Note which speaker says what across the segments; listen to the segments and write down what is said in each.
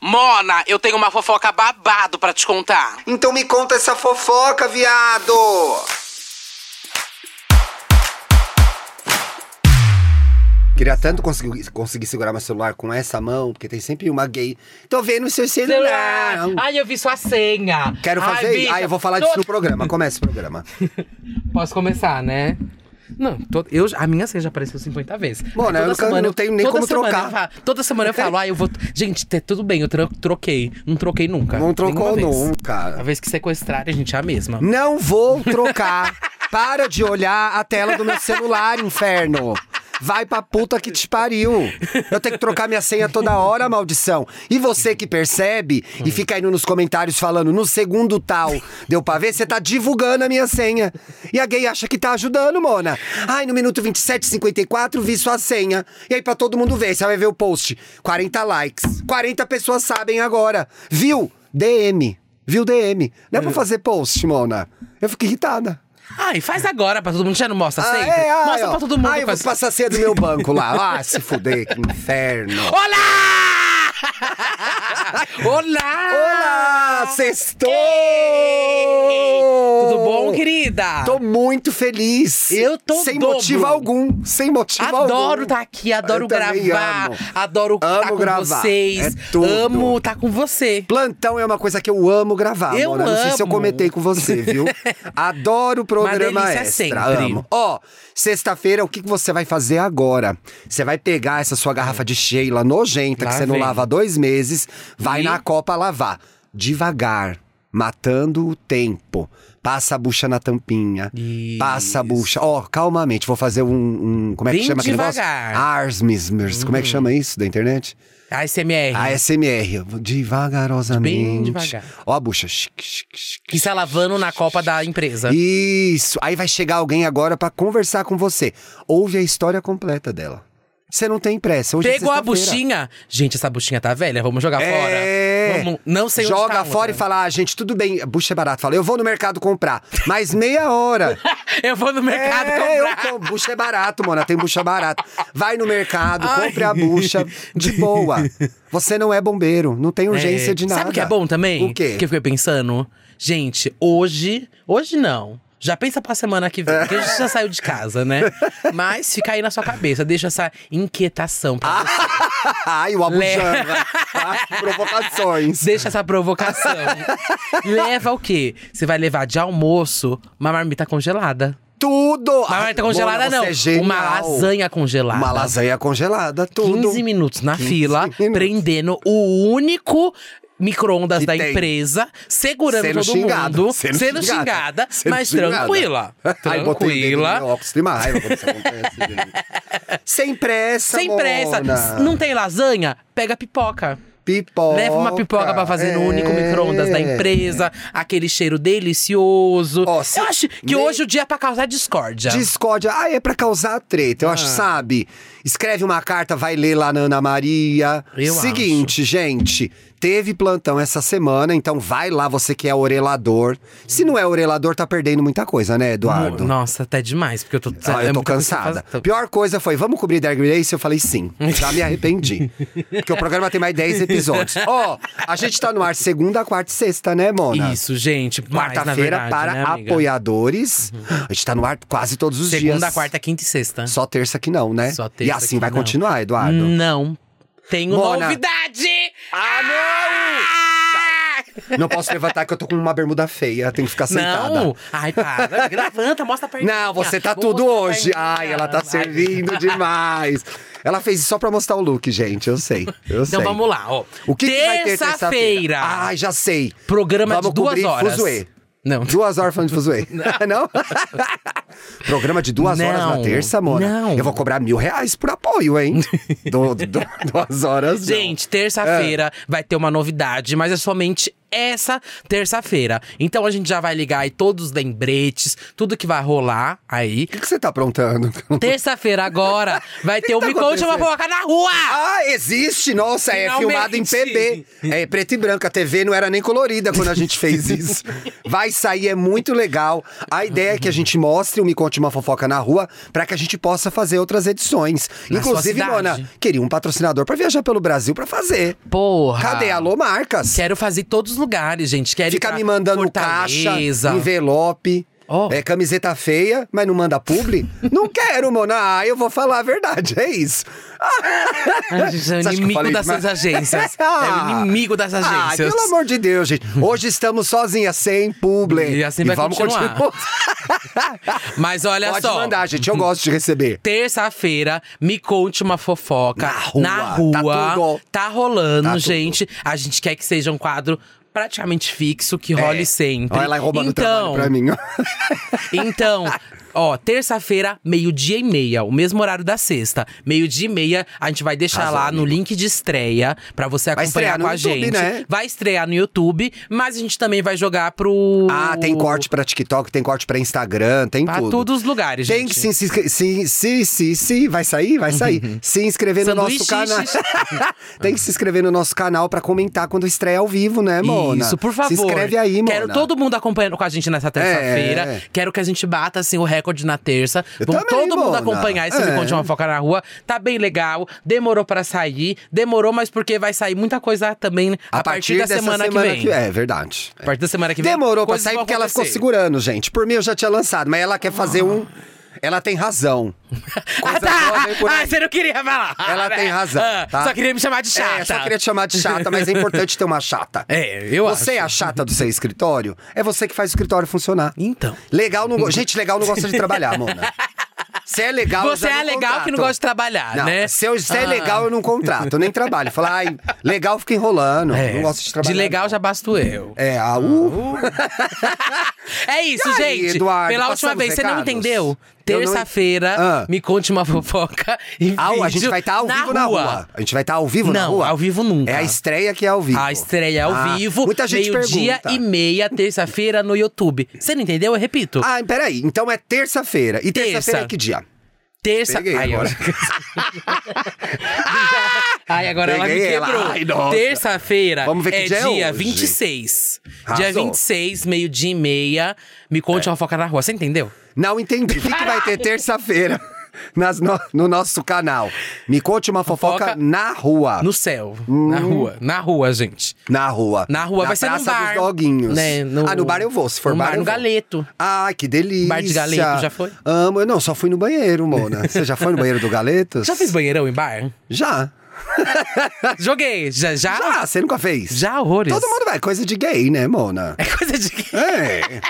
Speaker 1: Mona, eu tenho uma fofoca babado pra te contar.
Speaker 2: Então me conta essa fofoca, viado!
Speaker 3: Queria tanto conseguir, conseguir segurar meu celular com essa mão, porque tem sempre uma gay. Tô vendo o seu celular.
Speaker 4: Ai, eu vi sua senha.
Speaker 3: Quero
Speaker 4: Ai,
Speaker 3: fazer. Ai,
Speaker 4: bicha,
Speaker 3: eu vou falar
Speaker 4: tô-
Speaker 3: disso no programa. Começa o programa.
Speaker 4: Posso começar, né? Não, to- eu, a minha senha já apareceu 50 vezes.
Speaker 3: Mona,
Speaker 4: Aí toda
Speaker 3: eu não-
Speaker 4: semana
Speaker 3: eu não tenho nem
Speaker 4: toda
Speaker 3: como
Speaker 4: semana
Speaker 3: trocar.
Speaker 4: eu falo- toda semana eu falo, ah, eu vou. Gente, tá tudo bem, eu tro- troquei. Não troquei nunca.
Speaker 3: Não trocou
Speaker 4: Nenhuma vez. A
Speaker 3: nunca.
Speaker 4: vez que sequestraram, a gente é a mesma.
Speaker 3: Não vou trocar. Para de olhar a tela do meu celular, inferno. Vai pra puta que te pariu. Eu tenho que trocar minha senha toda hora, maldição. E você que percebe e fica indo nos comentários falando no segundo tal, deu pra ver? Você tá divulgando a minha senha. E a gay acha que tá ajudando, Mona. Ai, no minuto 27, 54, vi sua senha. E aí pra todo mundo ver, você vai ver o post. 40 likes. 40 pessoas sabem agora. Viu? DM. Viu DM? Não é pra fazer post, Mona. Eu fico irritada.
Speaker 4: Ai, faz agora pra todo mundo. Já não mostra sempre?
Speaker 3: Ah, é, ah,
Speaker 4: mostra
Speaker 3: ó.
Speaker 4: pra todo mundo.
Speaker 3: Ah, eu vou
Speaker 4: faz-
Speaker 3: passar a senha do meu banco lá. Ah, se fuder, que inferno.
Speaker 4: Olá! Olá!
Speaker 3: Olá, sextou!
Speaker 4: Tudo bom, querida?
Speaker 3: Tô muito feliz.
Speaker 4: Eu tô
Speaker 3: Sem
Speaker 4: dobro.
Speaker 3: motivo algum. Sem motivo algum.
Speaker 4: Adoro estar aqui, adoro
Speaker 3: Eu também
Speaker 4: gravar,
Speaker 3: amo.
Speaker 4: adoro estar
Speaker 3: Amo
Speaker 4: com
Speaker 3: gravar.
Speaker 4: vocês,
Speaker 3: É tudo.
Speaker 4: amo estar com você.
Speaker 3: Plantão é uma coisa que eu amo gravar,
Speaker 4: Eu
Speaker 3: Mona. Não sei se eu
Speaker 4: amo.
Speaker 3: comentei com você, viu? Adoro o programa
Speaker 4: Uma delícia
Speaker 3: extra.
Speaker 4: sempre.
Speaker 3: Amo. Ó, sexta-feira, o que que você vai fazer agora? Você vai pegar essa sua garrafa de Sheila nojenta,
Speaker 4: Lá
Speaker 3: que você não
Speaker 4: vem.
Speaker 3: lava há dois meses, vai
Speaker 4: E?
Speaker 3: na copa lavar. Devagar, matando o tempo. Passa a bucha na tampinha.
Speaker 4: Isso.
Speaker 3: Passa a bucha. Ó, calmamente, vou fazer um. um- como é que
Speaker 4: Bem
Speaker 3: chama aquele
Speaker 4: devagar. Uhum.
Speaker 3: negócio? Arsmismers. Como é que chama isso da internet?
Speaker 4: ASMR.
Speaker 3: A SMR,
Speaker 4: É.
Speaker 3: devagarosamente.
Speaker 4: Bem devagar.
Speaker 3: Ó a bucha. Shic, shic, shic.
Speaker 4: Que está lavando na copa da empresa.
Speaker 3: Isso. Aí vai chegar alguém agora pra conversar com você. Ouve a história completa dela. Você não tem pressa. Hoje é
Speaker 4: Pegou a
Speaker 3: sexta-feira.
Speaker 4: buchinha. Gente, essa buchinha tá velha, vamos jogar
Speaker 3: É.
Speaker 4: fora. Vamos, não sei onde
Speaker 3: Joga
Speaker 4: tá a
Speaker 3: fora e
Speaker 4: outra.
Speaker 3: fala, ah, gente, tudo bem, a bucha é barata. Fala, eu vou no mercado comprar, mas meia hora.
Speaker 4: Eu vou no mercado
Speaker 3: é, eu
Speaker 4: comprar.
Speaker 3: compro. Bucha é barato, mona. Tem bucha barata. Vai no mercado,
Speaker 4: Ai.
Speaker 3: compre a bucha de boa. Você não é bombeiro, não tem urgência
Speaker 4: É.
Speaker 3: de nada.
Speaker 4: Sabe o que é bom também?
Speaker 3: O quê?
Speaker 4: Que eu fiquei pensando. Gente, hoje. Hoje não. Já pensa pra semana que vem, porque a gente já saiu de casa, né? Mas fica aí na sua cabeça, deixa essa inquietação pra
Speaker 3: Ah,
Speaker 4: você.
Speaker 3: Ai, o
Speaker 4: Le-
Speaker 3: Abujamra. Ai, provocações.
Speaker 4: Deixa essa provocação. Leva o quê? Você vai levar de almoço uma marmita congelada.
Speaker 3: Tudo!
Speaker 4: Uma marmita congelada,
Speaker 3: Mona,
Speaker 4: não.
Speaker 3: você É genial.
Speaker 4: uma lasanha congelada.
Speaker 3: Uma lasanha congelada, tudo.
Speaker 4: 15 minutos na
Speaker 3: 15
Speaker 4: fila,
Speaker 3: minutos.
Speaker 4: prendendo o único micro-ondas
Speaker 3: Que
Speaker 4: da
Speaker 3: tem.
Speaker 4: empresa, segurando
Speaker 3: Sendo
Speaker 4: todo
Speaker 3: xingada,
Speaker 4: mundo,
Speaker 3: sendo
Speaker 4: sendo,
Speaker 3: xingada,
Speaker 4: xingada,
Speaker 3: sendo
Speaker 4: mas
Speaker 3: xingada.
Speaker 4: tranquila.
Speaker 3: Ai, botei o dedo no
Speaker 4: Tranquila.
Speaker 3: meu óculos, tem uma raiva quando isso acontece, gente. Sem pressa,
Speaker 4: Sem pressa.
Speaker 3: Mona.
Speaker 4: Não tem lasanha? Pega pipoca.
Speaker 3: Pipoca.
Speaker 4: Leva uma pipoca pra fazer no único
Speaker 3: é.
Speaker 4: micro-ondas da empresa, aquele cheiro delicioso.
Speaker 3: Ó, se-
Speaker 4: Eu acho que
Speaker 3: nem-
Speaker 4: hoje o dia é pra causar discórdia.
Speaker 3: Discórdia. Ah, é pra causar treta, eu
Speaker 4: É.
Speaker 3: acho, sabe? Escreve uma carta, vai ler lá na Ana Maria.
Speaker 4: Eu
Speaker 3: Seguinte, gente, teve plantão essa semana, então vai lá, você que é orelador. Se não é orelador, tá perdendo muita coisa, né, Eduardo?
Speaker 4: Nossa, até demais, porque eu tô.
Speaker 3: Ah,
Speaker 4: é
Speaker 3: eu tô
Speaker 4: muita coisa pra
Speaker 3: cansada.
Speaker 4: fazer.
Speaker 3: Pior coisa foi, vamos cobrir Drag Race? Eu falei sim. Já me arrependi. Porque o programa tem mais 10 episódios. Ó, a gente tá no ar segunda, quarta e sexta, né, Mona?
Speaker 4: Isso, gente. mais, na
Speaker 3: Quarta-feira
Speaker 4: verdade,
Speaker 3: para
Speaker 4: né, amiga? Uhum.
Speaker 3: apoiadores. A gente tá no ar quase todos os dias.
Speaker 4: Segunda, quarta, quinta e sexta.
Speaker 3: Só terça que não, né?
Speaker 4: Só
Speaker 3: e
Speaker 4: terça
Speaker 3: assim
Speaker 4: que
Speaker 3: vai
Speaker 4: não. Hum.
Speaker 3: continuar, Eduardo.
Speaker 4: Não. Tenho
Speaker 3: Mona.
Speaker 4: novidade!
Speaker 3: Ah, não!
Speaker 4: Ah!
Speaker 3: Não posso levantar que eu tô com uma bermuda feia, tenho que ficar sentada.
Speaker 4: Não! Ai, para. Levanta, mostra a perninha.
Speaker 3: Não, você tá
Speaker 4: Vou
Speaker 3: tudo
Speaker 4: mostrar a
Speaker 3: hoje.
Speaker 4: perninha.
Speaker 3: Ai, ela tá
Speaker 4: Ai.
Speaker 3: servindo demais. Ela fez isso só pra mostrar o look, gente. Eu sei. Eu sei.
Speaker 4: Então vamos lá, ó.
Speaker 3: O que, que vai ter
Speaker 4: terça-feira?
Speaker 3: terça-feira? Ai, já sei.
Speaker 4: Programa
Speaker 3: Vamos
Speaker 4: de duas
Speaker 3: cobrir
Speaker 4: horas.
Speaker 3: fuzuê.
Speaker 4: Não.
Speaker 3: Duas horas falando de fuzuê. Não? Programa de duas
Speaker 4: Não.
Speaker 3: horas na terça, Mona.
Speaker 4: Não.
Speaker 3: Eu vou cobrar mil reais por apoio, hein? Du- du- duas horas. não.
Speaker 4: Gente, terça-feira vai ter uma novidade, mas é somente essa terça-feira. Então a gente já vai ligar aí todos os lembretes, tudo que vai rolar aí.
Speaker 3: O que, que você tá aprontando?
Speaker 4: Terça-feira agora vai ter o
Speaker 3: tá
Speaker 4: Me Conte uma
Speaker 3: acontecendo?
Speaker 4: Fofoca na Rua!
Speaker 3: Ah, existe! Nossa, é
Speaker 4: Finalmente.
Speaker 3: filmado em PB. É preto e branco. A TV não era nem colorida quando a gente fez isso. Vai sair, é muito legal. A ideia é que a gente mostre o Me Conte Uma Fofoca na rua pra que a gente possa fazer outras edições.
Speaker 4: Na
Speaker 3: Inclusive,
Speaker 4: sua cidade.
Speaker 3: Mona, queria um patrocinador pra viajar pelo Brasil pra fazer.
Speaker 4: Porra!
Speaker 3: Cadê? Alô, Marcas?
Speaker 4: Quero fazer em todos os lugares, gente. Quero ir
Speaker 3: Fica
Speaker 4: pra
Speaker 3: me mandando
Speaker 4: Fortaleza.
Speaker 3: caixa, envelope.
Speaker 4: Ó.
Speaker 3: É camiseta feia, mas não manda publi? não quero, Mona. Ah, eu vou falar a verdade, é isso. Ah,
Speaker 4: A gente é
Speaker 3: Você acha que eu
Speaker 4: inimigo
Speaker 3: falei
Speaker 4: dessas
Speaker 3: demais?
Speaker 4: agências.
Speaker 3: Ah.
Speaker 4: É o inimigo dessas
Speaker 3: Ah,
Speaker 4: agências.
Speaker 3: pelo amor de Deus, gente. Hoje estamos sozinhas, sem publi.
Speaker 4: E assim vai
Speaker 3: vamos
Speaker 4: continuar. Mas olha
Speaker 3: Pode
Speaker 4: só.
Speaker 3: mandar, gente. Eu gosto de receber.
Speaker 4: Terça-feira, me conte uma fofoca.
Speaker 3: Na rua.
Speaker 4: Na rua.
Speaker 3: Tá tudo.
Speaker 4: Tá rolando,
Speaker 3: Tá tudo.
Speaker 4: gente. A gente quer que seja um quadro praticamente fixo, que role
Speaker 3: É.
Speaker 4: sempre.
Speaker 3: Olha lá roubando
Speaker 4: então,
Speaker 3: trabalho pra mim. ó.
Speaker 4: Então, ó, terça-feira, meio-dia e meia, o mesmo horário da sexta. Meio-dia e meia, a gente vai deixar
Speaker 3: Arrasou,
Speaker 4: lá no
Speaker 3: amigo.
Speaker 4: link de estreia pra você
Speaker 3: Vai
Speaker 4: acompanhar
Speaker 3: estrear no
Speaker 4: com a
Speaker 3: YouTube,
Speaker 4: gente.
Speaker 3: né?
Speaker 4: Vai estrear no YouTube, mas a gente também vai jogar pro.
Speaker 3: Ah, tem corte pra TikTok, tem corte pra Instagram, tem
Speaker 4: Pra
Speaker 3: tudo.
Speaker 4: todos os lugares,
Speaker 3: Tem
Speaker 4: gente.
Speaker 3: que se inscrever. Sim, sim, sim, sim. Vai sair? Vai sair. Se inscrever no
Speaker 4: Uhum. Sanduíche,
Speaker 3: nosso canal.
Speaker 4: xixi.
Speaker 3: Tem que se inscrever no nosso canal pra comentar quando estreia ao vivo, né, Mona?
Speaker 4: Isso, por favor.
Speaker 3: Se inscreve aí, Mona.
Speaker 4: Quero todo mundo acompanhando com a gente nessa terça-feira.
Speaker 3: É.
Speaker 4: Quero que a gente bata, assim, o recorde na terça.
Speaker 3: Eu
Speaker 4: Vamos
Speaker 3: também,
Speaker 4: todo mundo
Speaker 3: Mona.
Speaker 4: acompanhar esse Me
Speaker 3: É.
Speaker 4: Conte Uma Foca na Rua. Tá bem legal. Demorou pra sair. Demorou, mas porque vai sair muita coisa também a, partir, da
Speaker 3: dessa
Speaker 4: semana, que vem.
Speaker 3: É verdade.
Speaker 4: A partir da semana que vem.
Speaker 3: Demorou pra
Speaker 4: coisas
Speaker 3: sair
Speaker 4: vão
Speaker 3: porque ela ficou
Speaker 4: acontecer.
Speaker 3: segurando, gente. Por mim eu já tinha lançado, mas ela quer fazer um. Ela tem razão. É,
Speaker 4: Ah,
Speaker 3: Coisa boa
Speaker 4: tá!
Speaker 3: vem por
Speaker 4: Ah,
Speaker 3: aí.
Speaker 4: você não queria falar.
Speaker 3: Ela tem razão,
Speaker 4: Ah,
Speaker 3: tá?
Speaker 4: Só queria me chamar de chata.
Speaker 3: É, só queria te chamar de chata, mas é importante ter uma chata.
Speaker 4: É, eu
Speaker 3: Você é a
Speaker 4: acho.
Speaker 3: chata do seu escritório? É você que faz o escritório funcionar.
Speaker 4: Então.
Speaker 3: Legal não go- Gente, legal não gosta de trabalhar, Mona. Se é legal, eu
Speaker 4: Você
Speaker 3: já
Speaker 4: é legal que não
Speaker 3: contrato.
Speaker 4: gosta de trabalhar,
Speaker 3: Não,
Speaker 4: né?
Speaker 3: Se, eu, se é
Speaker 4: Ah.
Speaker 3: legal, eu não contrato, eu nem trabalho. Falar, ai, legal fica enrolando.
Speaker 4: É,
Speaker 3: Não gosto de trabalhar.
Speaker 4: legal
Speaker 3: não.
Speaker 4: já Ah, uh. basto eu.
Speaker 3: É, a U.
Speaker 4: É isso,
Speaker 3: E aí,
Speaker 4: gente.
Speaker 3: Eduardo,
Speaker 4: Pela última
Speaker 3: passamos
Speaker 4: vez, você não
Speaker 3: recados?
Speaker 4: entendeu?
Speaker 3: Eu não en-
Speaker 4: Terça-feira,
Speaker 3: Ah.
Speaker 4: me conte uma fofoca e
Speaker 3: Au, a gente
Speaker 4: vídeo
Speaker 3: vai estar ao vivo na rua. A gente vai estar ao vivo na
Speaker 4: Não,
Speaker 3: rua?
Speaker 4: ao vivo nunca.
Speaker 3: É a estreia que é ao vivo.
Speaker 4: A estreia é ao
Speaker 3: Ah,
Speaker 4: vivo,
Speaker 3: Muita gente
Speaker 4: meio-dia
Speaker 3: pergunta.
Speaker 4: e meia, terça-feira no YouTube. Você não entendeu? Eu repito.
Speaker 3: Ah, peraí. Então é terça-feira. E
Speaker 4: Terça.
Speaker 3: terça-feira é que dia?
Speaker 4: terça.
Speaker 3: peguei
Speaker 4: Ai,
Speaker 3: agora.
Speaker 4: ó. Ai, agora
Speaker 3: Peguei
Speaker 4: ela
Speaker 3: ela.
Speaker 4: me quebrou.
Speaker 3: Ai, nossa.
Speaker 4: Terça-feira
Speaker 3: Vamos ver que
Speaker 4: é
Speaker 3: dia é hoje.
Speaker 4: 26. Dia
Speaker 3: Arrasou. É.
Speaker 4: 26, meio-dia e meia. Me conte uma fofoca na rua. Você entendeu?
Speaker 3: Não entendi. O que, que vai ter terça-feira nas no, no nosso canal? Me conte uma fofoca,
Speaker 4: Fofoca
Speaker 3: na rua.
Speaker 4: No céu. Na
Speaker 3: Hum.
Speaker 4: rua. Na rua, gente.
Speaker 3: Na rua.
Speaker 4: Na rua
Speaker 3: Na
Speaker 4: vai ser no
Speaker 3: praça
Speaker 4: bar.
Speaker 3: dos doguinhos.
Speaker 4: Né, no-
Speaker 3: Ah, no bar eu vou. Se for
Speaker 4: no
Speaker 3: bar, eu
Speaker 4: no
Speaker 3: vou.
Speaker 4: Galeto.
Speaker 3: Ai, que delícia.
Speaker 4: Bar de Galeto, já foi?
Speaker 3: Amo. Eu não, só fui no banheiro, Mona. Você já foi no banheiro do Galetos?
Speaker 4: Já fez banheirão em bar?
Speaker 3: Já.
Speaker 4: Joguei. Já? Já?
Speaker 3: Já, você nunca fez?
Speaker 4: Já, horrores.
Speaker 3: Todo mundo vai. Coisa de gay, né, Mona?
Speaker 4: É coisa de...
Speaker 3: É.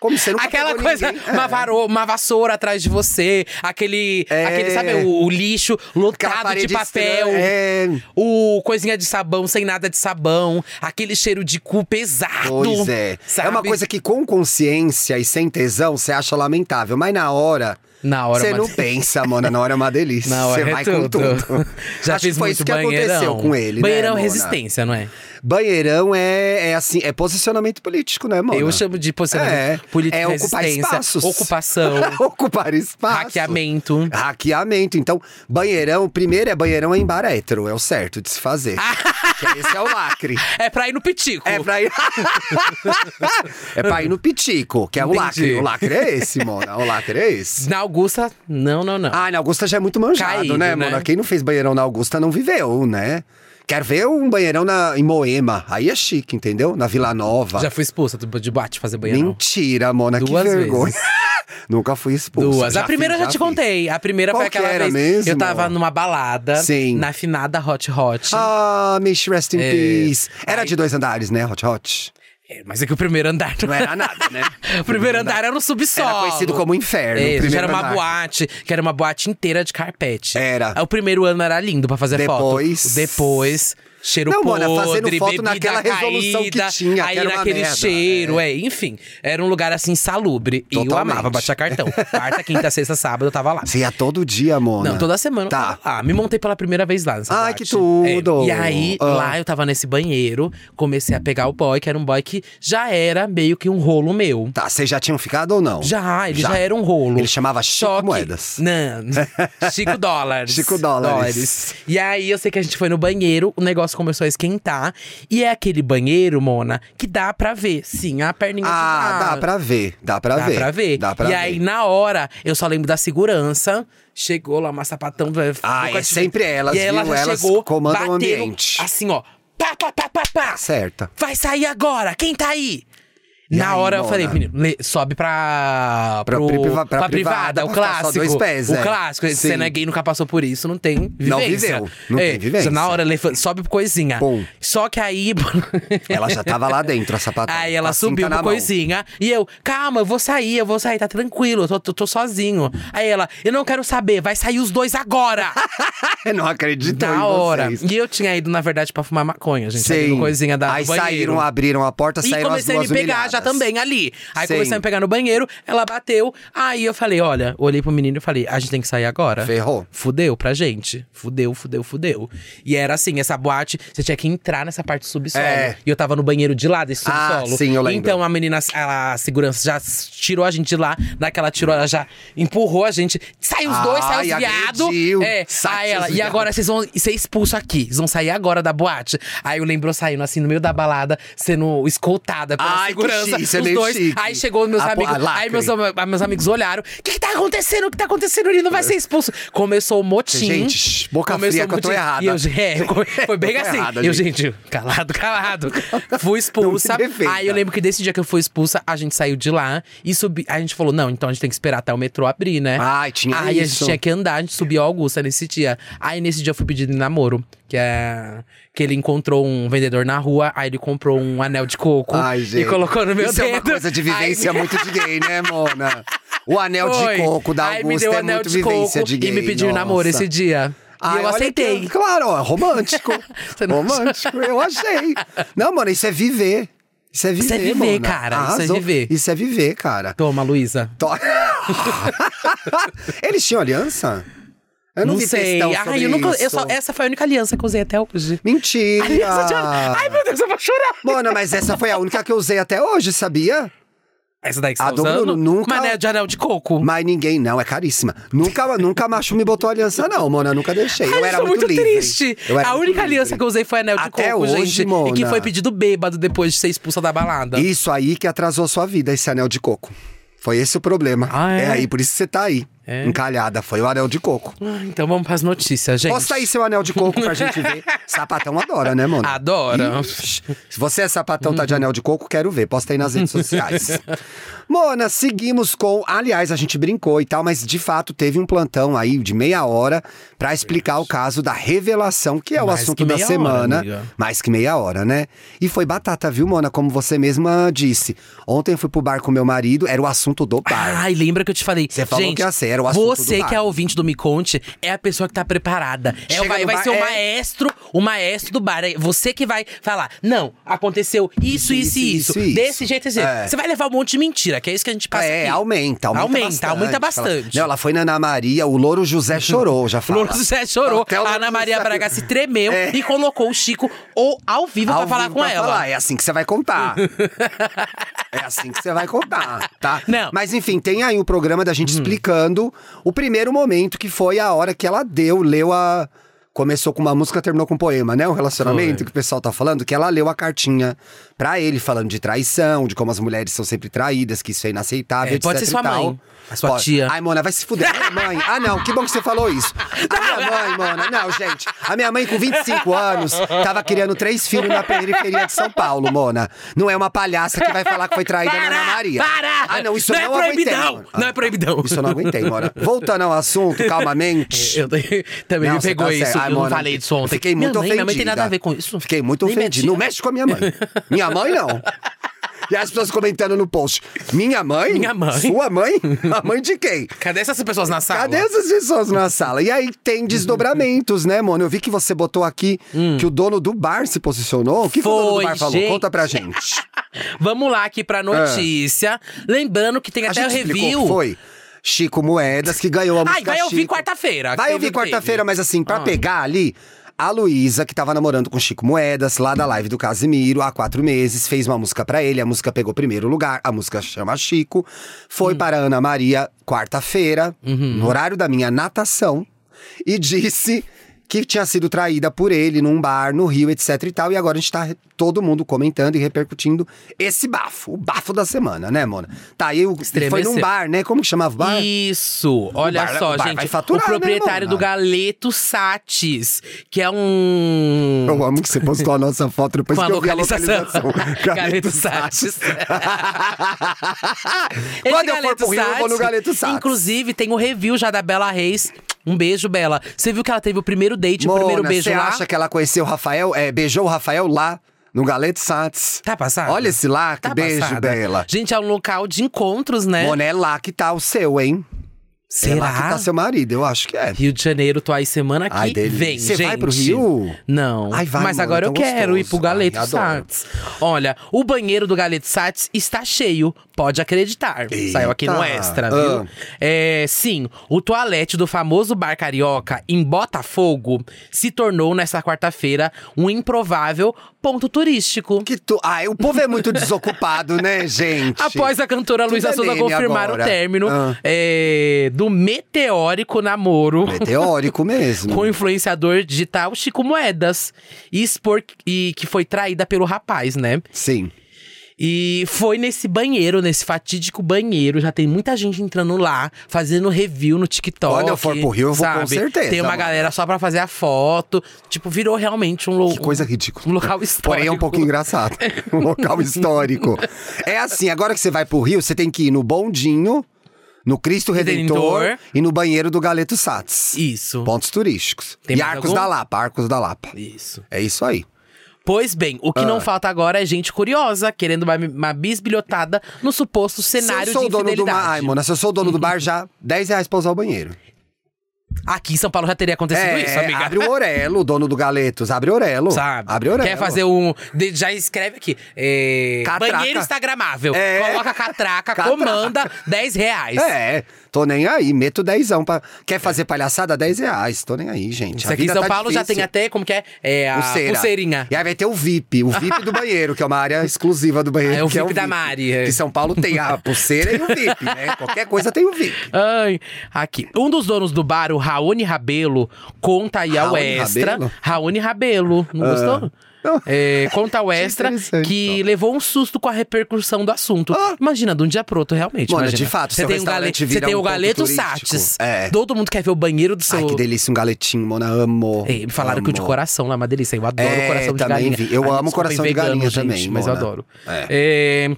Speaker 3: Como você nunca
Speaker 4: Aquela
Speaker 3: pegou
Speaker 4: coisa,
Speaker 3: ninguém.
Speaker 4: uma, varo- uma vassoura atrás de você, aquele,
Speaker 3: É.
Speaker 4: aquele sabe, o, o lixo
Speaker 3: Aquela
Speaker 4: lotado de
Speaker 3: parede
Speaker 4: papel,
Speaker 3: estranha, é.
Speaker 4: o coisinha de sabão sem nada de sabão, aquele cheiro de cu pesado.
Speaker 3: Pois é.
Speaker 4: sabe?
Speaker 3: É uma coisa que com consciência e sem tesão você acha lamentável, mas na hora.
Speaker 4: Na hora é
Speaker 3: Você
Speaker 4: uma
Speaker 3: não
Speaker 4: delícia.
Speaker 3: pensa, Mona. Na hora é uma delícia.
Speaker 4: Na hora
Speaker 3: Você
Speaker 4: é
Speaker 3: vai
Speaker 4: tudo.
Speaker 3: com tudo.
Speaker 4: Já
Speaker 3: Acho
Speaker 4: fiz
Speaker 3: que foi
Speaker 4: muito
Speaker 3: isso que
Speaker 4: banheirão.
Speaker 3: aconteceu com ele,
Speaker 4: Banheirão
Speaker 3: né? Mona?
Speaker 4: resistência, não é?
Speaker 3: Banheirão é, é assim, é posicionamento político, né, Mona?
Speaker 4: Eu chamo de posicionamento
Speaker 3: É.
Speaker 4: político
Speaker 3: É ocupar
Speaker 4: resistência,
Speaker 3: espaços.
Speaker 4: ocupação,
Speaker 3: Ocupar espaço.
Speaker 4: hackeamento.
Speaker 3: Hackeamento. Então, banheirão, primeiro é banheirão em bar hétero, é o certo de se fazer. Que Esse é o lacre.
Speaker 4: É pra ir no pitico.
Speaker 3: É pra ir. é pra ir no pitico, que é
Speaker 4: Entendi.
Speaker 3: o lacre. O lacre é esse, Mona. O lacre é esse.
Speaker 4: Na Augusta, não, não, não.
Speaker 3: Ah, na Augusta já é muito manjado,
Speaker 4: Caído,
Speaker 3: né,
Speaker 4: né?
Speaker 3: Mona? Quem não fez banheirão na Augusta não viveu, né? Quer ver um banheirão na, em Moema? Aí é chique, entendeu? Na Vila Nova.
Speaker 4: Já fui expulsa do- de boate fazer banheirão.
Speaker 3: Mentira, Mona,
Speaker 4: Duas
Speaker 3: que
Speaker 4: vezes.
Speaker 3: vergonha. Nunca fui expulso.
Speaker 4: Duas. a
Speaker 3: fiz,
Speaker 4: primeira eu já, te
Speaker 3: fiz.
Speaker 4: contei. A primeira
Speaker 3: Qual
Speaker 4: foi
Speaker 3: que
Speaker 4: aquela
Speaker 3: era
Speaker 4: vez.
Speaker 3: mesmo?
Speaker 4: Eu tava numa balada
Speaker 3: Sim.
Speaker 4: na finada Hot Hot.
Speaker 3: Ah, Mish, rest in
Speaker 4: É.
Speaker 3: peace. Era de dois andares, né, Hot Hot?
Speaker 4: É, Mas é que o primeiro andar não
Speaker 3: Não
Speaker 4: era.
Speaker 3: era nada, né?
Speaker 4: O primeiro andar era no subsolo.
Speaker 3: Era conhecido como inferno, o
Speaker 4: É, gente, era
Speaker 3: primeiro
Speaker 4: uma
Speaker 3: andar.
Speaker 4: boate, que era uma boate inteira de carpete.
Speaker 3: Era.
Speaker 4: Aí O primeiro ano era lindo pra fazer foto.
Speaker 3: Depois-
Speaker 4: Depois cheiro
Speaker 3: Não,
Speaker 4: podre,
Speaker 3: Mona, fazendo foto
Speaker 4: bebida
Speaker 3: naquela resolução que
Speaker 4: caída,
Speaker 3: tinha, que
Speaker 4: aí
Speaker 3: era uma
Speaker 4: naquele
Speaker 3: merda,
Speaker 4: cheiro, é. Enfim, era um lugar assim salubre. E eu
Speaker 3: Totalmente.
Speaker 4: amava baixar cartão. Quarta, quinta, sexta, sábado eu tava lá.
Speaker 3: Você ia todo dia, Mona.
Speaker 4: Não, toda semana.
Speaker 3: Tá.
Speaker 4: Tá. Ah, me montei pela primeira vez lá nessa
Speaker 3: Ai,
Speaker 4: boate.
Speaker 3: que tudo!
Speaker 4: É, E aí,
Speaker 3: Ah.
Speaker 4: lá eu tava nesse banheiro, comecei a pegar o boy, que era um boy que já era meio que um rolo meu.
Speaker 3: Tá, vocês já tinham ficado ou não?
Speaker 4: Já, ele já, era um rolo.
Speaker 3: Ele chamava Chico
Speaker 4: Só que-
Speaker 3: Moedas.
Speaker 4: Não, Chico Dólares.
Speaker 3: Chico Dólares.
Speaker 4: E aí, eu sei que a gente foi no banheiro, o negócio começou a esquentar. E é aquele banheiro, Mona, que dá pra ver. Sim, a perninha de
Speaker 3: Ah,
Speaker 4: lá.
Speaker 3: dá pra ver, dá pra
Speaker 4: Dá
Speaker 3: ver.
Speaker 4: pra ver.
Speaker 3: Dá pra
Speaker 4: e
Speaker 3: ver.
Speaker 4: aí, na hora, eu só lembro da segurança. Chegou lá, uma sapatão.
Speaker 3: Ah, é sempre elas,
Speaker 4: E ela
Speaker 3: viu?
Speaker 4: já
Speaker 3: Elas
Speaker 4: chegou,
Speaker 3: comandam o
Speaker 4: bateram,
Speaker 3: ambiente.
Speaker 4: Assim, ó. Pá, pá, pá, pá, pá.
Speaker 3: Tá Certa.
Speaker 4: Vai sair agora! Quem tá aí?
Speaker 3: E
Speaker 4: Na
Speaker 3: aí,
Speaker 4: hora eu
Speaker 3: Mona?
Speaker 4: falei, menino, le- sobe pra.
Speaker 3: Pra
Speaker 4: pro-
Speaker 3: pri- priva- pra privada,
Speaker 4: o
Speaker 3: pra ficar só
Speaker 4: clássico.
Speaker 3: dois pés,
Speaker 4: o
Speaker 3: é.
Speaker 4: clássico. Se
Speaker 3: Sim.
Speaker 4: você não é gay nunca passou por isso, não tem vivência. É,
Speaker 3: Não viveu, não tem vivência.
Speaker 4: Na hora, lefa- sobe pro coisinha.
Speaker 3: Pum.
Speaker 4: Só que aí.
Speaker 3: Ela já tava lá dentro, a sapatão.
Speaker 4: Aí ela
Speaker 3: com a cinta
Speaker 4: subiu
Speaker 3: tá na
Speaker 4: pro
Speaker 3: mão.
Speaker 4: coisinha. E eu, calma, eu vou sair, eu vou sair, tá tranquilo, eu tô, tô, tô sozinho. Aí ela, eu não quero saber, vai sair os dois agora!
Speaker 3: Eu não acredito em
Speaker 4: da hora.
Speaker 3: vocês.
Speaker 4: E eu tinha ido, na verdade, pra fumar maconha, gente. ali no
Speaker 3: Sim.
Speaker 4: coisinha da
Speaker 3: Aí
Speaker 4: do banheiro.
Speaker 3: saíram, abriram a porta,
Speaker 4: E
Speaker 3: saíram as
Speaker 4: comecei
Speaker 3: duas
Speaker 4: a me pegar
Speaker 3: humilhadas.
Speaker 4: já também ali. Aí
Speaker 3: Sim.
Speaker 4: comecei a me pegar no banheiro, ela bateu. Aí eu falei, olha, olhei pro menino e falei, a gente tem que sair agora.
Speaker 3: Ferrou.
Speaker 4: Fudeu pra gente. Fudeu, fudeu, fudeu. E era assim, essa boate, você tinha que entrar nessa parte do subsolo.
Speaker 3: É.
Speaker 4: E eu tava no banheiro de lá desse
Speaker 3: Ah,
Speaker 4: subsolo.
Speaker 3: sim, eu lembro.
Speaker 4: Então a menina, a, a segurança já s- tirou a gente de lá. Naquela tirou, ela já empurrou a gente. Sai os dois, sai
Speaker 3: Ai,
Speaker 4: os viado.
Speaker 3: agrediu.
Speaker 4: É.
Speaker 3: Sai
Speaker 4: Aí
Speaker 3: os
Speaker 4: ela, e
Speaker 3: viado."
Speaker 4: agora vocês vão ser expulsos aqui. Vocês vão sair agora da boate. Aí eu lembro eu saindo assim no meio da balada, sendo escoltada pela
Speaker 3: Ai, que
Speaker 4: segurança.
Speaker 3: chique, isso é
Speaker 4: os
Speaker 3: meio
Speaker 4: dois.
Speaker 3: chique.
Speaker 4: Aí chegou meus
Speaker 3: A po-
Speaker 4: amigos.
Speaker 3: a lacre.
Speaker 4: aí meus, am- meus amigos olharam. O que, que tá acontecendo? O que tá acontecendo? Ele não vai ser expulso. Começou o motim.
Speaker 3: Gente, shh, boca
Speaker 4: Começou
Speaker 3: fria
Speaker 4: o
Speaker 3: que eu tô
Speaker 4: motim.
Speaker 3: errada.
Speaker 4: E eu, é, eu- foi bem
Speaker 3: Eu tô
Speaker 4: assim.
Speaker 3: errada,
Speaker 4: eu,
Speaker 3: gente.
Speaker 4: gente, calado, calado. Fui expulsa.
Speaker 3: Não me defenda.
Speaker 4: Aí eu lembro que desse dia que eu fui expulsa, a gente saiu de lá e subi. A gente falou: não, então a gente tem que esperar até o metrô abrir, né?
Speaker 3: Ai, tinha
Speaker 4: Aí a gente
Speaker 3: isso.
Speaker 4: tinha que andar, a gente subiu a Augusta nesse dia. Aí nesse dia eu fui pedido em namoro, que é. Que ele encontrou um vendedor na rua, aí ele comprou um anel de coco
Speaker 3: Ai, gente.
Speaker 4: e colocou no meu
Speaker 3: Isso
Speaker 4: dedo.
Speaker 3: é uma coisa de vivência
Speaker 4: Aí-
Speaker 3: muito de gay, né, Mona? O anel
Speaker 4: Foi.
Speaker 3: de coco da
Speaker 4: Aí me
Speaker 3: Augusta
Speaker 4: deu
Speaker 3: é
Speaker 4: anel
Speaker 3: muito
Speaker 4: de
Speaker 3: vivência
Speaker 4: coco
Speaker 3: de gay.
Speaker 4: e me pediu em
Speaker 3: nossa.
Speaker 4: namoro esse dia. e
Speaker 3: Ai,
Speaker 4: eu
Speaker 3: olha
Speaker 4: aceitei.
Speaker 3: que- claro, ó, romântico.
Speaker 4: Você não achou?
Speaker 3: romântico, eu achei. Não, mano, isso é viver. Isso é viver,
Speaker 4: Isso é viver,
Speaker 3: Mona.
Speaker 4: cara, isso é
Speaker 3: Arrasou.
Speaker 4: viver.
Speaker 3: Isso é viver, cara.
Speaker 4: Toma, Luísa.
Speaker 3: To- Eles tinham aliança? Eu não,
Speaker 4: não
Speaker 3: vi
Speaker 4: sei.
Speaker 3: textão
Speaker 4: Ai,
Speaker 3: sobre
Speaker 4: eu nunca. Eu
Speaker 3: isso.
Speaker 4: só, essa foi a única aliança que eu usei até hoje.
Speaker 3: Mentira!
Speaker 4: Aliança de
Speaker 3: ah.
Speaker 4: Ai, meu Deus, eu vou chorar.
Speaker 3: Mona, mas essa foi a única que eu usei até hoje, sabia?
Speaker 4: Essa daí que você
Speaker 3: A
Speaker 4: tá
Speaker 3: do
Speaker 4: usando?
Speaker 3: Bruno nunca-
Speaker 4: Mané de anel de coco.
Speaker 3: Mas ninguém, não, é caríssima. Nunca, nunca macho me botou aliança, não, Mona, nunca deixei.
Speaker 4: Ai,
Speaker 3: eu era
Speaker 4: sou
Speaker 3: muito, livre.
Speaker 4: triste.
Speaker 3: Eu era
Speaker 4: A
Speaker 3: muito
Speaker 4: única aliança
Speaker 3: livre.
Speaker 4: que eu usei foi anel de
Speaker 3: Até
Speaker 4: coco,
Speaker 3: hoje,
Speaker 4: gente. E que
Speaker 3: Mona.
Speaker 4: foi pedido bêbado depois de ser expulsa da balada.
Speaker 3: Isso aí que atrasou a sua vida, esse anel de coco. Foi esse o problema.
Speaker 4: Ah, é?
Speaker 3: aí, por isso que você tá aí.
Speaker 4: É.
Speaker 3: Encalhada, foi o anel de coco.
Speaker 4: Ah, Então vamos pras notícias, gente.
Speaker 3: Posta aí seu anel de coco pra gente ver. sapatão adora, né, Mona?
Speaker 4: Adora.
Speaker 3: Ixi, Se você é sapatão, tá de anel de coco, quero ver. Posta aí nas redes sociais. Mona, seguimos com. Aliás, a gente brincou e tal, mas de fato teve um plantão aí de meia hora pra explicar o caso da revelação, que é o
Speaker 4: Mais que
Speaker 3: assunto da
Speaker 4: meia hora,
Speaker 3: semana.
Speaker 4: amiga.
Speaker 3: Mais que meia hora, né? E foi batata, viu, Mona? Como você mesma disse. Ontem eu fui pro bar com meu marido, era o assunto do bar.
Speaker 4: Ai, lembra que eu te falei.
Speaker 3: Você falou
Speaker 4: gente,
Speaker 3: que ia ser, era o assunto do
Speaker 4: Você
Speaker 3: bar.
Speaker 4: que é ouvinte do Me Conte é a pessoa que tá preparada. É,
Speaker 3: Chega
Speaker 4: vai
Speaker 3: no
Speaker 4: vai
Speaker 3: bar,
Speaker 4: ser o
Speaker 3: é.
Speaker 4: maestro, o maestro do bar. É você que vai falar: não, aconteceu isso, isso e isso.
Speaker 3: Isso, isso,
Speaker 4: Desse jeito, esse jeito.
Speaker 3: É.
Speaker 4: Você vai levar um monte de mentira, que é isso que a gente passa.
Speaker 3: É,
Speaker 4: aqui.
Speaker 3: aumenta, aumenta.
Speaker 4: Aumenta,
Speaker 3: bastante.
Speaker 4: aumenta
Speaker 3: Ela,
Speaker 4: bastante.
Speaker 3: não, ela foi na Ana Maria, o Louro José chorou, já falou.
Speaker 4: Flor José chorou.
Speaker 3: Até o
Speaker 4: a
Speaker 3: Louro
Speaker 4: Ana Maria
Speaker 3: José-
Speaker 4: Braga se tremeu
Speaker 3: É.
Speaker 4: e colocou o Chico ou ao vivo
Speaker 3: Ao
Speaker 4: pra falar
Speaker 3: vivo
Speaker 4: com
Speaker 3: pra
Speaker 4: ela.
Speaker 3: falar, É assim que você vai contar. é assim que você vai contar, tá?
Speaker 4: Não. Uhum.
Speaker 3: Mas enfim, tem aí o programa da gente explicando o primeiro momento, que foi a hora que ela deu, leu a. Começou com uma música, terminou com um poema, né? O relacionamento que o pessoal tá falando, que ela leu a cartinha pra ele, falando de traição, de como as mulheres são sempre traídas, que isso é inaceitável.
Speaker 4: É, pode
Speaker 3: etc
Speaker 4: ser sua
Speaker 3: e tal.
Speaker 4: mãe, a sua tia.
Speaker 3: Ai, Mona, vai se fuder. Minha mãe. Ah, não, que bom que você falou isso. A minha mãe, Mona. Não, gente. A minha mãe, com 25 anos, tava criando três filhos na periferia de São Paulo, Mona. Não é uma palhaça que vai falar que foi traída na Ana Maria.
Speaker 4: Para!
Speaker 3: Ah, não, isso
Speaker 4: não
Speaker 3: eu
Speaker 4: é
Speaker 3: não
Speaker 4: proibidão!
Speaker 3: aguentei. Mona. Ah,
Speaker 4: Não é proibidão.
Speaker 3: Isso eu não aguentei, Mona. Voltando ao assunto, calmamente.
Speaker 4: Eu te- também
Speaker 3: Não,
Speaker 4: me
Speaker 3: você
Speaker 4: pegou
Speaker 3: tá certo.
Speaker 4: isso,
Speaker 3: Ah,
Speaker 4: eu não
Speaker 3: Mona,
Speaker 4: falei disso ontem.
Speaker 3: Fiquei muito
Speaker 4: minha mãe,
Speaker 3: ofendida.
Speaker 4: Minha mãe tem nada a ver com isso.
Speaker 3: Fiquei muito
Speaker 4: Nem minha
Speaker 3: ofendido. Não
Speaker 4: tia.
Speaker 3: mexe com a minha mãe. minha mãe, não. E as pessoas comentando no post. Minha mãe?
Speaker 4: Minha mãe.
Speaker 3: Sua mãe? A mãe de quem?
Speaker 4: Cadê essas pessoas na sala?
Speaker 3: Cadê essas pessoas na sala? E aí tem desdobramentos, né, mano? Eu vi que você botou aqui que o dono do bar se posicionou. O que, que o dono do
Speaker 4: Hum. Foi,
Speaker 3: bar falou?
Speaker 4: gente.
Speaker 3: Conta pra gente.
Speaker 4: Vamos lá aqui pra notícia. Lembrando que tem
Speaker 3: Ah. A
Speaker 4: até o
Speaker 3: gente explicou
Speaker 4: review.
Speaker 3: que foi Chico Moedas que ganhou a música
Speaker 4: Ai, vai ouvir
Speaker 3: Chico.
Speaker 4: quarta-feira. que
Speaker 3: Vai
Speaker 4: teve-
Speaker 3: ouvir
Speaker 4: teve.
Speaker 3: quarta-feira, mas assim, pra
Speaker 4: Ah.
Speaker 3: pegar ali, a Luísa, que tava namorando com Chico Moedas, lá da live do Casimiro, há quatro meses, fez uma música pra ele, a música pegou primeiro lugar, a música chama Chico, foi
Speaker 4: Hum.
Speaker 3: para Ana Maria quarta-feira,
Speaker 4: Uhum.
Speaker 3: no horário da minha natação, e disse. Que tinha sido traída por ele num bar no Rio, etc e tal. E agora a gente tá re- todo mundo comentando e repercutindo esse bafo, o bafo da semana, né, Mona? Tá, aí o- foi num
Speaker 4: Estremeceu.
Speaker 3: bar, né? Como que chamava o bar?
Speaker 4: Isso, olha
Speaker 3: bar-
Speaker 4: só,
Speaker 3: o bar
Speaker 4: gente.
Speaker 3: vai faturar,
Speaker 4: o
Speaker 3: né,
Speaker 4: proprietário
Speaker 3: mano?
Speaker 4: do Galeto Satis, que é um.
Speaker 3: Eu amo É que você postou a nossa foto depois
Speaker 4: Com a
Speaker 3: que eu vi a
Speaker 4: localização.
Speaker 3: localização.
Speaker 4: Galeto Sates. Esse
Speaker 3: Quando eu for
Speaker 4: Galeto
Speaker 3: pro Rio, eu vou no
Speaker 4: Sati,
Speaker 3: Galeto Sates.
Speaker 4: Inclusive, tem um review já da Bela Reis. Um beijo, Bela. Você viu que ela teve o primeiro date, o primeiro beijo
Speaker 3: você
Speaker 4: lá?
Speaker 3: acha que ela conheceu o Rafael? É, beijou o Rafael lá, no Galeto Sates.
Speaker 4: Tá passada?
Speaker 3: Olha esse lá, que
Speaker 4: Tá
Speaker 3: beijo,
Speaker 4: passada.
Speaker 3: Bela.
Speaker 4: Gente, é um local de encontros, né?
Speaker 3: Mona, é lá que tá o seu, hein? É lá que
Speaker 4: Será?
Speaker 3: tá seu marido, eu acho que é.
Speaker 4: Rio de Janeiro, tô aí semana que
Speaker 3: Ai, delícia.
Speaker 4: vem,
Speaker 3: Você
Speaker 4: gente.
Speaker 3: vai pro Rio?
Speaker 4: Não.
Speaker 3: Ai, vai,
Speaker 4: Mas
Speaker 3: mano,
Speaker 4: agora eu
Speaker 3: tão
Speaker 4: quero ir pro
Speaker 3: gostoso.
Speaker 4: Galeto
Speaker 3: Ai, adoro.
Speaker 4: Sats. Olha, o banheiro do Galeto Sats está cheio, pode acreditar. Saiu aqui no
Speaker 3: Eita.
Speaker 4: Extra,
Speaker 3: Ah.
Speaker 4: viu? É, sim, o toalete do famoso bar carioca em Botafogo se tornou, nessa quarta-feira, um improvável ponto turístico.
Speaker 3: Que tu... Ai, o povo é muito desocupado, né, gente?
Speaker 4: Após a cantora
Speaker 3: Tudo
Speaker 4: Luísa
Speaker 3: é
Speaker 4: Souza
Speaker 3: meme
Speaker 4: confirmar
Speaker 3: agora.
Speaker 4: o término
Speaker 3: Ah.
Speaker 4: é, do meteórico namoro
Speaker 3: Meteórico É mesmo.
Speaker 4: com o influenciador digital Chico Moedas e expor que- e que foi traída pelo rapaz, né?
Speaker 3: Sim.
Speaker 4: E foi nesse banheiro, nesse fatídico banheiro, já tem muita gente entrando lá, fazendo review no TikTok.
Speaker 3: Quando eu for pro Rio, eu vou com
Speaker 4: sabe?
Speaker 3: certeza,
Speaker 4: Tem uma
Speaker 3: mano.
Speaker 4: galera só pra fazer a foto, tipo, virou realmente um, lo
Speaker 3: Que coisa ridícula.
Speaker 4: um local histórico.
Speaker 3: Porém, é um pouco engraçado. Um local histórico. É assim, agora que você vai pro Rio, você tem que ir no bondinho, no Cristo Redentor,
Speaker 4: Redentor.
Speaker 3: e no banheiro do Galeto Sats.
Speaker 4: Isso.
Speaker 3: Pontos turísticos.
Speaker 4: Tem
Speaker 3: e
Speaker 4: mais
Speaker 3: Arcos
Speaker 4: algum?
Speaker 3: da Lapa, Arcos da Lapa.
Speaker 4: Isso.
Speaker 3: É isso aí.
Speaker 4: Pois bem, o que
Speaker 3: Ah.
Speaker 4: não falta agora é gente curiosa, querendo uma, uma bisbilhotada no suposto cenário
Speaker 3: se eu sou
Speaker 4: de
Speaker 3: o dono do
Speaker 4: infidelidade.
Speaker 3: bar. Ai, Mona, se eu sou o dono do bar, já 10 reais pra usar o banheiro. É,
Speaker 4: Aqui em São Paulo já teria acontecido isso, amiga.
Speaker 3: abre o Orelo, o dono do Galetos. Abre o Orelo.
Speaker 4: Sabe?
Speaker 3: Abre o Orelo.
Speaker 4: Quer fazer um. de- Já escreve aqui. é,
Speaker 3: Catraca.
Speaker 4: Banheiro Instagramável.
Speaker 3: É.
Speaker 4: Coloca catraca,
Speaker 3: Catraca.
Speaker 4: comanda 10 reais.
Speaker 3: É, tô nem aí, meto dezão. Pra... Quer fazer palhaçada? 10 reais. Tô nem aí, gente.
Speaker 4: Isso
Speaker 3: A
Speaker 4: aqui em
Speaker 3: vida
Speaker 4: São
Speaker 3: tá
Speaker 4: Paulo já
Speaker 3: difícil.
Speaker 4: tem até, como que é? é a
Speaker 3: Pulseira.
Speaker 4: pulseirinha.
Speaker 3: E aí vai ter o VIP, o VIP do banheiro, que é uma área exclusiva do banheiro.
Speaker 4: Ah, é o
Speaker 3: que
Speaker 4: VIP da Mari, é.
Speaker 3: Que São Paulo tem a pulseira e o VIP, né? Qualquer coisa tem o VIP.
Speaker 4: Ai, aqui. Um dos donos do bar, o Raoni Rabelo, conta aí ao
Speaker 3: Raoni
Speaker 4: Extra.
Speaker 3: Rabelo?
Speaker 4: Raoni Rabelo, não gostou?
Speaker 3: não.
Speaker 4: É, conta ao
Speaker 3: Achei
Speaker 4: Extra
Speaker 3: interessante, então. Ah.
Speaker 4: que levou um susto com a repercussão do assunto. Imagina, de um dia pro outro, realmente.
Speaker 3: Mano,
Speaker 4: imagina.
Speaker 3: de fato,
Speaker 4: você
Speaker 3: seu
Speaker 4: tem, um gale...
Speaker 3: restaurante
Speaker 4: você
Speaker 3: vira
Speaker 4: tem
Speaker 3: um
Speaker 4: o
Speaker 3: ponto
Speaker 4: Galeto
Speaker 3: turístico.
Speaker 4: Sates.
Speaker 3: É.
Speaker 4: Todo mundo quer ver o banheiro do seu.
Speaker 3: Ai, que delícia, um galetinho, Mona, amo.
Speaker 4: É, me falaram que o de
Speaker 3: amo.
Speaker 4: coração lá é uma delícia. Eu adoro
Speaker 3: É,
Speaker 4: o coração de
Speaker 3: também
Speaker 4: galinha.
Speaker 3: vi. Eu amo
Speaker 4: desculpa,
Speaker 3: coração de
Speaker 4: vegano,
Speaker 3: galinha
Speaker 4: gente,
Speaker 3: também,
Speaker 4: Mas
Speaker 3: Mona.
Speaker 4: eu adoro. É,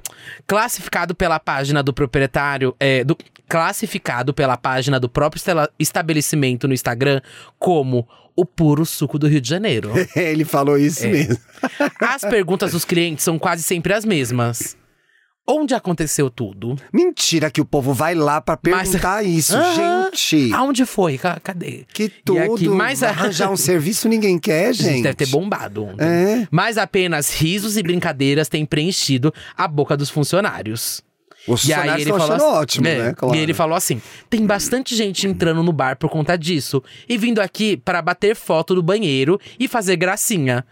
Speaker 4: classificado pela página do proprietário. é, do- classificado pela página do próprio estela- estabelecimento no Instagram como o puro suco do Rio de Janeiro.
Speaker 3: Ele falou isso
Speaker 4: É.
Speaker 3: mesmo.
Speaker 4: As perguntas dos clientes são quase sempre as mesmas. Onde aconteceu tudo?
Speaker 3: Mentira que o povo vai lá pra
Speaker 4: Mas-
Speaker 3: perguntar isso,
Speaker 4: Aham.
Speaker 3: gente.
Speaker 4: Aonde foi? Ca- Cadê?
Speaker 3: Que
Speaker 4: E aqui,
Speaker 3: tudo.
Speaker 4: mas a-
Speaker 3: Arranjar um serviço ninguém quer,
Speaker 4: A
Speaker 3: gente.
Speaker 4: gente deve ter bombado ontem.
Speaker 3: É.
Speaker 4: Mas apenas risos e brincadeiras têm preenchido a boca dos funcionários.
Speaker 3: Os
Speaker 4: E aí
Speaker 3: funcionários
Speaker 4: ele
Speaker 3: estão
Speaker 4: falou
Speaker 3: tá achando
Speaker 4: assim-
Speaker 3: ótimo,
Speaker 4: É,
Speaker 3: né? Claro.
Speaker 4: E ele falou assim: tem bastante gente entrando no bar por conta disso e vindo aqui para bater foto do banheiro e fazer gracinha.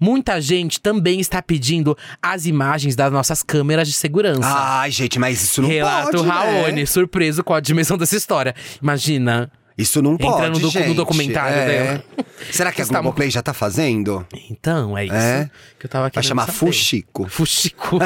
Speaker 4: Muita gente também está pedindo as imagens das nossas câmeras de segurança.
Speaker 3: Ai, gente, mas isso Ah, não
Speaker 4: Relato
Speaker 3: pode, né?
Speaker 4: Raoni, surpreso com a dimensão dessa história. Imagina.
Speaker 3: Isso não
Speaker 4: Entrando
Speaker 3: pode,
Speaker 4: no docu- no
Speaker 3: gente.
Speaker 4: documentário né?
Speaker 3: É.
Speaker 4: dela.
Speaker 3: Será que a
Speaker 4: Está mu-
Speaker 3: Globoplay já tá fazendo?
Speaker 4: Então, é isso
Speaker 3: É?
Speaker 4: que eu tava aqui.
Speaker 3: Vai chamar Fuxico.
Speaker 4: Fuxico.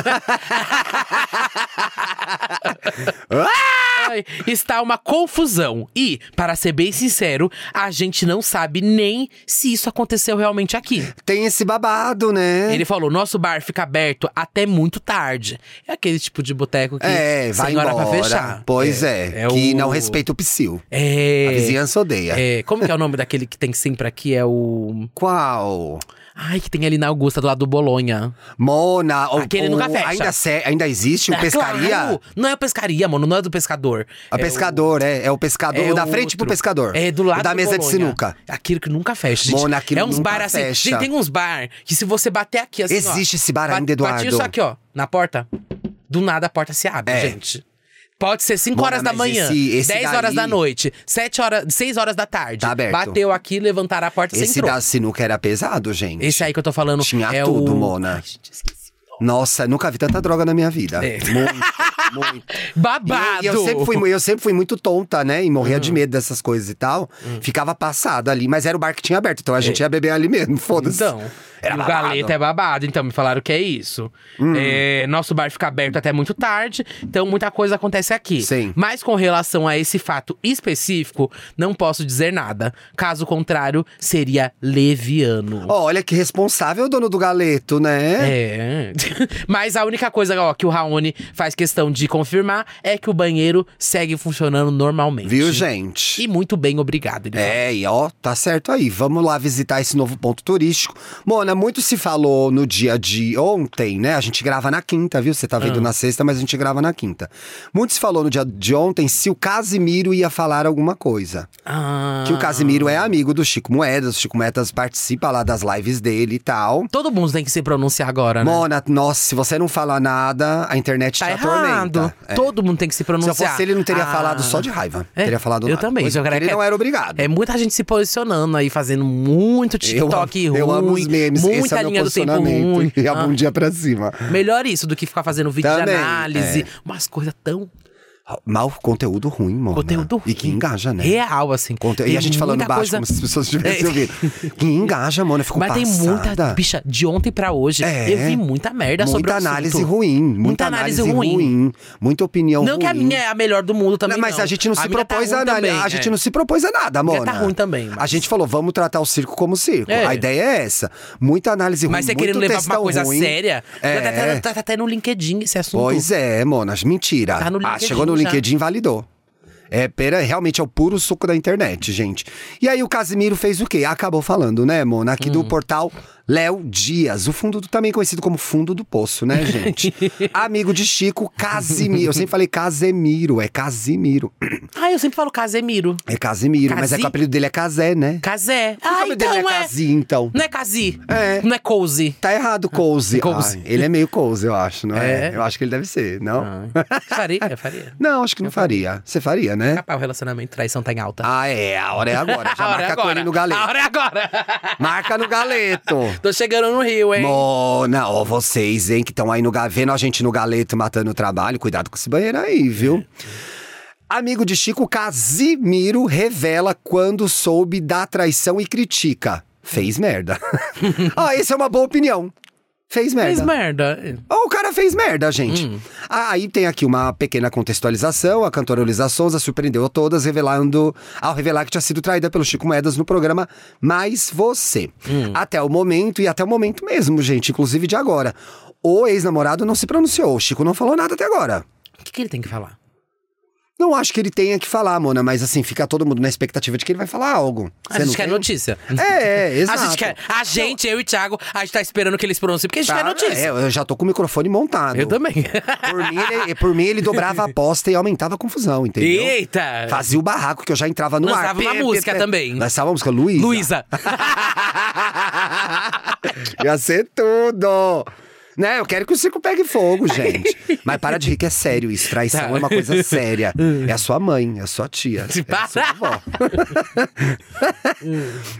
Speaker 3: Ah!
Speaker 4: Ai, Está uma confusão. E, para ser bem sincero, a gente não sabe nem se isso aconteceu realmente aqui.
Speaker 3: Tem esse babado, né?
Speaker 4: Ele falou: nosso bar fica aberto até muito tarde. É aquele tipo de boteco que
Speaker 3: É, vai
Speaker 4: sem hora
Speaker 3: embora.
Speaker 4: pra fechar.
Speaker 3: Pois é,
Speaker 4: é
Speaker 3: que
Speaker 4: o-
Speaker 3: não respeita o psil.
Speaker 4: É.
Speaker 3: A vizinhança odeia.
Speaker 4: é, como que é o nome daquele que tem sempre aqui? É o.
Speaker 3: Qual?
Speaker 4: Ai, que tem ali na Augusta, do lado do Bolonha.
Speaker 3: Mona, o,
Speaker 4: Aquele
Speaker 3: o-
Speaker 4: nunca fecha.
Speaker 3: Ainda, se- ainda existe o
Speaker 4: É,
Speaker 3: pescaria?
Speaker 4: claro! Não é o pescaria, mano, não é do pescador.
Speaker 3: É pescador, é. É o pescador.
Speaker 4: É
Speaker 3: o da
Speaker 4: outro.
Speaker 3: frente pro pescador.
Speaker 4: É do lado
Speaker 3: O da
Speaker 4: do
Speaker 3: mesa de
Speaker 4: Bolonha.
Speaker 3: sinuca.
Speaker 4: Aquilo que nunca fecha, gente.
Speaker 3: Mona, aquilo
Speaker 4: é uns
Speaker 3: nunca
Speaker 4: bar assim.
Speaker 3: fecha.
Speaker 4: Gente, tem uns bar que se você bater aqui assim, ó,
Speaker 3: Existe esse bar
Speaker 4: ba-
Speaker 3: ainda, Eduardo.
Speaker 4: Bati isso aqui, ó, na porta. Do nada a porta se abre,
Speaker 3: É.
Speaker 4: gente. Pode ser 5
Speaker 3: Mona,
Speaker 4: horas da
Speaker 3: mas
Speaker 4: manhã,
Speaker 3: esse- esse
Speaker 4: 10 horas
Speaker 3: daí-
Speaker 4: da noite, 7 horas, 6 horas da tarde.
Speaker 3: Tá aberto.
Speaker 4: Bateu aqui, levantaram a porta, você
Speaker 3: Esse
Speaker 4: entrou.
Speaker 3: da sinuca era pesado, gente.
Speaker 4: Esse aí que eu tô falando
Speaker 3: Tinha
Speaker 4: é
Speaker 3: tudo,
Speaker 4: o...
Speaker 3: Mona.
Speaker 4: Ai, gente, esqueci.
Speaker 3: Nossa, nunca vi tanta droga na minha vida.
Speaker 4: É.
Speaker 3: Muito, muito. E eu-
Speaker 4: Babado!
Speaker 3: Né? E eu, sempre fui, mu- eu sempre fui muito tonta, né? E morria
Speaker 4: Hum.
Speaker 3: de medo dessas coisas e tal. Ficava passada ali, mas era o bar que tinha aberto, então a gente ia beber ali mesmo, foda-se.
Speaker 4: É. Então, e
Speaker 3: Era
Speaker 4: o
Speaker 3: babado. Hum.
Speaker 4: Galeta é babado, então me falaram que é isso. É, nosso bar fica aberto até muito tarde, então muita coisa acontece aqui.
Speaker 3: Sim.
Speaker 4: Mas com relação a esse fato específico, não posso dizer nada. Caso contrário, seria leviano.
Speaker 3: Ó, olha que responsável o dono do galeto, né?
Speaker 4: É. Mas a única coisa ó, que o Raoni faz questão de confirmar é que o banheiro segue funcionando normalmente.
Speaker 3: Viu, gente?
Speaker 4: E muito bem, obrigado. ele
Speaker 3: É, e ó, tá certo aí. Vamos lá visitar esse novo ponto turístico. Mona, muito se falou no dia de ontem, né? A gente grava na quinta, viu? Você tá
Speaker 4: Ah.
Speaker 3: vendo na sexta, mas a gente grava na quinta. Muito se falou no dia de ontem se o Casimiro ia falar alguma coisa.
Speaker 4: Ah.
Speaker 3: Que o Casimiro é amigo do Chico Moedas, o Chico Moedas participa lá das lives dele e tal.
Speaker 4: Todo mundo tem que se pronunciar agora, né?
Speaker 3: Mona, nossa, se você não falar nada, a internet
Speaker 4: Tá
Speaker 3: te
Speaker 4: errado.
Speaker 3: atormenta. É.
Speaker 4: Todo mundo tem que se
Speaker 3: Se eu
Speaker 4: pronunciar.
Speaker 3: fosse ele, não teria
Speaker 4: Ah.
Speaker 3: falado só de raiva.
Speaker 4: É,
Speaker 3: teria falado
Speaker 4: eu
Speaker 3: nada.
Speaker 4: também,
Speaker 3: Pois
Speaker 4: eu
Speaker 3: é,
Speaker 4: quero-
Speaker 3: Ele não era obrigado.
Speaker 4: É muita gente se posicionando aí, fazendo muito TikTok
Speaker 3: eu,
Speaker 4: ruim.
Speaker 3: eu amo os memes.
Speaker 4: Muita
Speaker 3: Esse é o
Speaker 4: linha
Speaker 3: meu
Speaker 4: do tempo
Speaker 3: posicionamento.
Speaker 4: ruim.
Speaker 3: E a
Speaker 4: Ah,
Speaker 3: bundinha pra cima.
Speaker 4: Melhor isso do que ficar fazendo vídeo
Speaker 3: Também,
Speaker 4: de análise.
Speaker 3: é.
Speaker 4: Umas coisas tão
Speaker 3: Mal conteúdo ruim, mano.
Speaker 4: conteúdo
Speaker 3: E que
Speaker 4: ruim.
Speaker 3: engaja, né?
Speaker 4: Real, assim.
Speaker 3: Conte-
Speaker 4: Tem
Speaker 3: E a gente falando
Speaker 4: muita
Speaker 3: baixo,
Speaker 4: coisa-
Speaker 3: como se as pessoas estivessem
Speaker 4: É.
Speaker 3: ouvindo. Que engaja, mano. Eu fico
Speaker 4: Mas tem muita.
Speaker 3: passada.
Speaker 4: Bicha, de ontem pra hoje,
Speaker 3: É.
Speaker 4: eu vi muita merda sobre o
Speaker 3: Muita
Speaker 4: assunto.
Speaker 3: análise ruim. Muita, análise, ruim. Muita opinião
Speaker 4: Não
Speaker 3: ruim.
Speaker 4: que a minha é a melhor do mundo também.
Speaker 3: Não, mas
Speaker 4: não.
Speaker 3: a gente não se
Speaker 4: minha tá
Speaker 3: propôs
Speaker 4: ruim
Speaker 3: a nada.
Speaker 4: também,
Speaker 3: A gente
Speaker 4: é.
Speaker 3: não se propôs a nada,
Speaker 4: minha
Speaker 3: mano.
Speaker 4: tá ruim também,
Speaker 3: A
Speaker 4: mas-
Speaker 3: gente falou, vamos tratar o circo como circo.
Speaker 4: É.
Speaker 3: A ideia é essa. Muita análise ruim.
Speaker 4: Mas você
Speaker 3: muito
Speaker 4: querendo levar pra uma
Speaker 3: textão
Speaker 4: coisa
Speaker 3: ruim.
Speaker 4: séria.
Speaker 3: É.
Speaker 4: Tá, até- tá- tá até no LinkedIn esse assunto.
Speaker 3: Pois é, Monas, mentira.
Speaker 4: Tá no
Speaker 3: ah,
Speaker 4: LinkedIn
Speaker 3: chegou no
Speaker 4: já.
Speaker 3: LinkedIn, validou. É, pera, realmente é o puro suco da internet, gente. E aí o Casimiro fez o quê? Acabou falando, né, Mona? Aqui
Speaker 4: Hum.
Speaker 3: do portal Léo Dias, o fundo do, também conhecido como fundo do poço, né, gente? Amigo de Chico, Casimiro. Eu sempre falei Casemiro, é Casimiro.
Speaker 4: Ah, eu sempre falo Casemiro.
Speaker 3: É Casimiro, mas é que
Speaker 4: Casi?
Speaker 3: o apelido dele é Casé, né?
Speaker 4: Casé.
Speaker 3: o
Speaker 4: Ah,
Speaker 3: apelido dele
Speaker 4: então
Speaker 3: é
Speaker 4: é.
Speaker 3: Casi, então.
Speaker 4: Não é Casi?
Speaker 3: É.
Speaker 4: Não é Cozy.
Speaker 3: Tá errado, Cozy.
Speaker 4: Cozy.
Speaker 3: Ai, ele é meio Cozy, eu acho, não é?
Speaker 4: É.
Speaker 3: Eu acho que ele deve ser, não?
Speaker 4: faria, eu faria.
Speaker 3: Não, acho que não faria. Você faria, né?
Speaker 4: Capaz, o relacionamento traição tá em alta.
Speaker 3: Ah, é. A hora é agora. Já
Speaker 4: A hora é
Speaker 3: marca com ele no galeto.
Speaker 4: A hora é agora.
Speaker 3: Marca no galeto.
Speaker 4: Tô chegando no Rio, hein?
Speaker 3: Mona, ó, vocês, hein, que estão aí no ga- vendo a gente no galeto matando o trabalho. Cuidado com esse banheiro aí, viu? Amigo de Chico, Casimiro revela quando soube da traição e critica. Fez merda. Ó, essa é uma boa opinião. Fez merda.
Speaker 4: Fez merda.
Speaker 3: Ou o cara fez merda, gente.
Speaker 4: Hum.
Speaker 3: Ah, Aí tem aqui uma pequena contextualização. A cantora Luísa Souza surpreendeu a todas, revelando ao revelar que tinha sido traída pelo Chico Moedas no programa Mais Você.
Speaker 4: Hum.
Speaker 3: Até o momento, e até o momento mesmo, gente, inclusive de agora. O ex-namorado não se pronunciou. O Chico não falou nada até agora.
Speaker 4: O que, que ele tem que falar?
Speaker 3: Não acho que ele tenha que falar, Mona, mas assim, fica todo mundo na expectativa de que ele vai falar algo.
Speaker 4: A
Speaker 3: Cê não
Speaker 4: gente quer
Speaker 3: tem?
Speaker 4: notícia.
Speaker 3: É, é, exato.
Speaker 4: A gente quer. A gente, eu e o Thiago, a gente tá esperando que eles pronunciem, porque a gente
Speaker 3: Tá,
Speaker 4: quer
Speaker 3: é,
Speaker 4: notícia.
Speaker 3: eu já tô com o microfone montado.
Speaker 4: Eu também.
Speaker 3: Por mim, ele, por mim, ele dobrava a aposta e aumentava a confusão, entendeu?
Speaker 4: Eita!
Speaker 3: Fazia o barraco que eu já entrava no ar.
Speaker 4: Lançava uma música também.
Speaker 3: Lançava uma música, Luísa.
Speaker 4: Luísa.
Speaker 3: Ia ser tudo. Né, eu quero que o circo pegue fogo, gente. Mas para de rir que é sério isso. Traição
Speaker 4: Tá.
Speaker 3: é uma coisa séria. É a sua mãe, é a sua tia. É a sua avó.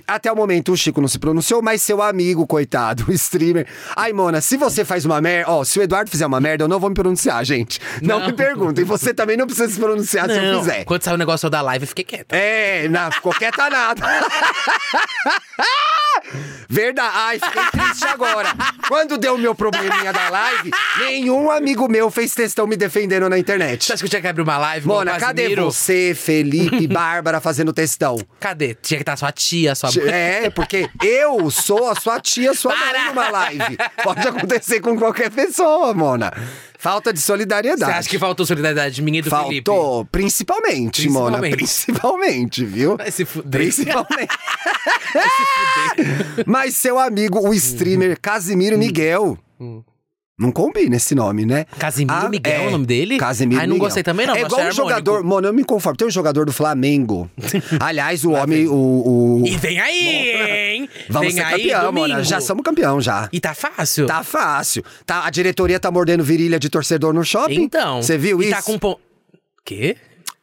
Speaker 3: Até o momento o Chico não se pronunciou, mas seu amigo, coitado, o streamer. Ai, Mona, se você faz uma merda. Ó, se o Eduardo fizer uma merda, eu não vou me pronunciar, gente. Não,
Speaker 4: Não.
Speaker 3: me perguntem. Você também não precisa se pronunciar se eu
Speaker 4: Não,
Speaker 3: fizer.
Speaker 4: Quando saiu o negócio da live, eu fiquei quieta.
Speaker 3: É, na, ficou quieta nada. Verdade. Ai, fiquei triste agora. Quando deu o meu probleminha da live, nenhum amigo meu fez textão me defendendo na
Speaker 4: Você
Speaker 3: internet.
Speaker 4: acha que eu tinha que abrir uma live? com o
Speaker 3: Mona, cadê
Speaker 4: Tá Casimiro?
Speaker 3: você, Felipe, Bárbara, fazendo textão?
Speaker 4: Cadê? Tinha que estar sua tia, sua mãe.
Speaker 3: É, porque eu sou a sua tia, sua mãe
Speaker 4: Para!
Speaker 3: numa live. Pode acontecer com qualquer pessoa, Mona. Falta de solidariedade.
Speaker 4: Você acha que faltou solidariedade minha e do Felipe?
Speaker 3: Faltou, principalmente, Mona. Principalmente, viu?
Speaker 4: Vai se fuder.
Speaker 3: Principalmente. Mas seu amigo, o
Speaker 4: Uhum.
Speaker 3: streamer Casimiro Miguel. Não combina esse nome, né?
Speaker 4: Casimiro
Speaker 3: Ah,
Speaker 4: Miguel é o nome dele?
Speaker 3: Casimiro
Speaker 4: Ai, não
Speaker 3: Miguel.
Speaker 4: gostei também, não,
Speaker 3: É
Speaker 4: não
Speaker 3: igual um
Speaker 4: achei harmônico.
Speaker 3: jogador. Mano, eu me conformo. Tem um jogador do Flamengo. Aliás, o homem. O, o-
Speaker 4: E vem aí, hein?
Speaker 3: Vamos
Speaker 4: vem
Speaker 3: ser
Speaker 4: aí,
Speaker 3: campeão,
Speaker 4: domingo.
Speaker 3: Mona. Já somos campeão, já.
Speaker 4: E tá fácil?
Speaker 3: Tá fácil. Tá, a diretoria tá mordendo virilha de torcedor no shopping.
Speaker 4: Então.
Speaker 3: Você viu
Speaker 4: e
Speaker 3: isso?
Speaker 4: tá com pon... Quê?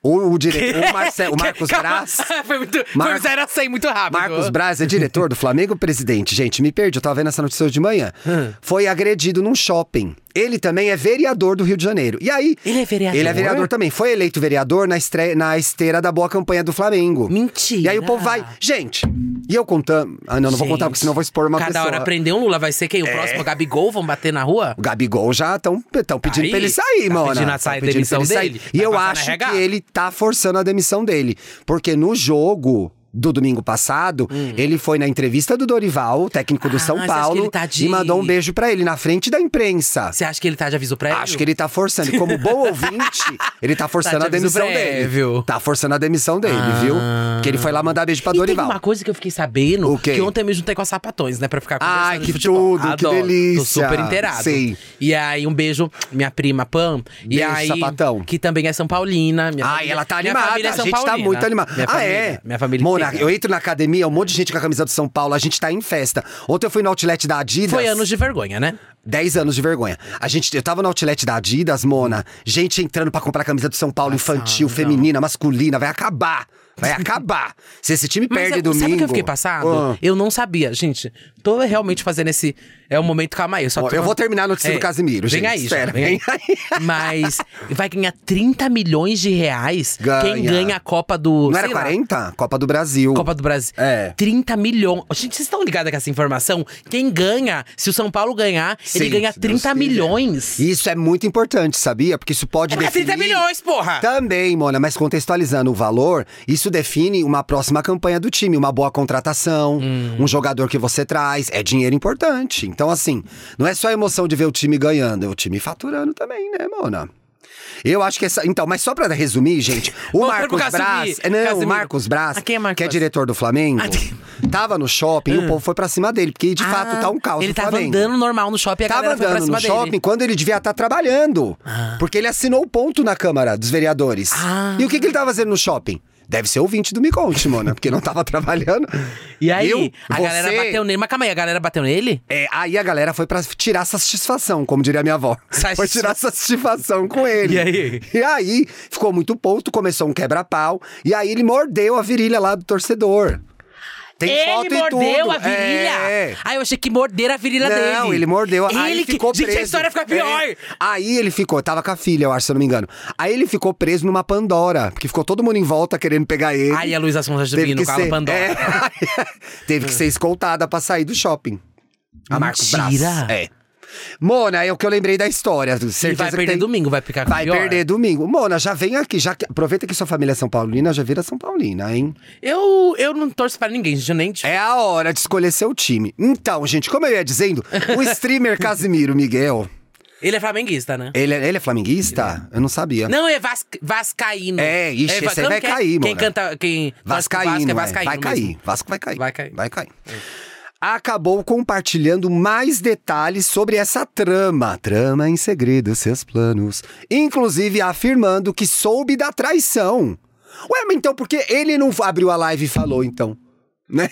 Speaker 3: O, o, dire... o, Marce- É, o Marcos
Speaker 4: Calma.
Speaker 3: Braz.
Speaker 4: foi muito... Foi
Speaker 3: Mar-
Speaker 4: 0 a 100 muito rápido.
Speaker 3: Marcos Braz é diretor do Flamengo, presidente. Gente, me perdi, eu tava vendo essa notícia hoje de manhã.
Speaker 4: Hum.
Speaker 3: Foi agredido num shopping. Ele também é vereador do Rio de Janeiro. E aí.
Speaker 4: Ele é vereador?
Speaker 3: Ele é vereador também. Foi eleito vereador na, estre... na esteira da boa campanha do Flamengo.
Speaker 4: Mentira.
Speaker 3: E aí o povo vai. Gente, e eu contando. Ah, não, não vou contar, porque senão eu vou expor é uma
Speaker 4: Cada
Speaker 3: pessoa. É.
Speaker 4: hora prender um Lula vai ser quem? O próximo o Gabigol? Vão bater na rua?
Speaker 3: O Gabigol já estão pedindo
Speaker 4: Aí,
Speaker 3: pra ele sair,
Speaker 4: tá
Speaker 3: mano.
Speaker 4: pedindo a saída, demissão dele?
Speaker 3: E
Speaker 4: Vai
Speaker 3: eu
Speaker 4: passar na
Speaker 3: acho
Speaker 4: RH?
Speaker 3: que ele tá forçando a demissão dele. Porque no jogo do domingo passado, ele foi na entrevista do Dorival, o técnico do
Speaker 4: Hum. Ah,
Speaker 3: São
Speaker 4: você acha que
Speaker 3: Paulo,
Speaker 4: ele tá de-
Speaker 3: e mandou um beijo pra ele na frente da imprensa.
Speaker 4: Você acha que ele tá de aviso prévio?
Speaker 3: Acho que ele tá forçando. E como bom ouvinte, ele tá forçando
Speaker 4: Tá
Speaker 3: a
Speaker 4: de aviso
Speaker 3: demissão
Speaker 4: prévio.
Speaker 3: dele. Tá forçando a demissão dele, viu? Porque ele foi lá mandar beijo pra
Speaker 4: Ah. E tem
Speaker 3: Dorival.
Speaker 4: uma coisa que eu fiquei sabendo,
Speaker 3: Tá O quê?
Speaker 4: que ontem eu me juntei com as sapatões, né, pra ficar conversando
Speaker 3: Ai,
Speaker 4: de
Speaker 3: que
Speaker 4: futebol.
Speaker 3: tudo, que
Speaker 4: Adoro, Tô
Speaker 3: delícia.
Speaker 4: super inteirado.
Speaker 3: Sei.
Speaker 4: E aí, um beijo, minha prima Pam. e
Speaker 3: Beijo,
Speaker 4: aí,
Speaker 3: sapatão.
Speaker 4: que também é São Paulina. Minha
Speaker 3: Ai,
Speaker 4: família-
Speaker 3: ela tá
Speaker 4: minha
Speaker 3: animada.
Speaker 4: família é São
Speaker 3: a gente tá
Speaker 4: Paulina.
Speaker 3: muito animada.
Speaker 4: Minha
Speaker 3: ah,
Speaker 4: família,
Speaker 3: é?
Speaker 4: Minha família
Speaker 3: Mona,
Speaker 4: inteira.
Speaker 3: eu entro na academia, um monte de gente com a camisa do São Paulo, a gente tá em festa. Ontem eu fui no outlet da Adidas.
Speaker 4: Foi anos de vergonha, né?
Speaker 3: 10 anos de vergonha. A gente, eu tava no outlet da Adidas, Mona, gente entrando pra comprar camisa do São Paulo infantil, feminina, masculina, vai acabar. Vai acabar. Se esse time
Speaker 4: Mas
Speaker 3: perde
Speaker 4: eu-
Speaker 3: domingo.
Speaker 4: Sabe o que eu fiquei passado?
Speaker 3: Ah.
Speaker 4: Eu não sabia. Gente, tô realmente fazendo esse. É o momento, calma aí. Eu, só
Speaker 3: Ó,
Speaker 4: tô- É,
Speaker 3: eu vou terminar a notícia do Casimiro,
Speaker 4: vem
Speaker 3: gente.
Speaker 4: Aí,
Speaker 3: Espera,
Speaker 4: vem aí,
Speaker 3: vem aí.
Speaker 4: Mas vai ganhar 30 milhões de reais quem
Speaker 3: Ganha.
Speaker 4: ganha a Copa do.
Speaker 3: Não era
Speaker 4: sei lá,
Speaker 3: 40? Copa do Brasil.
Speaker 4: Copa do Brasil.
Speaker 3: É.
Speaker 4: 30 milhões. Gente, vocês estão ligados com essa informação? Quem ganha, se o São Paulo ganhar, ele
Speaker 3: Sim,
Speaker 4: ganha
Speaker 3: se Deus
Speaker 4: 30
Speaker 3: quiser.
Speaker 4: milhões.
Speaker 3: Isso é muito importante, sabia? Porque isso pode
Speaker 4: É 30
Speaker 3: definir... Tá,
Speaker 4: milhões, porra!
Speaker 3: Também, Mona, mas contextualizando o valor, isso define uma próxima campanha do time, uma boa contratação,
Speaker 4: Hum.
Speaker 3: um jogador que você traz, é dinheiro importante. Então, assim, não é só a emoção de ver o time ganhando, é o time faturando também, né, Mona? Eu acho que essa. Então, mas só pra resumir, gente, o
Speaker 4: Voltando pro
Speaker 3: Marcos
Speaker 4: Casimiro.
Speaker 3: Braz. é, Não,
Speaker 4: Casimiro.
Speaker 3: o Marcos Braz,
Speaker 4: Ah, quem é Marcos
Speaker 3: que é
Speaker 4: Braz?
Speaker 3: diretor do Flamengo,
Speaker 4: Ah, tem-
Speaker 3: tava no shopping e o povo foi pra cima dele, porque de fato
Speaker 4: Ah,
Speaker 3: tá um caos.
Speaker 4: Ele
Speaker 3: no
Speaker 4: tava
Speaker 3: Flamengo.
Speaker 4: andando normal no shopping e a
Speaker 3: Tava
Speaker 4: galera foi pra
Speaker 3: andando
Speaker 4: cima
Speaker 3: no
Speaker 4: dele.
Speaker 3: shopping quando ele devia estar trabalhando. Porque ele assinou o ponto na Câmara dos Vereadores.
Speaker 4: Ah.
Speaker 3: E o que, que ele tava fazendo no shopping? Deve ser ouvinte do Me Conte, Mona, porque não tava trabalhando.
Speaker 4: E aí,
Speaker 3: Viu?
Speaker 4: a galera
Speaker 3: Você-
Speaker 4: bateu nele. Mas calma aí, a galera bateu nele?
Speaker 3: É, aí a galera foi pra tirar satisfação, como diria minha avó.
Speaker 4: Satisfa-
Speaker 3: Foi tirar satisfação com ele.
Speaker 4: E aí?
Speaker 3: E aí, ficou muito ponto, começou um quebra-pau. E aí ele mordeu a virilha lá do torcedor. Tem foto
Speaker 4: ele
Speaker 3: e tudo.
Speaker 4: mordeu a virilha!
Speaker 3: É.
Speaker 4: Ah, eu achei que morderam a virilha
Speaker 3: não,
Speaker 4: dele.
Speaker 3: ele mordeu.
Speaker 4: Ele
Speaker 3: aí
Speaker 4: que...
Speaker 3: ficou
Speaker 4: Gente,
Speaker 3: preso.
Speaker 4: a história fica pior!
Speaker 3: É. Aí ele ficou, tava com a filha, eu acho, se eu não me engano. Aí ele ficou preso numa Pandora, porque ficou todo mundo em volta querendo pegar ele.
Speaker 4: Aí a Luísa Sonza
Speaker 3: Teve
Speaker 4: Divino,
Speaker 3: que
Speaker 4: cala a
Speaker 3: ser-
Speaker 4: Pandora.
Speaker 3: é. Teve que ser escoltada pra sair do shopping. A Marcos Braz.
Speaker 4: Mentira.
Speaker 3: É. Mona, é o que eu lembrei da história.
Speaker 4: E
Speaker 3: Certeza
Speaker 4: vai
Speaker 3: que
Speaker 4: perder
Speaker 3: tem-
Speaker 4: domingo, vai ficar
Speaker 3: Vai
Speaker 4: pior.
Speaker 3: perder domingo. Mona, já vem aqui, já que... aproveita que sua família é São Paulina, já vira São Paulina, hein?
Speaker 4: Eu, eu não torço pra ninguém, gente. Eu nem
Speaker 3: É a hora de escolher seu time. Então, gente, como eu ia dizendo, o streamer Casimiro Miguel,
Speaker 4: Ele é flamenguista, né?
Speaker 3: ele, é- ele é flamenguista? Eu não sabia.
Speaker 4: Não, é vas- vascaíno.
Speaker 3: É, ixi,
Speaker 4: va-
Speaker 3: esse aí
Speaker 4: como
Speaker 3: vai
Speaker 4: que é?
Speaker 3: cair,
Speaker 4: Quem
Speaker 3: mona.
Speaker 4: canta, quem...
Speaker 3: Vascaíno,
Speaker 4: Vasco é
Speaker 3: é.
Speaker 4: vascaíno
Speaker 3: vai cair.
Speaker 4: mesmo.
Speaker 3: Vasco vai cair.
Speaker 4: Vai cair. É.
Speaker 3: Vai cair. Acabou compartilhando mais detalhes sobre essa trama. Trama em segredo, seus planos. Inclusive afirmando que soube da traição. Ué, mas então por que ele não abriu a live e falou, então? Né?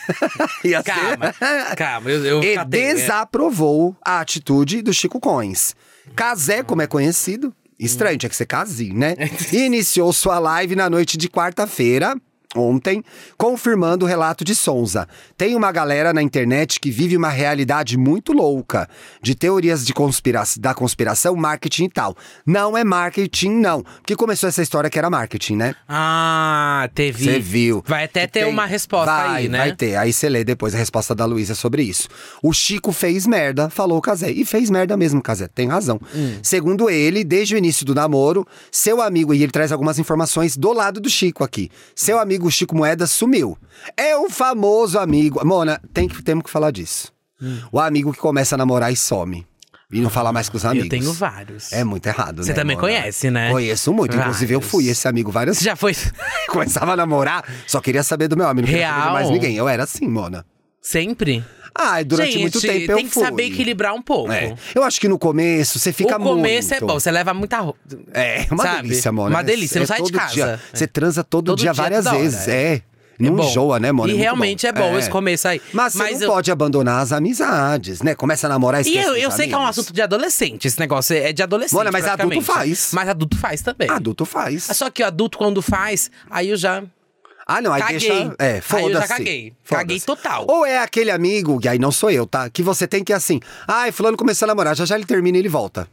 Speaker 3: Ia ser-
Speaker 4: Calma, calma. Eu, eu
Speaker 3: E
Speaker 4: catei, né?
Speaker 3: desaprovou a atitude do Chico Coins. Casé, como é conhecido, estranho, tinha que ser Casim, né? Iniciou sua live na noite de quarta-feira. Ontem, confirmando o relato de Sonza. Tem uma galera na internet que vive uma realidade muito louca de teorias de conspira da conspiração, marketing e tal. Não é marketing, não. Porque começou essa história que era marketing, né?
Speaker 4: Ah, teve.
Speaker 3: Você viu.
Speaker 4: Vai até
Speaker 3: Que
Speaker 4: É ter
Speaker 3: tem-
Speaker 4: uma resposta
Speaker 3: Vai,
Speaker 4: aí, né?
Speaker 3: Vai ter. Aí você lê depois a resposta da Luísa sobre isso. O Chico fez merda, falou o Casé. E fez merda mesmo, Casé. Tem razão.
Speaker 4: Hum.
Speaker 3: Segundo ele, desde o início do namoro, seu amigo, e ele traz algumas informações do lado do Chico aqui. Seu amigo Chico Moedas sumiu. É o
Speaker 4: Hum.
Speaker 3: famoso amigo. Mona, tem que, temos que falar disso. O amigo que começa a namorar e some. E não falar mais com os amigos.
Speaker 4: Eu tenho vários.
Speaker 3: É muito errado,
Speaker 4: Você
Speaker 3: né,
Speaker 4: também
Speaker 3: Mona?
Speaker 4: conhece, né?
Speaker 3: Conheço muito. Inclusive, eu
Speaker 4: Vários.
Speaker 3: fui esse amigo várias
Speaker 4: Você já foi
Speaker 3: Começava a namorar, só queria saber do meu homem, não queria saber de
Speaker 4: Real?
Speaker 3: mais ninguém. Eu era assim, Mona.
Speaker 4: sempre?
Speaker 3: Ah, e durante
Speaker 4: Gente,
Speaker 3: muito tempo eu
Speaker 4: tem que
Speaker 3: fui.
Speaker 4: saber equilibrar um pouco.
Speaker 3: É. Eu acho que no começo você fica
Speaker 4: o começo é
Speaker 3: muito-
Speaker 4: bom, você leva muita roupa.
Speaker 3: É, uma
Speaker 4: Sabe?
Speaker 3: delícia, Mona.
Speaker 4: Uma delícia, você não
Speaker 3: É
Speaker 4: sai de
Speaker 3: todo
Speaker 4: casa.
Speaker 3: dia. Você transa todo,
Speaker 4: Todo
Speaker 3: dia
Speaker 4: dia,
Speaker 3: várias
Speaker 4: toda hora,
Speaker 3: vezes.
Speaker 4: é.
Speaker 3: É. Não
Speaker 4: bom.
Speaker 3: enjoa, né, Mona?
Speaker 4: E
Speaker 3: É muito
Speaker 4: realmente é bom esse começo aí.
Speaker 3: Mas você
Speaker 4: Mas
Speaker 3: não
Speaker 4: eu-
Speaker 3: pode abandonar as amizades, né? Começa a namorar
Speaker 4: E
Speaker 3: esquece
Speaker 4: eu,
Speaker 3: dos
Speaker 4: eu sei que é um
Speaker 3: amigos.
Speaker 4: assunto de adolescente, esse negócio é de adolescente.
Speaker 3: Mona, mas adulto
Speaker 4: praticamente.
Speaker 3: faz.
Speaker 4: Mas adulto faz também. É
Speaker 3: Adulto faz.
Speaker 4: Só que o adulto, quando faz, aí eu já.
Speaker 3: Ah, não, aí
Speaker 4: Caguei.
Speaker 3: deixa.
Speaker 4: Aí eu já
Speaker 3: É, foda-se.
Speaker 4: caguei.
Speaker 3: Foda-se.
Speaker 4: Caguei total.
Speaker 3: Ou é aquele amigo, que aí não sou eu, tá? Que você tem que assim. Ai, fulano começou a namorar, já já ele termina e ele volta.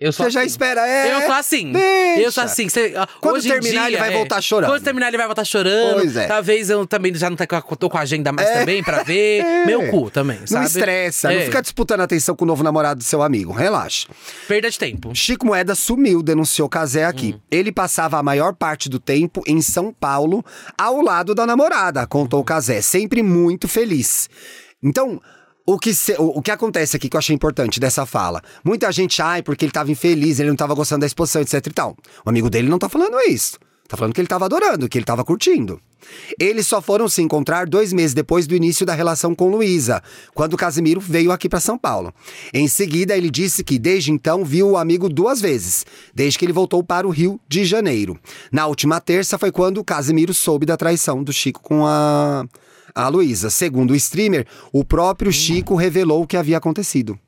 Speaker 4: Eu sou
Speaker 3: Você já
Speaker 4: assim.
Speaker 3: espera, é.
Speaker 4: Eu sou assim.
Speaker 3: Deixa.
Speaker 4: Eu sou assim. Você, ah,
Speaker 3: Quando
Speaker 4: hoje em
Speaker 3: terminar, ele
Speaker 4: dia,
Speaker 3: vai
Speaker 4: é,
Speaker 3: voltar chorando.
Speaker 4: Quando terminar, ele vai voltar chorando.
Speaker 3: Pois é.
Speaker 4: Talvez eu também já não tá com a- tô com a agenda mais também pra ver.
Speaker 3: É.
Speaker 4: Meu cu também, sabe?
Speaker 3: Não estressa,
Speaker 4: É.
Speaker 3: não fica disputando atenção com o novo namorado do seu amigo. Relaxa.
Speaker 4: Perda de tempo.
Speaker 3: Chico Moeda sumiu, denunciou Casé aqui. Ele passava a maior parte do tempo em São Paulo, ao lado da namorada, contou Casé, sempre muito feliz. Então, o que, se- o o que acontece aqui que eu achei importante dessa fala? Muita gente, ai, porque ele tava infeliz, ele não tava gostando da exposição, etc e tal. O amigo dele não tá falando isso. Tá falando que ele tava adorando, que ele tava curtindo. Eles só foram se encontrar dois meses depois do início da relação com Luísa, quando Casimiro veio aqui para São Paulo. Em seguida, ele disse que desde então viu o amigo duas vezes, desde que ele voltou para o Rio de Janeiro. Na última terça foi quando Casimiro soube da traição do Chico com a, a Luísa. Segundo o streamer, o próprio Chico revelou o que havia acontecido.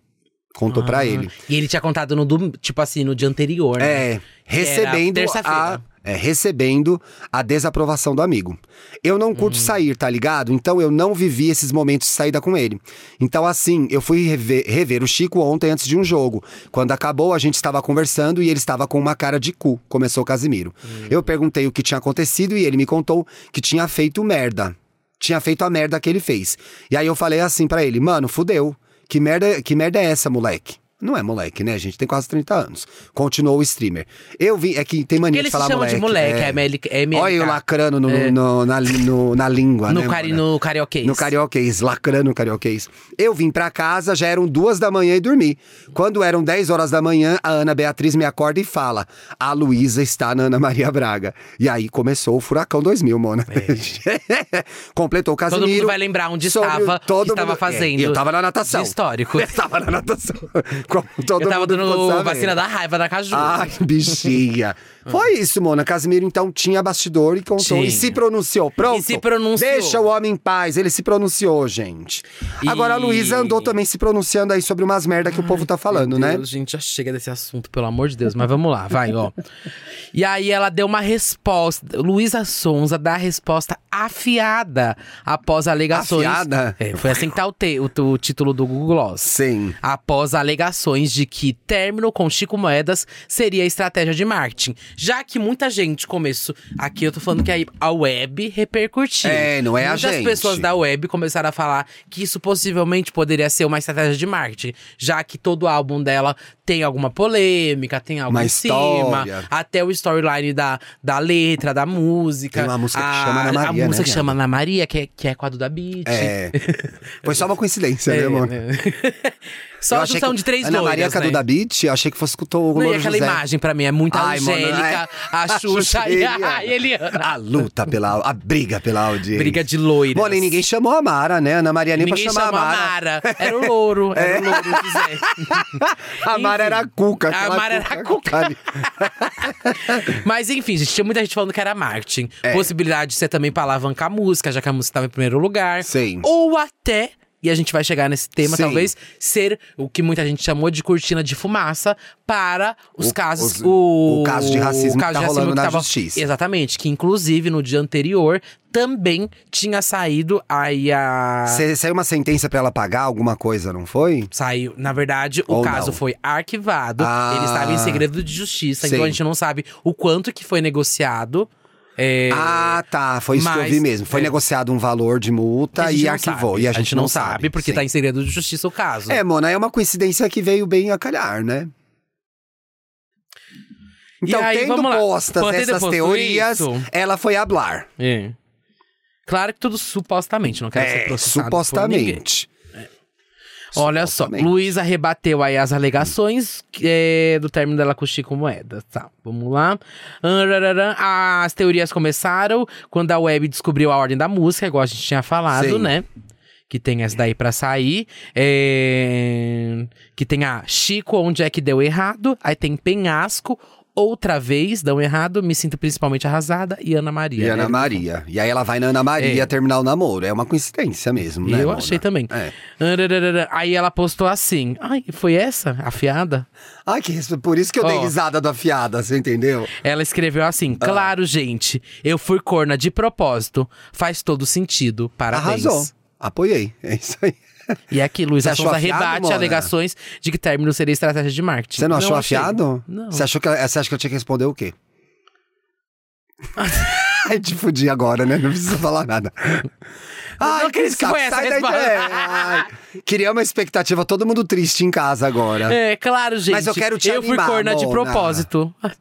Speaker 3: Contou pra
Speaker 4: Ah.
Speaker 3: para ele.
Speaker 4: Uhum. E ele tinha contado no dom- tipo assim, no dia anterior, né?
Speaker 3: É, recebendo a
Speaker 4: terça-feira.
Speaker 3: é, recebendo a desaprovação do amigo. Eu não curto sair, tá ligado? Então eu não vivi esses momentos de saída com ele. Então assim, eu fui rever, rever o Chico ontem antes de um jogo. Quando acabou, a gente estava conversando e ele estava com uma cara de cu, começou o Casimiro. Eu perguntei o que tinha acontecido e ele me contou que tinha feito merda. Tinha feito a merda que ele fez. E aí eu falei assim pra ele: "Mano, fudeu. Que merda, que merda é essa, moleque?" Não é moleque, né, gente? Tem quase 30 anos. Continuou o streamer. Eu vi, é que tem mania
Speaker 4: Porque ele
Speaker 3: de
Speaker 4: se
Speaker 3: falar
Speaker 4: chama de moleque, é,
Speaker 3: é.
Speaker 4: MLK. é MLK.
Speaker 3: Olha eu lacrando no, no- na, li- no- na língua,
Speaker 4: no,
Speaker 3: né?
Speaker 4: cari,
Speaker 3: mano?
Speaker 4: no carioquês.
Speaker 3: No carioquês, lacrando no carioquês. Eu vim pra casa, já eram duas da manhã e dormi. Quando eram 10 horas da manhã, a Ana Beatriz me acorda e fala: A Luísa está na Ana Maria Braga. E aí começou o Furacão 2000, Mona. Completou o
Speaker 4: É. Todo
Speaker 3: Casimiro.
Speaker 4: mundo vai lembrar onde
Speaker 3: sobre o-
Speaker 4: estava,
Speaker 3: todo
Speaker 4: que estava
Speaker 3: mundo- é,
Speaker 4: fazendo.
Speaker 3: eu tava na natação.
Speaker 4: De histórico.
Speaker 3: Eu tava na natação. Como todo
Speaker 4: Eu tava
Speaker 3: mundo ficou
Speaker 4: dando
Speaker 3: sabendo. tá
Speaker 4: vacina da raiva da Caju.
Speaker 3: Ai, Ah, bichinha.
Speaker 4: Ah.
Speaker 3: Foi isso, Mona. Casimiro, então, tinha bastidor e contou.
Speaker 4: Tinha.
Speaker 3: E se pronunciou. Pronto.
Speaker 4: E se pronunciou.
Speaker 3: Deixa o homem em paz. Ele se pronunciou, gente.
Speaker 4: E-
Speaker 3: Agora, a Luísa andou também se pronunciando aí sobre umas merda que o povo tá falando,
Speaker 4: Meu
Speaker 3: né?
Speaker 4: Deus, gente, já chega desse assunto, pelo amor de Deus. Mas vamos lá, vai, ó. E aí ela deu uma resposta. Luísa Sonza dá a resposta afiada após alegações.
Speaker 3: Afiada?
Speaker 4: É, foi assim que tá o, te- o- o título do Google Gloss.
Speaker 3: Sim.
Speaker 4: Após alegações de que término com Chico Moedas seria estratégia de marketing. Já que muita gente começou. Aqui eu tô falando que aí a web repercutiu.
Speaker 3: É, não é a
Speaker 4: Muitas
Speaker 3: gente.
Speaker 4: pessoas da web começaram a falar que isso possivelmente poderia ser uma estratégia de marketing, já que todo álbum dela tem alguma polêmica, tem algo
Speaker 3: Uma
Speaker 4: em
Speaker 3: história.
Speaker 4: cima, até o storyline da, da letra, da música.
Speaker 3: Tem uma música que
Speaker 4: a-
Speaker 3: chama Ana
Speaker 4: A
Speaker 3: Maria, né,
Speaker 4: música que
Speaker 3: viado?
Speaker 4: chama Ana Maria, que é, que é com a Duda Beat.
Speaker 3: É. Foi só uma coincidência,
Speaker 4: É,
Speaker 3: né, Mona?
Speaker 4: né? Só
Speaker 3: Eu
Speaker 4: a
Speaker 3: achei
Speaker 4: junção
Speaker 3: que-
Speaker 4: de três
Speaker 3: Ana Maria
Speaker 4: loiras,
Speaker 3: Cadu
Speaker 4: né?
Speaker 3: da Beat, eu achei que fosse com o Tom
Speaker 4: Não, e
Speaker 3: Louro
Speaker 4: aquela
Speaker 3: José.
Speaker 4: imagem pra mim é muito
Speaker 3: Ai, mano,
Speaker 4: angélica,
Speaker 3: é.
Speaker 4: a Xuxa e
Speaker 3: Eliana.
Speaker 4: a, a Eliana.
Speaker 3: A luta pela. A briga pela audiência.
Speaker 4: Briga de loiras.
Speaker 3: Mona, e ninguém chamou a Mara, né? Ana Maria nem
Speaker 4: Ninguém
Speaker 3: pra chamar
Speaker 4: chamou
Speaker 3: a Mara.
Speaker 4: Mara. É. Era o louro, era o louro, José.
Speaker 3: A Mara era a Cuca.
Speaker 4: A
Speaker 3: aquela
Speaker 4: Mara era a Cuca.
Speaker 3: ali.
Speaker 4: Mas enfim, gente, tinha muita gente falando que era marketing. Possibilidade de ser também pra alavancar a música, já que a música estava em primeiro lugar.
Speaker 3: Sim.
Speaker 4: Ou até. E a gente vai chegar nesse tema,
Speaker 3: Sim.
Speaker 4: talvez, ser o que muita gente chamou de cortina de fumaça para os
Speaker 3: O-
Speaker 4: casos.
Speaker 3: os-
Speaker 4: o,
Speaker 3: o caso de racismo que tá rolando na
Speaker 4: tava-
Speaker 3: justiça.
Speaker 4: Exatamente, que inclusive no dia anterior também tinha saído aí a.
Speaker 3: Cê- Saiu uma sentença pra ela pagar alguma coisa, não foi?
Speaker 4: Saiu. Na verdade, o
Speaker 3: Ou
Speaker 4: caso
Speaker 3: não.
Speaker 4: foi arquivado.
Speaker 3: Ah.
Speaker 4: ele estava em segredo de justiça, então
Speaker 3: Sim.
Speaker 4: a gente não sabe o quanto que foi negociado. É,
Speaker 3: Ah, tá. Foi isso que eu
Speaker 4: Mas-
Speaker 3: vi mesmo. Foi
Speaker 4: é.
Speaker 3: negociado um valor de multa
Speaker 4: a gente
Speaker 3: e
Speaker 4: não
Speaker 3: arquivou.
Speaker 4: sabe.
Speaker 3: E a gente,
Speaker 4: não sabe, porque
Speaker 3: sim.
Speaker 4: tá em segredo de justiça o caso.
Speaker 3: É, Mona, é uma coincidência que veio bem a calhar, né?
Speaker 4: E
Speaker 3: Então,
Speaker 4: aí,
Speaker 3: tendo
Speaker 4: vamos lá.
Speaker 3: postas
Speaker 4: Pô, tendo
Speaker 3: essas
Speaker 4: posto
Speaker 3: teorias,
Speaker 4: isso.
Speaker 3: ela foi hablar.
Speaker 4: É. Claro que tudo supostamente, não quero ser
Speaker 3: É,
Speaker 4: processado por ninguém. É.
Speaker 3: supostamente.
Speaker 4: Olha só,
Speaker 3: supostamente.
Speaker 4: Luísa rebateu aí as alegações é, do término dela com Chico Moeda. Tá, vamos lá. Anrararã, As teorias começaram quando a web descobriu a ordem da música, igual a gente tinha falado,
Speaker 3: Sim.
Speaker 4: né? Que tem essa daí pra sair. É, Que tem a Chico, onde é que deu errado. Aí tem Penhasco, outra vez dão errado. Me sinto principalmente arrasada. E Ana Maria.
Speaker 3: E
Speaker 4: né?
Speaker 3: Ana Maria. E aí ela vai na Ana Maria terminar o namoro. É uma coincidência mesmo, né?
Speaker 4: eu
Speaker 3: Mona?
Speaker 4: achei também.
Speaker 3: É.
Speaker 4: Arararara. Aí ela postou assim. Ai, foi essa? Afiada?
Speaker 3: Ai, que res- por isso que eu dei
Speaker 4: Ó.
Speaker 3: risada do afiada, você entendeu?
Speaker 4: Ela escreveu assim:
Speaker 3: Ah.
Speaker 4: Claro, gente, eu fui corna de propóito. Faz todo sentido. Parabéns.
Speaker 3: Arrasou. Apoiei. É isso aí.
Speaker 4: E aqui, Luísa
Speaker 3: Você
Speaker 4: Sonza
Speaker 3: achou afiado,
Speaker 4: rebate
Speaker 3: Mona?
Speaker 4: alegações de que término seria estratégia de marketing.
Speaker 3: Você não achou
Speaker 4: achei.
Speaker 3: afiado?
Speaker 4: Não.
Speaker 3: Você, achou que, ela- você acha que eu tinha que responder o quê? Ai, te fudi agora, né? Não precisa falar nada. Ai,
Speaker 4: acredito que
Speaker 3: saco,
Speaker 4: foi essa
Speaker 3: sai
Speaker 4: a
Speaker 3: da
Speaker 4: resposta.
Speaker 3: ideia. Ai, Queria uma expectativa, todo mundo triste em casa agora.
Speaker 4: É, claro, gente.
Speaker 3: Mas eu quero te animar,
Speaker 4: fui corna de
Speaker 3: Mona.
Speaker 4: propósito. Ah,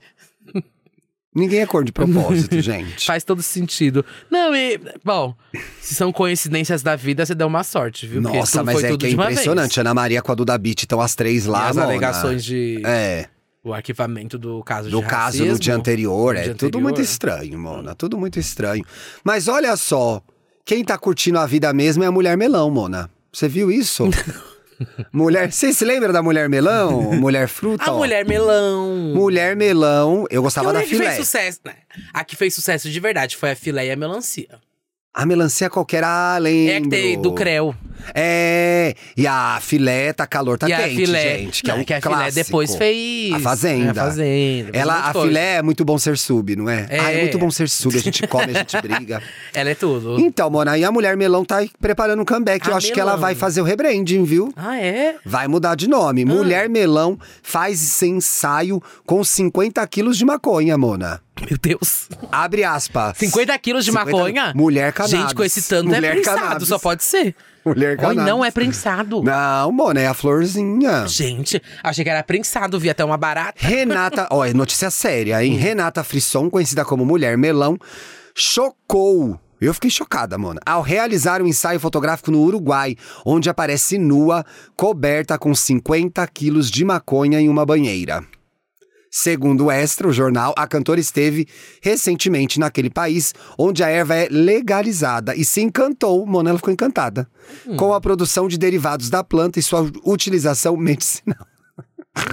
Speaker 3: Ninguém é cor de propósito, gente.
Speaker 4: Faz todo sentido. Não, e. Bom, se são coincidências da vida, você deu uma sorte, viu? Porque
Speaker 3: Nossa,
Speaker 4: tudo
Speaker 3: mas
Speaker 4: foi
Speaker 3: é
Speaker 4: tudo
Speaker 3: que é
Speaker 4: de uma vez.
Speaker 3: impressionante. Ana Maria com a Duda Beat, estão as três lá,
Speaker 4: E as
Speaker 3: Mona.
Speaker 4: alegações de.
Speaker 3: É,
Speaker 4: O arquivamento do caso
Speaker 3: do
Speaker 4: de
Speaker 3: caso
Speaker 4: racismo.
Speaker 3: no dia anterior.
Speaker 4: No
Speaker 3: é
Speaker 4: dia
Speaker 3: tudo muito
Speaker 4: anterior.
Speaker 3: estranho, Mona. Tudo muito estranho. Mas olha só, quem tá curtindo a vida mesmo é a Mulher Melão, Mona. Você viu isso? mulher. Você se lembra da Mulher Melão? Mulher Fruta?
Speaker 4: A
Speaker 3: ó.
Speaker 4: Mulher Melão.
Speaker 3: Mulher Melão. Eu gostava
Speaker 4: É Que
Speaker 3: da
Speaker 4: a que fez
Speaker 3: filé.
Speaker 4: sucesso, né? A que fez sucesso de verdade foi a filé e a melancia.
Speaker 3: A melancia qualquer, ah, lembro.
Speaker 4: É a que tem do Creu.
Speaker 3: É, e a filé tá calor, tá
Speaker 4: e
Speaker 3: quente,
Speaker 4: a filé.
Speaker 3: gente. Que
Speaker 4: Não,
Speaker 3: é um
Speaker 4: que a filé
Speaker 3: clássico.
Speaker 4: depois fez.
Speaker 3: A Fazenda.
Speaker 4: A Fazenda. fez um monte
Speaker 3: Ela,
Speaker 4: de
Speaker 3: a
Speaker 4: coisa.
Speaker 3: filé é muito bom ser sub, não é?
Speaker 4: É.
Speaker 3: Ah, é muito bom ser sub. A gente come, a gente briga.
Speaker 4: Ela é tudo.
Speaker 3: Então, Mona, e a mulher melão tá aí preparando um comeback. Eu
Speaker 4: A
Speaker 3: acho que ela
Speaker 4: Melão.
Speaker 3: vai fazer o rebranding, viu?
Speaker 4: Ah, é?
Speaker 3: Vai mudar de
Speaker 4: Ah.
Speaker 3: nome. Mulher melão faz esse ensaio com 50 quilos de maconha, Mona.
Speaker 4: Meu Deus.
Speaker 3: Abre aspas.
Speaker 4: 50 quilos de
Speaker 3: 50
Speaker 4: maconha?
Speaker 3: Mulher cannabis.
Speaker 4: Gente, com esse tanto
Speaker 3: Mulher
Speaker 4: é prensado,
Speaker 3: cannabis.
Speaker 4: só pode ser.
Speaker 3: Mulher
Speaker 4: Oi,
Speaker 3: cannabis.
Speaker 4: não é prensado.
Speaker 3: Não, Mona, é a florzinha.
Speaker 4: Gente, achei que era prensado, vi até uma barata.
Speaker 3: Renata, ó, é notícia séria, hein? Renata Frisson, conhecida como Mulher Melão, chocou. Eu fiquei chocada, mano. Ao realizar um ensaio fotográfico no Uruguai, onde aparece nua, coberta com 50 quilos de maconha em uma banheira. Segundo o Extra, o jornal, a cantora esteve recentemente naquele país onde a erva é legalizada e se encantou, Mona, ela ficou encantada, com a produção de derivados da planta e sua utilização medicinal.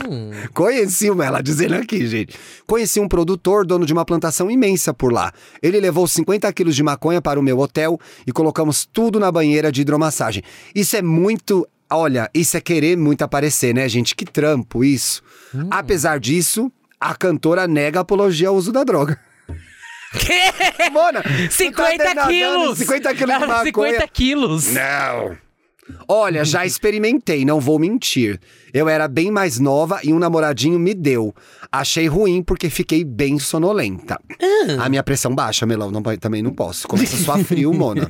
Speaker 4: Hum.
Speaker 3: tá Conheci uma, ela dizendo aqui, gente. Conheci um produtor, dono de uma plantação imensa por lá. Ele levou 50 quilos de maconha para o meu hotel e colocamos tudo na banheira de hidromassagem. Isso é muito. Olha, isso é querer muito aparecer, né, gente? Que trampo isso. Apesar disso, a cantora nega apologia ao uso da droga.
Speaker 4: Quê?
Speaker 3: Mona!
Speaker 4: 50 quilos!
Speaker 3: 50 quilos de maconha. Né?
Speaker 4: 50 quilos!
Speaker 3: Não. Olha, já experimentei, não vou mentir. Eu era bem mais nova e um namoradinho me deu. Achei ruim porque fiquei bem sonolenta.
Speaker 4: Ah.
Speaker 3: A minha pressão baixa, Melão, não, vai- também não posso. Começa só a frio, Mona.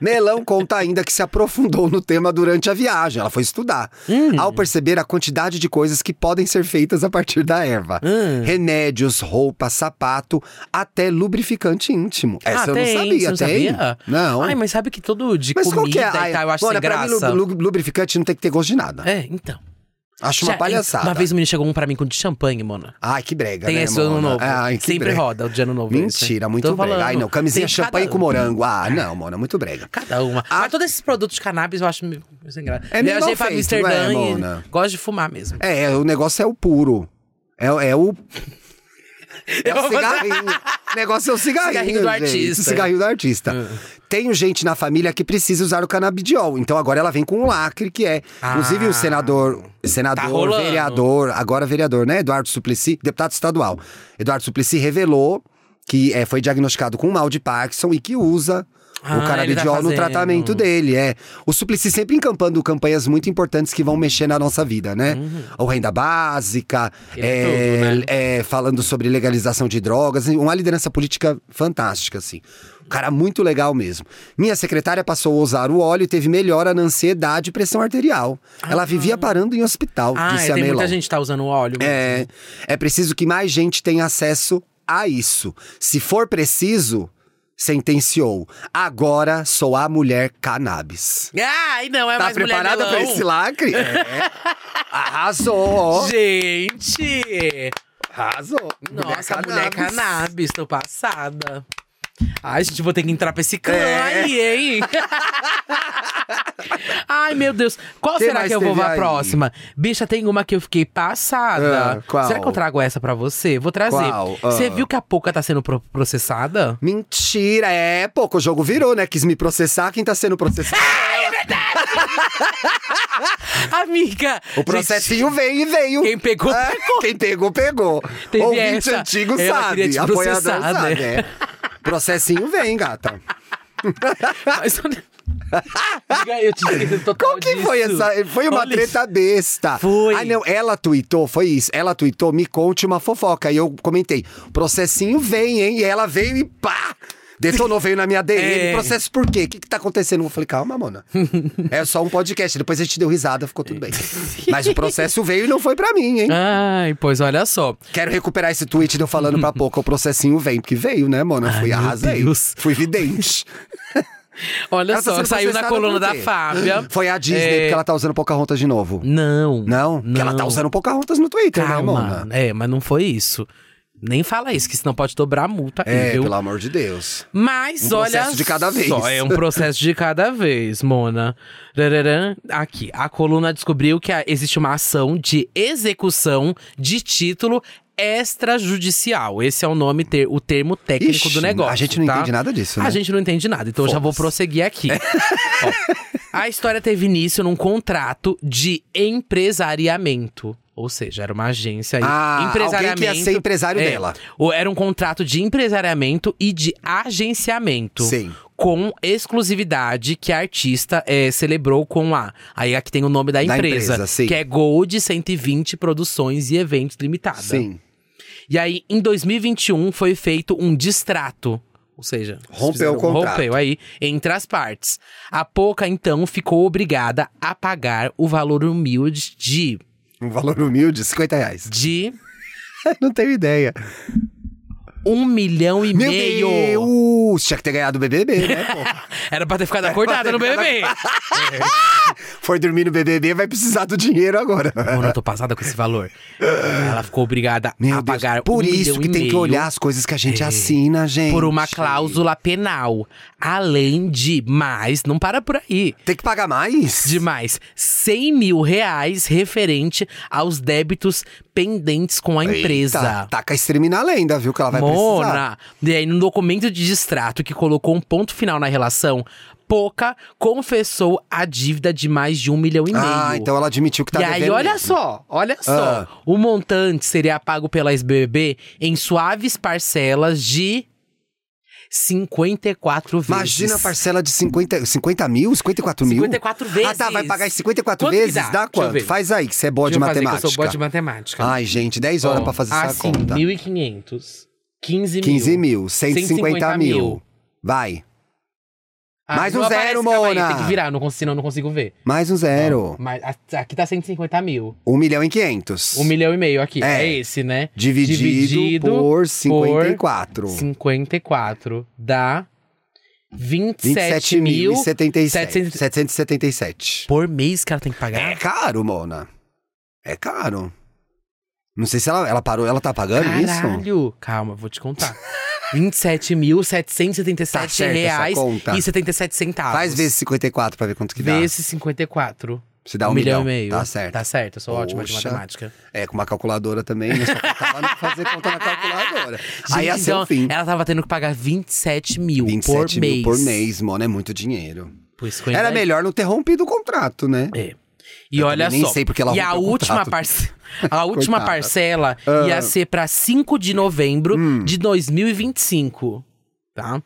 Speaker 3: Melão conta ainda que se aprofundou no tema durante a viagem. Ela foi estudar.
Speaker 4: Hum.
Speaker 3: Ao perceber a quantidade de coisas que podem ser feitas a partir da erva:
Speaker 4: Ah. Hum.
Speaker 3: remédios, roupa, sapato, até lubrificante íntimo. Essa eu não sabia,
Speaker 4: Ah, você não
Speaker 3: tem?
Speaker 4: sabia?
Speaker 3: Não.
Speaker 4: Ai, mas sabe que todo de
Speaker 3: Mas qual que
Speaker 4: comida
Speaker 3: é?
Speaker 4: e
Speaker 3: Ai,
Speaker 4: tal, eu acho
Speaker 3: Mona,
Speaker 4: sem
Speaker 3: pra mim,
Speaker 4: graça.
Speaker 3: lu- lu- lubrificante não tem que ter gosto de nada.
Speaker 4: É, então.
Speaker 3: Acho uma
Speaker 4: Já-
Speaker 3: palhaçada.
Speaker 4: Uma vez o menino chegou um pra mim com de champanhe, mona.
Speaker 3: Ai, que brega,
Speaker 4: Tem
Speaker 3: né,
Speaker 4: esse do ano
Speaker 3: Mona?
Speaker 4: novo.
Speaker 3: Ai, que
Speaker 4: Sempre
Speaker 3: brega.
Speaker 4: roda o de ano novo. esse,
Speaker 3: Mentira,
Speaker 4: né?
Speaker 3: muito
Speaker 4: Tô
Speaker 3: brega. Ai,
Speaker 4: falando.
Speaker 3: não, camisinha
Speaker 4: Tem cada-
Speaker 3: champanhe
Speaker 4: um.
Speaker 3: com morango. Ah, não, Mona, muito brega.
Speaker 4: Cada uma.
Speaker 3: Ah.
Speaker 4: Mas todos esses produtos de cannabis eu acho meio sem graça.
Speaker 3: É meio
Speaker 4: Viajei
Speaker 3: mal
Speaker 4: pra
Speaker 3: feito,
Speaker 4: Amsterdã
Speaker 3: não é,
Speaker 4: e
Speaker 3: Mona?
Speaker 4: gosto de fumar mesmo.
Speaker 3: É, é, o negócio é o puro. É, é o. É
Speaker 4: Eu
Speaker 3: o
Speaker 4: vou-
Speaker 3: cigarrinho. O negócio é o cigarrinho.
Speaker 4: Cigarrinho do
Speaker 3: gente.
Speaker 4: artista. Ah.
Speaker 3: O cigarrinho do artista. Tenho gente na família que precisa usar o canabidiol. Então agora ela vem com um lacre, que é.
Speaker 4: Ah.
Speaker 3: Inclusive o senador,
Speaker 4: Tá
Speaker 3: senador,
Speaker 4: rolando.
Speaker 3: vereador, agora vereador, né? Eduardo Suplicy, deputado estadual. Eduardo Suplicy revelou que é, foi diagnosticado com mal de Parkinson e que usa.
Speaker 4: Ah,
Speaker 3: o
Speaker 4: ele tá
Speaker 3: canabidiol no
Speaker 4: fazendo.
Speaker 3: tratamento dele, é. O Suplicy sempre encampando campanhas muito importantes que vão mexer na nossa vida, né? Ou renda básica,
Speaker 4: Uhum. Ele é tudo,
Speaker 3: é,
Speaker 4: né?
Speaker 3: é, falando sobre legalização de drogas, uma liderança política fantástica, assim. Um cara muito legal mesmo. Minha secretária passou a usar o óleo e teve melhora na ansiedade e pressão arterial. Ela vivia parando em hospital,
Speaker 4: Ah,
Speaker 3: disse
Speaker 4: é,
Speaker 3: a
Speaker 4: tem
Speaker 3: Melon.
Speaker 4: muita gente que tá usando óleo.
Speaker 3: É, é preciso que mais gente tenha acesso a isso. Se for preciso, sentenciou: agora sou a mulher cannabis.
Speaker 4: Ai, não, é
Speaker 3: tá
Speaker 4: mais mulher
Speaker 3: preparada pra
Speaker 4: melão.
Speaker 3: esse lacre? É. Arrasou, ó.
Speaker 4: Gente!
Speaker 3: Arrasou.
Speaker 4: Nossa, mulher cannabis, tô passada. Ai, gente, vou ter que entrar pra esse clã
Speaker 3: É.
Speaker 4: aí, hein? Ai, meu Deus. Qual
Speaker 3: Quem
Speaker 4: será
Speaker 3: mais
Speaker 4: que eu vou
Speaker 3: teve
Speaker 4: pra
Speaker 3: aí?
Speaker 4: próxima? Bicha, tem uma que eu fiquei passada.
Speaker 3: Ah, qual?
Speaker 4: Será que eu trago essa pra você? Vou trazer.
Speaker 3: Qual? Ah.
Speaker 4: Você viu que a Pouca tá sendo pro- processada?
Speaker 3: Mentira, é pouco. O jogo virou, né? Quis me processar, quem tá sendo processado?
Speaker 4: Amiga!
Speaker 3: O processinho veio e veio.
Speaker 4: Quem pegou,
Speaker 3: É,
Speaker 4: pegou.
Speaker 3: Quem pegou, pegou.
Speaker 4: Teve
Speaker 3: Ouvinte
Speaker 4: essa.
Speaker 3: antigo
Speaker 4: Ela queria
Speaker 3: sabe,
Speaker 4: te
Speaker 3: apoiador
Speaker 4: processar,
Speaker 3: sabe.
Speaker 4: né?
Speaker 3: é. Processinho vem, gata.
Speaker 4: Mas... Amiga, eu te esqueci total
Speaker 3: Qual que foi
Speaker 4: disso.
Speaker 3: essa? Foi uma
Speaker 4: Olha isso.
Speaker 3: treta besta.
Speaker 4: Foi.
Speaker 3: Ah, não, ela tweetou, foi isso. Ela tweetou, me conte uma fofoca. E eu comentei, processinho vem, hein? E ela veio e pá! Detonou, veio na minha DM.
Speaker 4: É.
Speaker 3: Processo por quê? O que, que tá acontecendo? Eu falei, calma, mona. é só um podcast. Depois a gente deu risada, ficou tudo bem. Mas o processo veio e não foi pra mim,
Speaker 4: Ah.
Speaker 3: hein?
Speaker 4: Ai, pois olha só.
Speaker 3: Quero recuperar esse tweet de eu falando pra pouco. O processinho vem, porque veio, né, mano? Eu fui,
Speaker 4: Ah, meu
Speaker 3: arrasei.
Speaker 4: Deus.
Speaker 3: Fui vidente.
Speaker 4: Olha
Speaker 3: Ela tá
Speaker 4: só,
Speaker 3: sendo
Speaker 4: saiu na
Speaker 3: processada
Speaker 4: coluna
Speaker 3: por
Speaker 4: da
Speaker 3: quê?
Speaker 4: Fábia.
Speaker 3: Foi a Disney,
Speaker 4: É,
Speaker 3: porque ela tá usando Pocahontas de novo.
Speaker 4: Não.
Speaker 3: Não? Porque ela tá
Speaker 4: não.
Speaker 3: usando Pocahontas no Twitter, né,
Speaker 4: Calma.
Speaker 3: mona?
Speaker 4: é, mas não foi isso. Nem fala isso, que senão pode dobrar a multa aí,
Speaker 3: É,
Speaker 4: viu?
Speaker 3: pelo amor de Deus.
Speaker 4: Mas
Speaker 3: Um
Speaker 4: olha.
Speaker 3: processo de cada vez.
Speaker 4: Só, é um processo de cada vez, Mona. Rararã. Aqui. A coluna descobriu que a- existe uma ação de execução de título extrajudicial. Esse é o nome, ter, o termo técnico
Speaker 3: Ixi,
Speaker 4: do negócio.
Speaker 3: a gente não
Speaker 4: tá?
Speaker 3: entende nada disso, né?
Speaker 4: A gente não entende nada, então eu já vou
Speaker 3: Foda-se. É.
Speaker 4: prosseguir aqui. Ó, a história teve início num contrato de empresariamento. Ou seja, era uma agência aí.
Speaker 3: Ah, alguém que ia ser empresário
Speaker 4: É,
Speaker 3: dela.
Speaker 4: ou Era um contrato de empresariamento e de agenciamento.
Speaker 3: Sim.
Speaker 4: Com exclusividade que a artista eh, celebrou com a. Aí aqui tem o nome da
Speaker 3: Da
Speaker 4: empresa.
Speaker 3: empresa, sim.
Speaker 4: Que é Gold 120 Produções e Eventos Limitada.
Speaker 3: Sim.
Speaker 4: E aí, em 2021, foi feito um distrato. Ou seja, eles
Speaker 3: Rompeu
Speaker 4: fizeram-
Speaker 3: o contrato.
Speaker 4: Rompeu aí, entre as partes. A Poca, então, ficou obrigada a pagar o valor humilde de.
Speaker 3: Um valor humilde, 50 reais.
Speaker 4: de
Speaker 3: não tenho ideia.
Speaker 4: um milhão e
Speaker 3: Meu
Speaker 4: meio.
Speaker 3: Deus! Tinha que ter ganhado o BBB, né, pô?
Speaker 4: Era pra ter ficado acordada no BBB.
Speaker 3: Foi dormir no BBB, vai precisar do dinheiro agora.
Speaker 4: Mano, eu tô passada com esse valor. Ela ficou obrigada
Speaker 3: Meu
Speaker 4: a
Speaker 3: Deus,
Speaker 4: pagar um
Speaker 3: por isso
Speaker 4: milhão
Speaker 3: que
Speaker 4: e
Speaker 3: tem que
Speaker 4: meio É.
Speaker 3: olhar as coisas que a gente assina, gente.
Speaker 4: por uma cláusula penal. Além de mais, não para por aí.
Speaker 3: Tem que pagar mais?
Speaker 4: de mais 100 mil reais referente aos débitos pendentes com a
Speaker 3: Eita, tá,
Speaker 4: empresa.
Speaker 3: taca extreme na lenda, viu? Que ela vai precisar.
Speaker 4: Mona! E aí, no documento de distrato que colocou um ponto final na relação, Poca confessou a dívida de mais de um milhão e meio.
Speaker 3: Ah, então ela admitiu que tá
Speaker 4: e
Speaker 3: devendo.
Speaker 4: aí, olha
Speaker 3: mesmo.
Speaker 4: só, olha só.
Speaker 3: Ah.
Speaker 4: O montante seria pago pela ex-BBB em suaves parcelas de 54 vezes.
Speaker 3: Imagina a parcela de 50, 50 mil, 54 mil?
Speaker 4: 54 vezes.
Speaker 3: Ah, tá, vai pagar em 54
Speaker 4: Quanto que
Speaker 3: vezes?
Speaker 4: dá?
Speaker 3: Dá,
Speaker 4: Deixa eu
Speaker 3: quanto?
Speaker 4: ver.
Speaker 3: Faz aí, que você é boa de
Speaker 4: Deixa eu fazer que
Speaker 3: matemática. Ah,
Speaker 4: Eu sou boa de matemática.
Speaker 3: Ai, gente, 10 horas
Speaker 4: Ó,
Speaker 3: pra fazer essa
Speaker 4: assim,
Speaker 3: conta.
Speaker 4: 1.500. 15 mil.
Speaker 3: 15 mil, 150,
Speaker 4: 150
Speaker 3: mil.
Speaker 4: mil.
Speaker 3: Vai. Mais
Speaker 4: Ah, não
Speaker 3: um
Speaker 4: aparece,
Speaker 3: zero,
Speaker 4: calma aí,
Speaker 3: Mona.
Speaker 4: Tem que virar, não consigo, senão eu não consigo ver.
Speaker 3: Mais um zero.
Speaker 4: Mas a- aqui tá 150 mil.
Speaker 3: 1 milhão e 500.
Speaker 4: Um milhão e meio aqui. É,
Speaker 3: É.
Speaker 4: esse, né?
Speaker 3: Dividido,
Speaker 4: dividido
Speaker 3: por 54.
Speaker 4: 54 dá 27 mil
Speaker 3: 27.077.
Speaker 4: 700.
Speaker 3: 777.
Speaker 4: por mês que ela tem que
Speaker 3: É
Speaker 4: pagar.
Speaker 3: caro, Mona. É caro. Não sei se ela, ela parou, ela tá pagando isso?
Speaker 4: Caralho! Calma, vou te contar. 27.777
Speaker 3: Tá certa essa
Speaker 4: reais
Speaker 3: conta.
Speaker 4: e 77 centavos.
Speaker 3: Faz vezes 54 pra ver quanto que dá.
Speaker 4: Vezes 54.
Speaker 3: Se dá um, milhão, Tá certo.
Speaker 4: Tá certo, eu sou ótima de
Speaker 3: Poxa.
Speaker 4: matemática.
Speaker 3: É, com uma calculadora também, né? Só faltava não fazer conta na calculadora. Aí
Speaker 4: Gente,
Speaker 3: ia ser
Speaker 4: então,
Speaker 3: o fim.
Speaker 4: Ela tava tendo que pagar 27 mil por
Speaker 3: 27 mil
Speaker 4: mês. é.
Speaker 3: por mês, mano, é muito dinheiro.
Speaker 4: Por 50
Speaker 3: Era melhor não ter rompido o contrato, né?
Speaker 4: É. E
Speaker 3: Eu
Speaker 4: olha
Speaker 3: também nem
Speaker 4: só.
Speaker 3: sei porque ela
Speaker 4: e a
Speaker 3: rompeu o
Speaker 4: última,
Speaker 3: contrato.
Speaker 4: parce- a última
Speaker 3: Coitada. Ah.
Speaker 4: parcela ia ser pra 5 de novembro
Speaker 3: Hum.
Speaker 4: de 2025. Tá?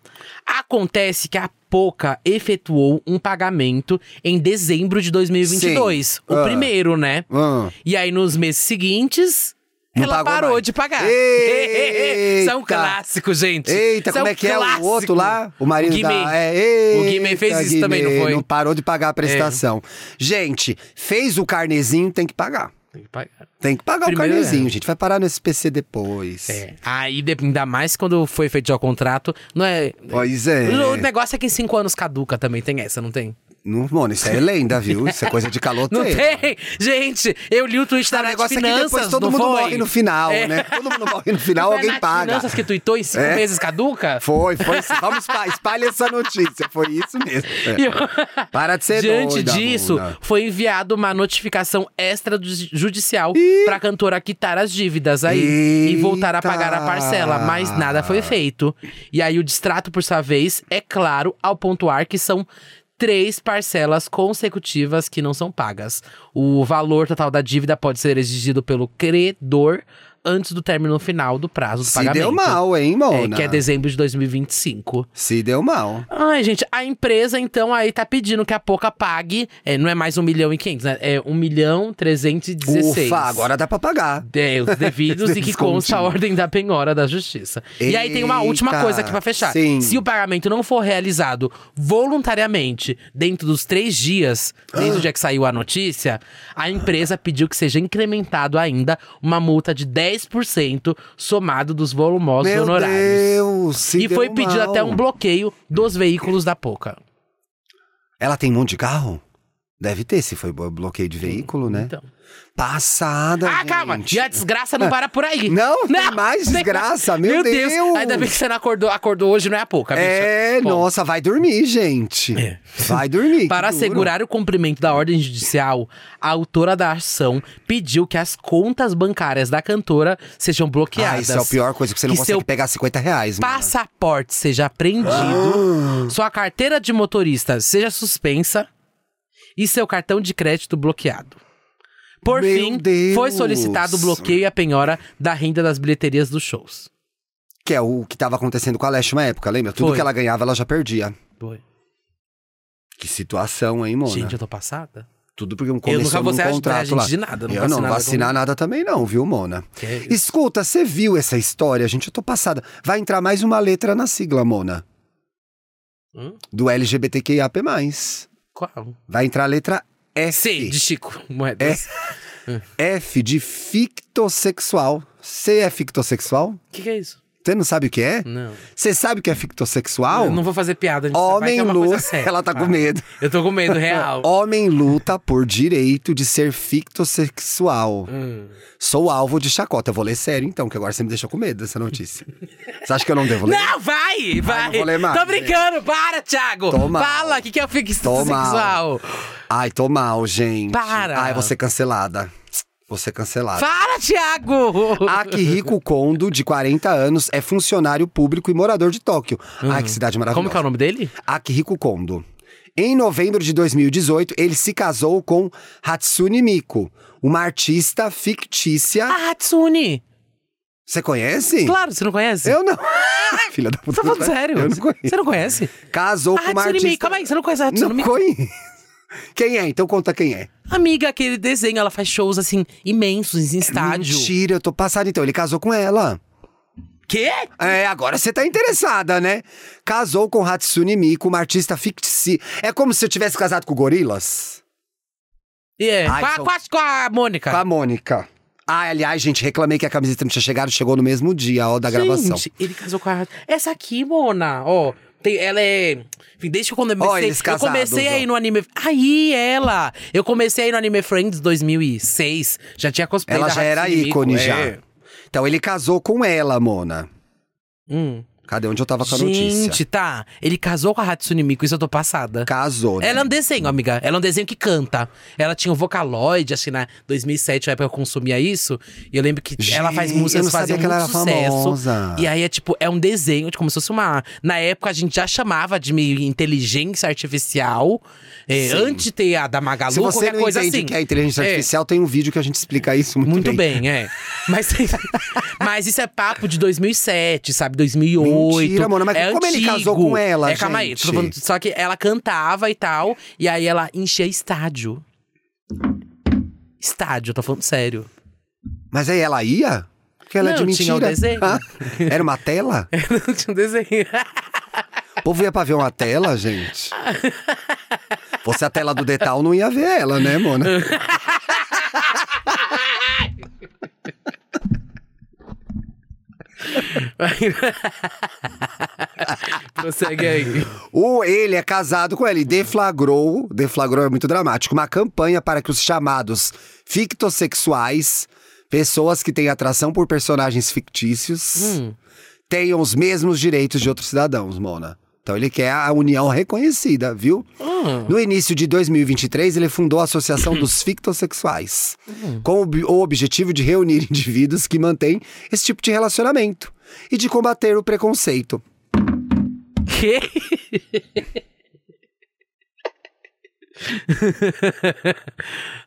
Speaker 4: Acontece que a Poca efetuou um pagamento em dezembro de 2022. O
Speaker 3: Ah.
Speaker 4: primeiro, né?
Speaker 3: Ah,
Speaker 4: E aí, nos meses seguintes,
Speaker 3: Não
Speaker 4: ela
Speaker 3: pagou
Speaker 4: parou
Speaker 3: mais.
Speaker 4: de pagar.
Speaker 3: Eita!
Speaker 4: Isso é um clássico, gente.
Speaker 3: Eita,
Speaker 4: Isso
Speaker 3: como
Speaker 4: um
Speaker 3: é que é
Speaker 4: clássico.
Speaker 3: o outro lá? O marido
Speaker 4: Guimê.
Speaker 3: da... É, eita,
Speaker 4: O Guimê fez isso também, não
Speaker 3: Guimê,
Speaker 4: foi? É.
Speaker 3: Não parou de pagar a prestação. Gente, fez o carnezinho, tem que pagar.
Speaker 4: Tem que pagar.
Speaker 3: Tem que pagar
Speaker 4: Primeiro
Speaker 3: o carnezinho,
Speaker 4: é.
Speaker 3: gente. Vai parar no SPC depois.
Speaker 4: É. Aí, de- ainda mais quando foi feito já o contrato, não é.
Speaker 3: Pois é.
Speaker 4: O negócio é que em cinco anos caduca também, tem essa, não tem?
Speaker 3: Não, mano, isso aí é lenda, viu? Isso é coisa de
Speaker 4: Não
Speaker 3: caloteiro.
Speaker 4: tem! Gente, eu li o tweet da
Speaker 3: O
Speaker 4: Nath
Speaker 3: negócio é que
Speaker 4: Finanças,
Speaker 3: depois todo
Speaker 4: não
Speaker 3: mundo
Speaker 4: foi?
Speaker 3: morre no final,
Speaker 4: É.
Speaker 3: né? Todo mundo morre no final,
Speaker 4: Foi a
Speaker 3: alguém
Speaker 4: Nath
Speaker 3: paga.
Speaker 4: Finanças que tuitou em cinco
Speaker 3: É.
Speaker 4: meses caduca?
Speaker 3: Foi, foi. sim. Vamos espalhar espalha essa notícia. Foi isso mesmo.
Speaker 4: E eu-
Speaker 3: Para de ser
Speaker 4: Diante
Speaker 3: é doida,
Speaker 4: disso,
Speaker 3: Bruna.
Speaker 4: foi enviada uma notificação extra do judicial pra cantora quitar as dívidas aí e voltar a
Speaker 3: Eita!
Speaker 4: pagar a parcela, mas nada foi feito. E aí o distrato, por sua vez, é claro ao pontuar que são três parcelas consecutivas que não são pagas. O valor total da dívida pode ser exigido pelo credor antes do término final do prazo do
Speaker 3: Se
Speaker 4: pagamento.
Speaker 3: deu mal, hein,
Speaker 4: é,
Speaker 3: Mona?
Speaker 4: que é dezembro de 2025.
Speaker 3: Se deu mal.
Speaker 4: Ai, gente, a empresa, então, aí tá pedindo que a Poca pague. é, não é mais 1 milhão e 500, né? É 1 milhão 316.
Speaker 3: Ufa, agora dá pra pagar.
Speaker 4: É, os devidos e que
Speaker 3: Descontinho.
Speaker 4: consta a ordem da penhora da justiça. E aí tem uma última
Speaker 3: Eita,
Speaker 4: coisa aqui pra fechar.
Speaker 3: sim.
Speaker 4: Se o pagamento não for realizado voluntariamente dentro dos três dias, desde o dia que saiu a notícia, a empresa pediu que seja incrementado ainda uma multa de 10% somado dos volumosos
Speaker 3: Meu
Speaker 4: honorários
Speaker 3: Deus, se
Speaker 4: e foi
Speaker 3: deu
Speaker 4: pedido
Speaker 3: mal.
Speaker 4: até um bloqueio dos veículos da Poca.
Speaker 3: Ela tem um monte de carro? Deve ter, se foi bo- bloqueio de veículo, né?
Speaker 4: Então.
Speaker 3: Passada,
Speaker 4: Ah,
Speaker 3: gente.
Speaker 4: calma! E a desgraça não para por aí.
Speaker 3: Não, tem mais desgraça, meu Deus.
Speaker 4: Ainda bem que você não acordou, acordou hoje, não é a Poca, bicha.
Speaker 3: É,
Speaker 4: Bom,
Speaker 3: nossa, vai dormir, gente.
Speaker 4: É.
Speaker 3: Vai dormir. que
Speaker 4: Para
Speaker 3: duro.
Speaker 4: assegurar o cumprimento da ordem judicial, a autora da ação pediu que as contas bancárias da cantora sejam bloqueadas.
Speaker 3: Ah, isso é a pior coisa, porque você não
Speaker 4: que
Speaker 3: consegue
Speaker 4: seu
Speaker 3: pegar 50 reais, mano.
Speaker 4: passaporte seja
Speaker 3: Ah.
Speaker 4: apreendido, sua carteira de motorista seja suspensa e seu cartão de crédito bloqueado. Por
Speaker 3: Meu
Speaker 4: fim,
Speaker 3: Deus.
Speaker 4: foi solicitado o bloqueio e a penhora da renda das bilheterias dos shows.
Speaker 3: Que é o que tava acontecendo com a Leste uma época, lembra? Tudo
Speaker 4: Foi.
Speaker 3: que ela ganhava, ela já perdia.
Speaker 4: Foi.
Speaker 3: Que situação, hein, mona?
Speaker 4: Gente, eu tô passada.
Speaker 3: Tudo porque
Speaker 4: eu
Speaker 3: um
Speaker 4: nunca
Speaker 3: começou
Speaker 4: vou
Speaker 3: num
Speaker 4: ser a
Speaker 3: contrato
Speaker 4: gente
Speaker 3: lá.
Speaker 4: de nada. Nunca
Speaker 3: Eu não vou
Speaker 4: assinei
Speaker 3: assinar
Speaker 4: nada
Speaker 3: nada também não, viu, Mona?
Speaker 4: com- Que é isso?
Speaker 3: Escuta, você viu essa história, gente? Eu tô passada. Vai entrar mais uma letra na sigla, Mona.
Speaker 4: Hum?
Speaker 3: Do LGBTQIAP+.
Speaker 4: Qual?
Speaker 3: Vai entrar a letra F.
Speaker 4: C, de Chico Moedas.
Speaker 3: F de fictossexual. Você é fictossexual?
Speaker 4: O que, que é isso?
Speaker 3: Você não sabe o que é?
Speaker 4: Não.
Speaker 3: Você sabe o que é fictossexual?
Speaker 4: Eu não vou fazer piada. Gente, vai que
Speaker 3: Homem
Speaker 4: é uma coisa
Speaker 3: luta.
Speaker 4: séria,
Speaker 3: Ela tá com
Speaker 4: vai.
Speaker 3: medo.
Speaker 4: Eu tô com medo, real.
Speaker 3: Homem luta por direito de ser fictossexual.
Speaker 4: Hum.
Speaker 3: Sou alvo de chacota. Eu vou ler sério então, que agora você me deixou com medo dessa notícia. você acha que eu não devo ler?
Speaker 4: Não, vai, vai.
Speaker 3: não vou ler mais,
Speaker 4: Tô brincando, para, Thiago.
Speaker 3: Toma.
Speaker 4: Fala, o que, que é o fixo
Speaker 3: Toma.
Speaker 4: sexual?
Speaker 3: Ai, tô mal, gente.
Speaker 4: Para.
Speaker 3: Ai, vou ser cancelada. Vou ser cancelada.
Speaker 4: Para, Thiago.
Speaker 3: Aki Rico Kondo, de 40 anos, é funcionário público e morador de Tóquio. Ai, que cidade maravilhosa.
Speaker 4: Como que é o nome dele?
Speaker 3: Akihiko Kondo. Em novembro de 2018, ele se casou com Hatsune Miku, uma artista fictícia.
Speaker 4: Ah, Hatsune.
Speaker 3: Você conhece?
Speaker 4: Claro, você não conhece?
Speaker 3: Eu não. Filha da
Speaker 4: Você tá
Speaker 3: puta.
Speaker 4: falando sério?
Speaker 3: Eu não conheço.
Speaker 4: Você não conhece?
Speaker 3: Casou
Speaker 4: A
Speaker 3: com uma
Speaker 4: Hatsune
Speaker 3: artista.
Speaker 4: Miku, calma aí, você não conhece a Hatsune
Speaker 3: Não
Speaker 4: Miku?
Speaker 3: conheço. Quem é? Então conta quem é.
Speaker 4: Amiga, aquele desenho, ela faz shows, assim, imensos, em estádio.
Speaker 3: É Mentira, eu tô passada. Então, ele casou com ela.
Speaker 4: Quê?
Speaker 3: É, agora você tá interessada, né? Casou com Hatsune Miku, uma artista fictícia. É como se eu tivesse casado com gorilas?
Speaker 4: E é,
Speaker 3: Ai,
Speaker 4: com, a,
Speaker 3: sou-
Speaker 4: com a- com a Mônica.
Speaker 3: Com a Mônica. Ah, aliás, gente, reclamei que a camiseta não tinha chegado, chegou no mesmo dia, ó, da gravação.
Speaker 4: Gente, ele casou com a. Essa aqui, Mona, ó. tem- ela é. Enfim, desde que eu comecei.
Speaker 3: Ó, eles
Speaker 4: eu
Speaker 3: casados,
Speaker 4: comecei aí
Speaker 3: ó.
Speaker 4: no anime. Aí, ela! Eu comecei aí no Anime Friends 2006. Já tinha cosplay
Speaker 3: Ela
Speaker 4: da
Speaker 3: já era
Speaker 4: Hatsune Miku,
Speaker 3: ícone
Speaker 4: é.
Speaker 3: já. Então ele casou com ela, Mona.
Speaker 4: Hum.
Speaker 3: Cadê onde eu tava com a notícia?
Speaker 4: Gente, tá. Ele casou com a Hatsune Miku, isso eu tô passada.
Speaker 3: Casou. né?
Speaker 4: Ela é um desenho, amiga. Ela é um desenho que canta. Ela tinha o Vocaloid, assim, na 2007, na época que eu consumia isso. E eu lembro que
Speaker 3: Gente,
Speaker 4: ela faz
Speaker 3: eu
Speaker 4: músicas
Speaker 3: não
Speaker 4: que faziam
Speaker 3: sabia que
Speaker 4: muito
Speaker 3: ela era
Speaker 4: sucesso.
Speaker 3: famosa.
Speaker 4: E aí é tipo, é um desenho, de como se fosse uma. Na época a gente já chamava de meio inteligência artificial. é,
Speaker 3: Sim.
Speaker 4: antes de ter a da Magalu,
Speaker 3: Se você
Speaker 4: qualquer
Speaker 3: não
Speaker 4: coisa
Speaker 3: entende
Speaker 4: assim.
Speaker 3: que é inteligência
Speaker 4: É.
Speaker 3: artificial, tem um vídeo que a gente explica isso muito,
Speaker 4: Muito bem, é. Mas, mas isso é papo de 2007, sabe? 2008.
Speaker 3: Mentira, Mona, mas
Speaker 4: é
Speaker 3: como ele
Speaker 4: antigo.
Speaker 3: casou com ela,
Speaker 4: É, calma aí.
Speaker 3: gente?
Speaker 4: tô falando- só que ela cantava e tal, e aí ela enchia estádio. Estádio, eu tô falando sério.
Speaker 3: Mas aí ela ia? Porque ela é de
Speaker 4: Não,
Speaker 3: mentira.
Speaker 4: tinha o desenho. né?
Speaker 3: Ah, era uma tela?
Speaker 4: Não tinha um desenho.
Speaker 3: O povo ia pra ver uma tela, gente. Fosse a tela do Detal, não ia ver ela, né, Mona?
Speaker 4: Prossegue aí.
Speaker 3: Ou ele é casado com ela e deflagrou, deflagrou é muito dramático, uma campanha para que os chamados fictossexuais, pessoas que têm atração por personagens fictícios,
Speaker 4: Hum.
Speaker 3: tenham os mesmos direitos de outros cidadãos, Mona. Então ele quer a união reconhecida, viu?
Speaker 4: Hum.
Speaker 3: No início de 2023, ele fundou a Associação dos Fictossexuais,
Speaker 4: Hum.
Speaker 3: com o ob- o objetivo de reunir indivíduos que mantêm esse tipo de relacionamento e de combater o preconceito.
Speaker 4: Quê?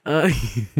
Speaker 4: Ai,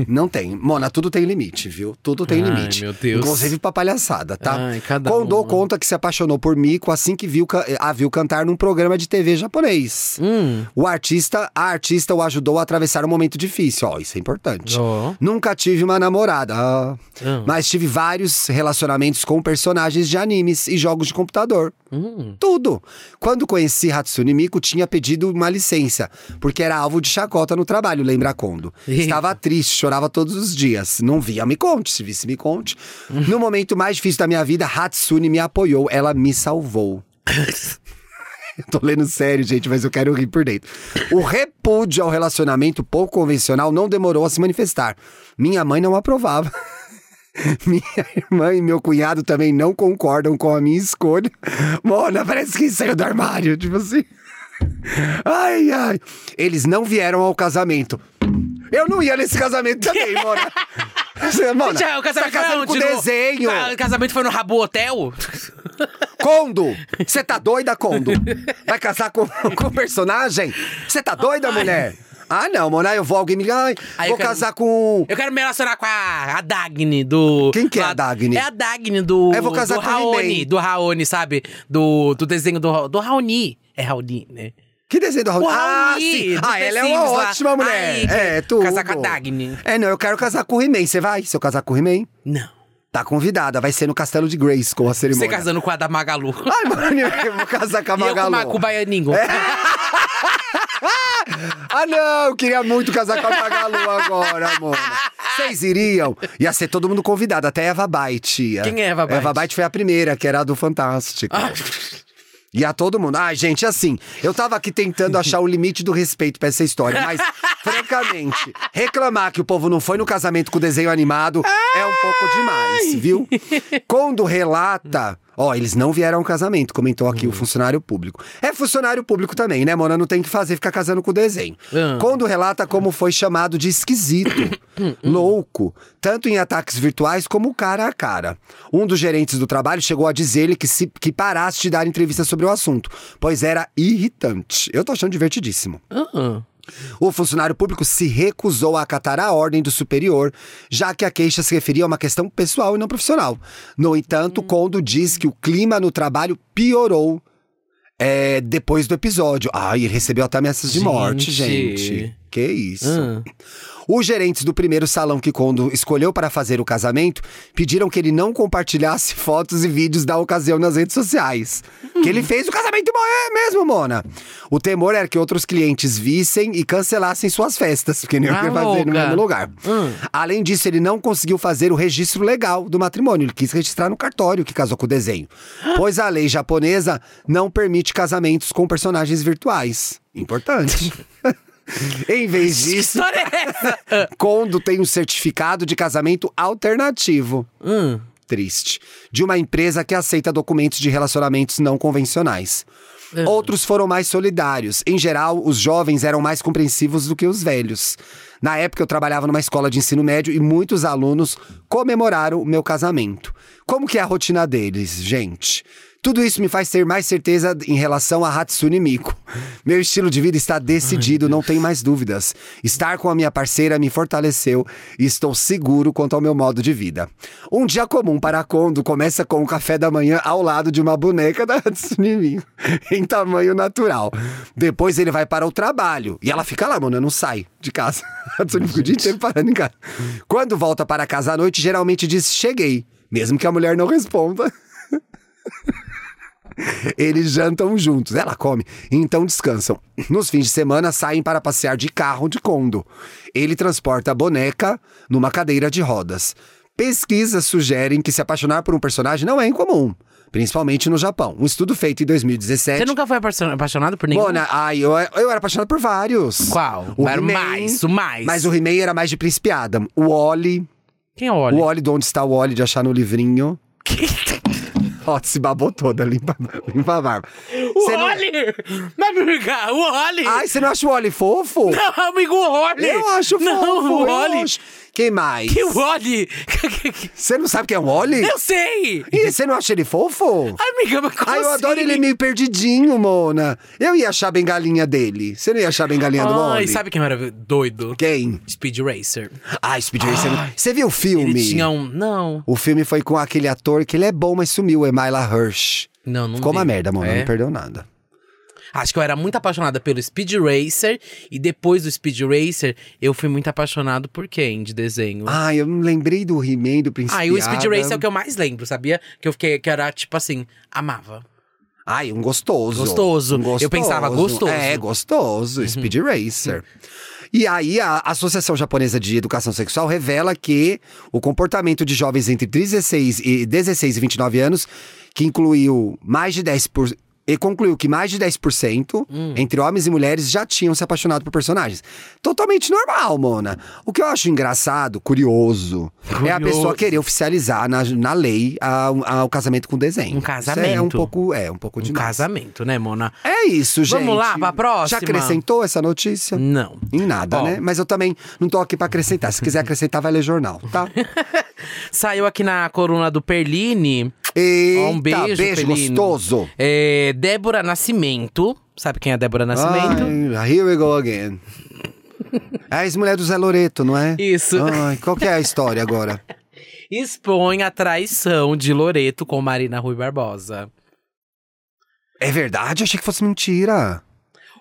Speaker 3: Não tem. Mona, tudo tem limite, viu? Tudo tem
Speaker 4: Ai,
Speaker 3: limite.
Speaker 4: meu Deus. Ah,
Speaker 3: Inclusive pra palhaçada, tá?
Speaker 4: Ai, cada um, né?
Speaker 3: Kondo
Speaker 4: uma.
Speaker 3: conta que se apaixonou por Miko assim que viu, ca- a viu cantar num programa de TV japonês.
Speaker 4: hum.
Speaker 3: O artista, a artista o ajudou a atravessar um momento difícil. Ó, isso é importante.
Speaker 4: Ó.
Speaker 3: Nunca tive uma namorada, ah,
Speaker 4: Ah.
Speaker 3: mas tive vários relacionamentos com personagens de animes e jogos de computador.
Speaker 4: Hum.
Speaker 3: Tudo. Quando conheci Hatsune Miku, tinha pedido uma licença, porque era alvo de chacota no trabalho, lembra quando? Estava triste, chorava todos os dias. Não via Me Conte, se visse Me Conte. No momento mais difícil da minha vida, Hatsune me apoiou, ela me salvou. Eu Tô lendo sério, gente, mas eu quero rir por dentro. O repúdio ao relacionamento pouco convencional não demorou a se manifestar. Minha mãe não aprovava. Minha irmã e meu cunhado também não concordam com a minha escolha. Mona, parece que saiu do armário, tipo assim. Ai, ai. Eles não vieram ao casamento. Eu não ia nesse casamento também, Mona. Você, Mona,
Speaker 4: Já, é, o casamento
Speaker 3: tá
Speaker 4: foi
Speaker 3: casando
Speaker 4: onde?
Speaker 3: com
Speaker 4: No-
Speaker 3: desenho.
Speaker 4: Ah, o casamento foi no Rabo Hotel?
Speaker 3: Condo! Você tá doida, Condo? Vai casar com com o personagem? Você tá doida, mulher? Ah, não, Mona, eu vou alguém me. Ai,
Speaker 4: Aí
Speaker 3: vou
Speaker 4: eu quero-
Speaker 3: casar com.
Speaker 4: Eu quero me relacionar com a, a Dagny do.
Speaker 3: Quem que é
Speaker 4: do-
Speaker 3: a Dagny?
Speaker 4: É a Dagny do.
Speaker 3: Eu vou casar
Speaker 4: do
Speaker 3: com o
Speaker 4: Raoni,
Speaker 3: He-Man.
Speaker 4: do Raoni, sabe? Do, do desenho do, Ra- do Raoni. É Raoni, né?
Speaker 3: Que desenho do Raoni?
Speaker 4: O
Speaker 3: Ah,
Speaker 4: Raoni,
Speaker 3: sim.
Speaker 4: do
Speaker 3: Ah,
Speaker 4: The
Speaker 3: ela é uma
Speaker 4: Sims lá.
Speaker 3: ótima mulher.
Speaker 4: Aí,
Speaker 3: é,
Speaker 4: quer
Speaker 3: tu.
Speaker 4: casar com a Dagny.
Speaker 3: É, não, eu quero casar com o He-Man. Você vai? Se eu casar com o He-Man,
Speaker 4: Não.
Speaker 3: tá convidada. Vai ser no Castelo de Grace com a cerimônia.
Speaker 4: Você casando com a da Magalu.
Speaker 3: Ai, mano, eu vou casar com a
Speaker 4: E eu com o
Speaker 3: Magalu. É.
Speaker 4: Macu Baianinho.
Speaker 3: Ah, não, eu queria muito casar com a Magalu agora, mano. Vocês iriam? Ia ser todo mundo convidado, até Eva Byte. ia.
Speaker 4: Quem é Eva Byte?
Speaker 3: Eva Byte foi a primeira, que era a do Fantástico.
Speaker 4: Ah.
Speaker 3: E a todo mundo. Ai, gente, assim, eu tava aqui tentando achar o limite do respeito pra essa história, mas, francamente, reclamar que o povo não foi no casamento com o desenho animado é um pouco demais, viu? Quando relata. Ó, eles não vieram ao casamento, comentou aqui o funcionário público. É funcionário público também, né, Mona? Não tem o que fazer ficar casando com o desenho.
Speaker 4: Ah.
Speaker 3: Quando relata como foi chamado de esquisito, louco, tanto em ataques virtuais como cara a cara. Um dos gerentes do trabalho chegou a dizer-lhe que, se- que parasse de dar entrevista sobre o assunto, pois era irritante. Eu tô achando divertidíssimo.
Speaker 4: Ah.
Speaker 3: O funcionário público se recusou a acatar a ordem do superior, já que a queixa se referia a uma questão pessoal e não profissional. No entanto, Kondo diz que o clima no trabalho piorou é, depois do episódio. Ai, ele recebeu até ameaças de morte,
Speaker 4: Gente.
Speaker 3: gente. Que isso.
Speaker 4: Ah.
Speaker 3: Os gerentes do primeiro salão que Kondo escolheu para fazer o casamento pediram que ele não compartilhasse fotos e vídeos da ocasião nas redes sociais. Que ele fez o casamento mo- é mesmo, Mona. O temor era que outros clientes vissem e cancelassem suas festas, porque nem eu
Speaker 4: Ah,
Speaker 3: queria fazer é no
Speaker 4: louca.
Speaker 3: mesmo lugar.
Speaker 4: Hum.
Speaker 3: Além disso, ele não conseguiu fazer o registro legal do matrimônio. Ele quis registrar no cartório que casou com o desenho. Pois a lei japonesa não permite casamentos com personagens virtuais. Importante. em vez
Speaker 4: Que
Speaker 3: disso,
Speaker 4: história é essa? Ah.
Speaker 3: Kondo tem um certificado de casamento alternativo.
Speaker 4: Hum.
Speaker 3: Triste. De uma empresa que aceita documentos de relacionamentos não convencionais. Outros foram mais solidários. Em geral, os jovens eram mais compreensivos do que os velhos. Na época, eu trabalhava numa escola de ensino médio e muitos alunos comemoraram o meu casamento. Como que é a rotina deles, gente? Tudo isso me faz ter mais certeza em relação a Hatsune Miku. Meu estilo de vida está decidido, não tem mais dúvidas. Estar com a minha parceira me fortaleceu e estou seguro quanto ao meu modo de vida. Um dia comum para a Kondo começa com o café da manhã ao lado de uma boneca da Hatsune Miku, em tamanho natural. Depois ele vai para o trabalho e ela fica lá, mano, não sai de casa. A Hatsune Miku o dia inteiro parando em casa. Quando volta para casa à noite, geralmente diz cheguei, mesmo que a mulher não responda. Eles jantam juntos, ela come, então descansam. Nos fins de semana, saem para passear de carro de condo. Ele transporta a boneca numa cadeira de rodas. Pesquisas sugerem que se apaixonar por um personagem não é incomum. principalmente no Japão. Um estudo feito em 2017.
Speaker 4: Você nunca foi apaixon- apaixonado por ninguém?
Speaker 3: Mona, ai, eu, eu era apaixonado por vários.
Speaker 4: Qual?
Speaker 3: O
Speaker 4: Era
Speaker 3: He-Man,
Speaker 4: mais, o mais.
Speaker 3: Mas o He-Man era mais de Príncipe Adam. O Oli,
Speaker 4: Quem é olha?
Speaker 3: o Oli de Onde Está o Oli, de achar no livrinho. Ó, se babou toda, limpa, limpa a barba.
Speaker 4: O
Speaker 3: Você não-
Speaker 4: Oli! Vai me brigar, o Oli!
Speaker 3: Ai, você não acha o Oli fofo?
Speaker 4: Não, amigo, o Oli!
Speaker 3: Eu acho
Speaker 4: não,
Speaker 3: fofo,
Speaker 4: o
Speaker 3: eu
Speaker 4: Oli!
Speaker 3: acho. Quem mais?
Speaker 4: Que o Oli!
Speaker 3: Você não sabe quem é o Oli?
Speaker 4: Eu sei!
Speaker 3: Ih, você não acha ele fofo?
Speaker 4: Amiga, mas como
Speaker 3: Ai, Ah, eu
Speaker 4: assim?
Speaker 3: adoro ele meio perdidinho, Mona. Eu ia achar a bengalinha dele. Você não ia achar a bengalinha do
Speaker 4: Ai,
Speaker 3: Oli?
Speaker 4: sabe quem era doido?
Speaker 3: Quem?
Speaker 4: Speed Racer.
Speaker 3: Ah, Speed Racer. Você viu o filme?
Speaker 4: Ele tinha um... Não,
Speaker 3: O filme foi com aquele ator que ele é bom, mas sumiu, Emila Hirsch.
Speaker 4: não, não
Speaker 3: Ficou
Speaker 4: vi.
Speaker 3: uma merda, mano.
Speaker 4: É?
Speaker 3: Não perdeu nada.
Speaker 4: Acho que eu era muito apaixonada pelo Speed Racer. E depois do Speed Racer, eu fui muito apaixonado por quem de desenho?
Speaker 3: Ah, eu não lembrei do He-Man, do Príncipe
Speaker 4: Ah, e o Speed
Speaker 3: Adam.
Speaker 4: Racer é o que eu mais lembro, sabia? Que eu fiquei, que era tipo assim, amava.
Speaker 3: Ai, um gostoso.
Speaker 4: Gostoso.
Speaker 3: Um
Speaker 4: Eu pensava, gostoso. Uhum.
Speaker 3: É, gostoso. Speed Racer. E aí, a Associação Japonesa de Educação Sexual revela que o comportamento de jovens entre 16 e, 16 e 29 anos, que incluiu mais de 10%. por- E concluiu que mais de 10%
Speaker 4: Hum.
Speaker 3: entre homens e mulheres já tinham se apaixonado por personagens. Totalmente normal, Mona. O que eu acho engraçado, curioso, é a
Speaker 4: Curioso.
Speaker 3: pessoa querer oficializar na, na lei a- a- o casamento com desenho.
Speaker 4: Um
Speaker 3: Isso é um
Speaker 4: casamento.
Speaker 3: pouco, é, um pouco
Speaker 4: Um
Speaker 3: demais.
Speaker 4: casamento, né, Mona?
Speaker 3: É isso, gente.
Speaker 4: Vamos lá pra
Speaker 3: Já
Speaker 4: próxima?
Speaker 3: acrescentou essa notícia?
Speaker 4: Não.
Speaker 3: Em nada,
Speaker 4: Ó.
Speaker 3: né? Mas eu também não tô aqui pra acrescentar. Se quiser acrescentar, vai ler jornal, tá?
Speaker 4: Saiu aqui na coluna do Perline.
Speaker 3: Eita,
Speaker 4: Ó, um beijo, Pelino.
Speaker 3: gostoso.
Speaker 4: É, Débora Nascimento. Sabe quem é Débora Nascimento?
Speaker 3: Ai, here we go again. É a ex-mulher do Zé Loreto, não é?
Speaker 4: Isso.
Speaker 3: Ai, qual que é a história agora?
Speaker 4: Expõe a traição de Loreto com Marina Rui Barbosa.
Speaker 3: É verdade? Eu achei que fosse mentira.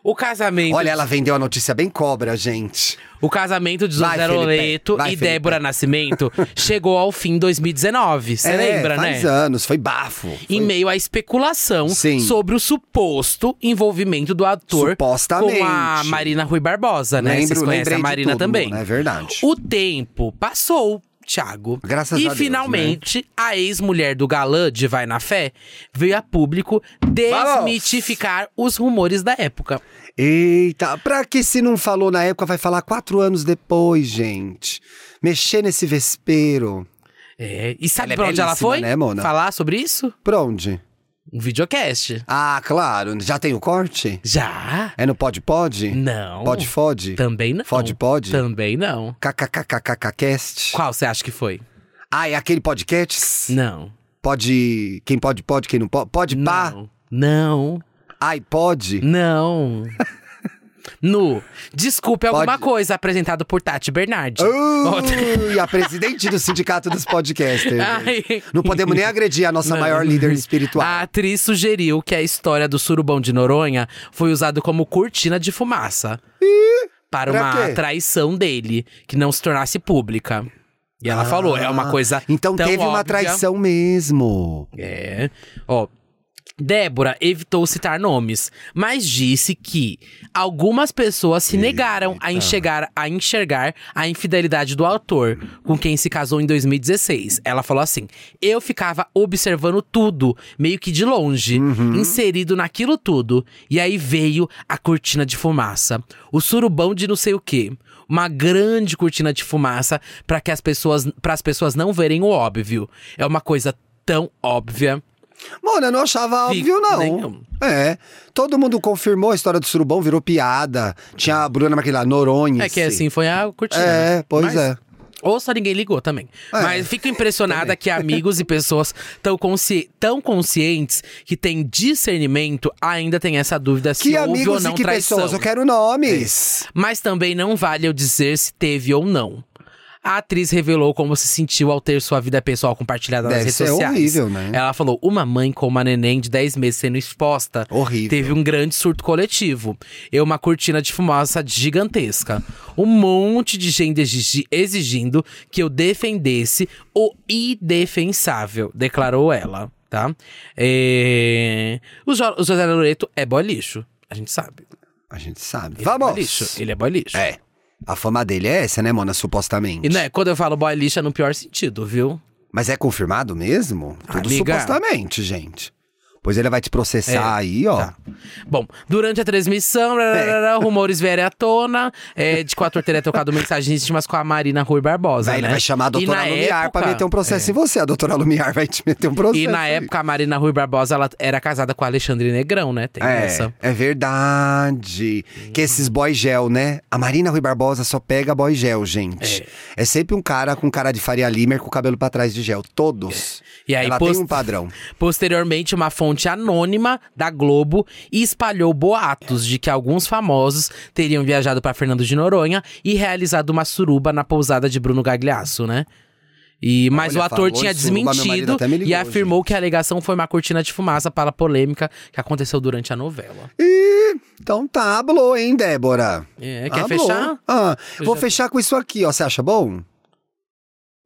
Speaker 4: O casamento.
Speaker 3: Olha, ela vendeu a notícia bem cobra, gente.
Speaker 4: O casamento de José
Speaker 3: Vai, Felipe,
Speaker 4: Loreto
Speaker 3: vai,
Speaker 4: e
Speaker 3: Felipe.
Speaker 4: Débora Nascimento chegou ao fim em 2019. Você
Speaker 3: é,
Speaker 4: lembra, né?
Speaker 3: faz anos, foi bafo.
Speaker 4: Em
Speaker 3: Foi
Speaker 4: meio à especulação
Speaker 3: Sim.
Speaker 4: sobre o suposto envolvimento do ator
Speaker 3: Supostamente.
Speaker 4: com a Marina Rui Barbosa, né?
Speaker 3: Lembro,
Speaker 4: Vocês conhecem
Speaker 3: lembrei
Speaker 4: a
Speaker 3: de
Speaker 4: Marina
Speaker 3: tudo,
Speaker 4: também.
Speaker 3: Mona, é verdade.
Speaker 4: O tempo passou, Thiago.
Speaker 3: Graças
Speaker 4: e
Speaker 3: a Deus, né?
Speaker 4: finalmente, a ex-mulher do galã de Vai na Fé veio a público desmitificar os rumores da época.
Speaker 3: Eita, pra que se não falou na época, vai falar quatro anos depois, gente? Mexer nesse vespeiro.
Speaker 4: É, E sabe
Speaker 3: Ela é
Speaker 4: pra onde ela
Speaker 3: belíssima,
Speaker 4: foi?
Speaker 3: né, Mona?
Speaker 4: Falar sobre isso?
Speaker 3: Pra onde?
Speaker 4: Um videocast.
Speaker 3: Ah, claro, já tem o corte?
Speaker 4: Já?
Speaker 3: É no Pod Pod?
Speaker 4: Não.
Speaker 3: Pod Fode?
Speaker 4: Também não.
Speaker 3: Fode Pod?
Speaker 4: Também não.
Speaker 3: KKKKKKcast?
Speaker 4: Qual você acha que foi?
Speaker 3: Ah, é aquele podcast?
Speaker 4: Não.
Speaker 3: Pode. Quem pode, pode, quem não pode? Pode pá?
Speaker 4: Não. Não.
Speaker 3: Ai, pode?
Speaker 4: Não. Nu, desculpe alguma
Speaker 3: Pode-
Speaker 4: coisa apresentado por Tati Bernardi.
Speaker 3: Ui, a presidente do Sindicato dos Podcasters.
Speaker 4: Ai.
Speaker 3: Não podemos nem agredir a nossa
Speaker 4: Não. Ah,
Speaker 3: maior líder espiritual.
Speaker 4: A atriz sugeriu que a história do surubão de Noronha foi usado como cortina de fumaça. para
Speaker 3: pra
Speaker 4: uma
Speaker 3: quê?
Speaker 4: traição dele, que não se tornasse pública. E ela falou, é uma coisa.
Speaker 3: Então
Speaker 4: tão
Speaker 3: teve uma
Speaker 4: óbvia.
Speaker 3: traição mesmo.
Speaker 4: É. Ó. Débora evitou citar nomes, mas disse que algumas pessoas se negaram a enxergar, a enxergar a infidelidade do autor, com quem se casou em 2016. Ela falou assim: Eu ficava observando tudo, meio que de longe,
Speaker 3: Uhum.
Speaker 4: inserido naquilo tudo. E aí veio a cortina de fumaça, o surubão de não sei o quê. Uma grande cortina de fumaça para que as pessoas, para as pessoas não verem o óbvio. É uma coisa tão óbvia.
Speaker 3: Mano, eu não achava
Speaker 4: Fico
Speaker 3: óbvio, não.
Speaker 4: nenhum.
Speaker 3: É. Todo mundo confirmou a história do surubão, virou piada. Tinha a Bruna Marquinhos lá, Noronha.
Speaker 4: É que assim foi a cortina.
Speaker 3: É, pois
Speaker 4: Mas-
Speaker 3: é.
Speaker 4: Ou só ninguém ligou também.
Speaker 3: É,
Speaker 4: Mas fico impressionada que amigos e pessoas tão, consci... tão conscientes que têm discernimento ainda tem essa dúvida se
Speaker 3: Que
Speaker 4: houve ou
Speaker 3: amigos
Speaker 4: não
Speaker 3: e que
Speaker 4: traição. É.
Speaker 3: pessoas, eu quero nomes.
Speaker 4: Mas também não vale eu dizer se teve ou não. A atriz revelou como se sentiu ao ter sua vida pessoal compartilhada nas
Speaker 3: Deve
Speaker 4: redes
Speaker 3: ser
Speaker 4: sociais. É
Speaker 3: horrível, né?
Speaker 4: Ela falou: uma mãe com uma neném de 10 meses sendo exposta
Speaker 3: Horrível.
Speaker 4: teve um grande surto coletivo. E uma cortina de fumaça gigantesca. Um monte de gente exigi- exigindo que eu defendesse o indefensável, declarou ela, tá? É... O, jo o José Loreto é boy lixo, a gente sabe.
Speaker 3: A gente sabe.
Speaker 4: Ele É boy
Speaker 3: Vamos!
Speaker 4: lixo. Ele é boy lixo.
Speaker 3: É. A fama dele é essa, né, Mona? Supostamente.
Speaker 4: E né, quando eu falo boy lixo é no pior sentido, viu?
Speaker 3: Mas é confirmado mesmo? Tudo
Speaker 4: Amiga.
Speaker 3: supostamente, gente. Pois ele vai te processar
Speaker 4: É,
Speaker 3: aí, ó.
Speaker 4: tá. Bom, durante a transmissão,
Speaker 3: É.
Speaker 4: rararara, rumores vieram à tona é, de quatro teria tocado mensagens íntimas com a Marina Rui Barbosa.
Speaker 3: Vai, ele
Speaker 4: né?
Speaker 3: vai chamar a
Speaker 4: E
Speaker 3: doutora
Speaker 4: na
Speaker 3: Lumiar pra
Speaker 4: época- É.
Speaker 3: meter um processo em você. A doutora Lumiar vai te meter um processo.
Speaker 4: E na
Speaker 3: aí.
Speaker 4: época, a Marina Rui Barbosa ela era casada com o Alexandre Negrão, né? Tem essa.
Speaker 3: É, é verdade. Que esses boy gel, né? A Marina Rui Barbosa só pega boy gel, gente. É, sempre um cara com cara de Faria Limer com o cabelo pra trás de gel. Todos.
Speaker 4: E aí,
Speaker 3: Ela
Speaker 4: post-
Speaker 3: tem um padrão.
Speaker 4: Posteriormente, uma fonte anônima da Globo espalhou boatos de que alguns famosos teriam viajado para Fernando de Noronha e realizado uma suruba na pousada de Bruno Gagliasso, né? E, mas
Speaker 3: Olha,
Speaker 4: o ator
Speaker 3: falou
Speaker 4: tinha
Speaker 3: em suruba, meu marido
Speaker 4: desmentido
Speaker 3: até me ligou,
Speaker 4: e afirmou que a alegação foi uma cortina de fumaça para a polêmica que aconteceu durante a novela.
Speaker 3: E... Então tá, ablou, hein, Débora?
Speaker 4: É, quer
Speaker 3: Ablou.
Speaker 4: fechar?
Speaker 3: Ah,
Speaker 4: Eu
Speaker 3: vou
Speaker 4: já-
Speaker 3: fechar com isso aqui, ó. Você acha bom?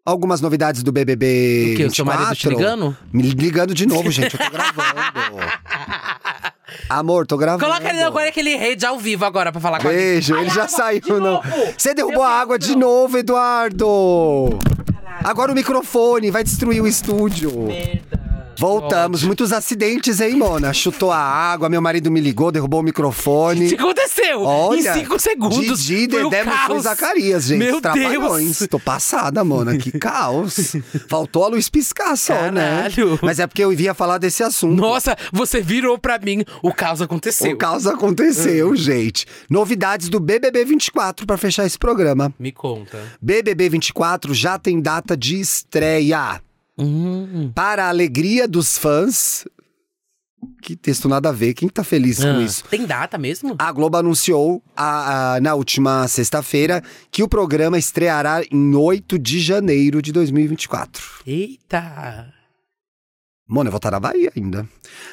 Speaker 3: Algumas novidades do BBB
Speaker 4: O que? O seu marido te
Speaker 3: 24?
Speaker 4: ligando?
Speaker 3: Me ligando de novo, gente. Eu tô gravando. Amor, tô gravando.
Speaker 4: Coloca ele agora aquele rede ao vivo agora pra falar com a gente.
Speaker 3: Beijo, ele já saiu, não.
Speaker 4: novo!
Speaker 3: Você derrubou a água de novo, Eduardo! Agora o microfone vai destruir o estúdio. Voltamos, muitos acidentes, hein, Mona? Chutou a água, meu marido me ligou, derrubou o
Speaker 4: O que
Speaker 3: microfone.
Speaker 4: aconteceu?
Speaker 3: Olha,
Speaker 4: em cinco segundos.
Speaker 3: Didi,
Speaker 4: foi o
Speaker 3: Dedé, Mussum e
Speaker 4: caos.
Speaker 3: Zacarias, gente.
Speaker 4: Meu
Speaker 3: Trapalhões.
Speaker 4: Deus.
Speaker 3: Tô passada, Mona, que caos. Faltou a luz piscar só, né?
Speaker 4: Caralho.
Speaker 3: Mas é porque eu ia falar desse assunto.
Speaker 4: Nossa, você virou pra mim. O caos aconteceu.
Speaker 3: O caos
Speaker 4: Hum.
Speaker 3: aconteceu, gente. Novidades do BBB 24 pra fechar esse programa.
Speaker 4: Me conta.
Speaker 3: BBB 24 já tem data de estreia.
Speaker 4: Hum.
Speaker 3: Para a alegria dos fãs. Que texto nada a ver, quem tá feliz com
Speaker 4: Ah,
Speaker 3: isso?
Speaker 4: Tem data mesmo?
Speaker 3: A Globo anunciou a- a- na última sexta-feira que o programa estreará em 8 de janeiro de 2024.
Speaker 4: Eita.
Speaker 3: Mano, eu vou estar na Bahia ainda.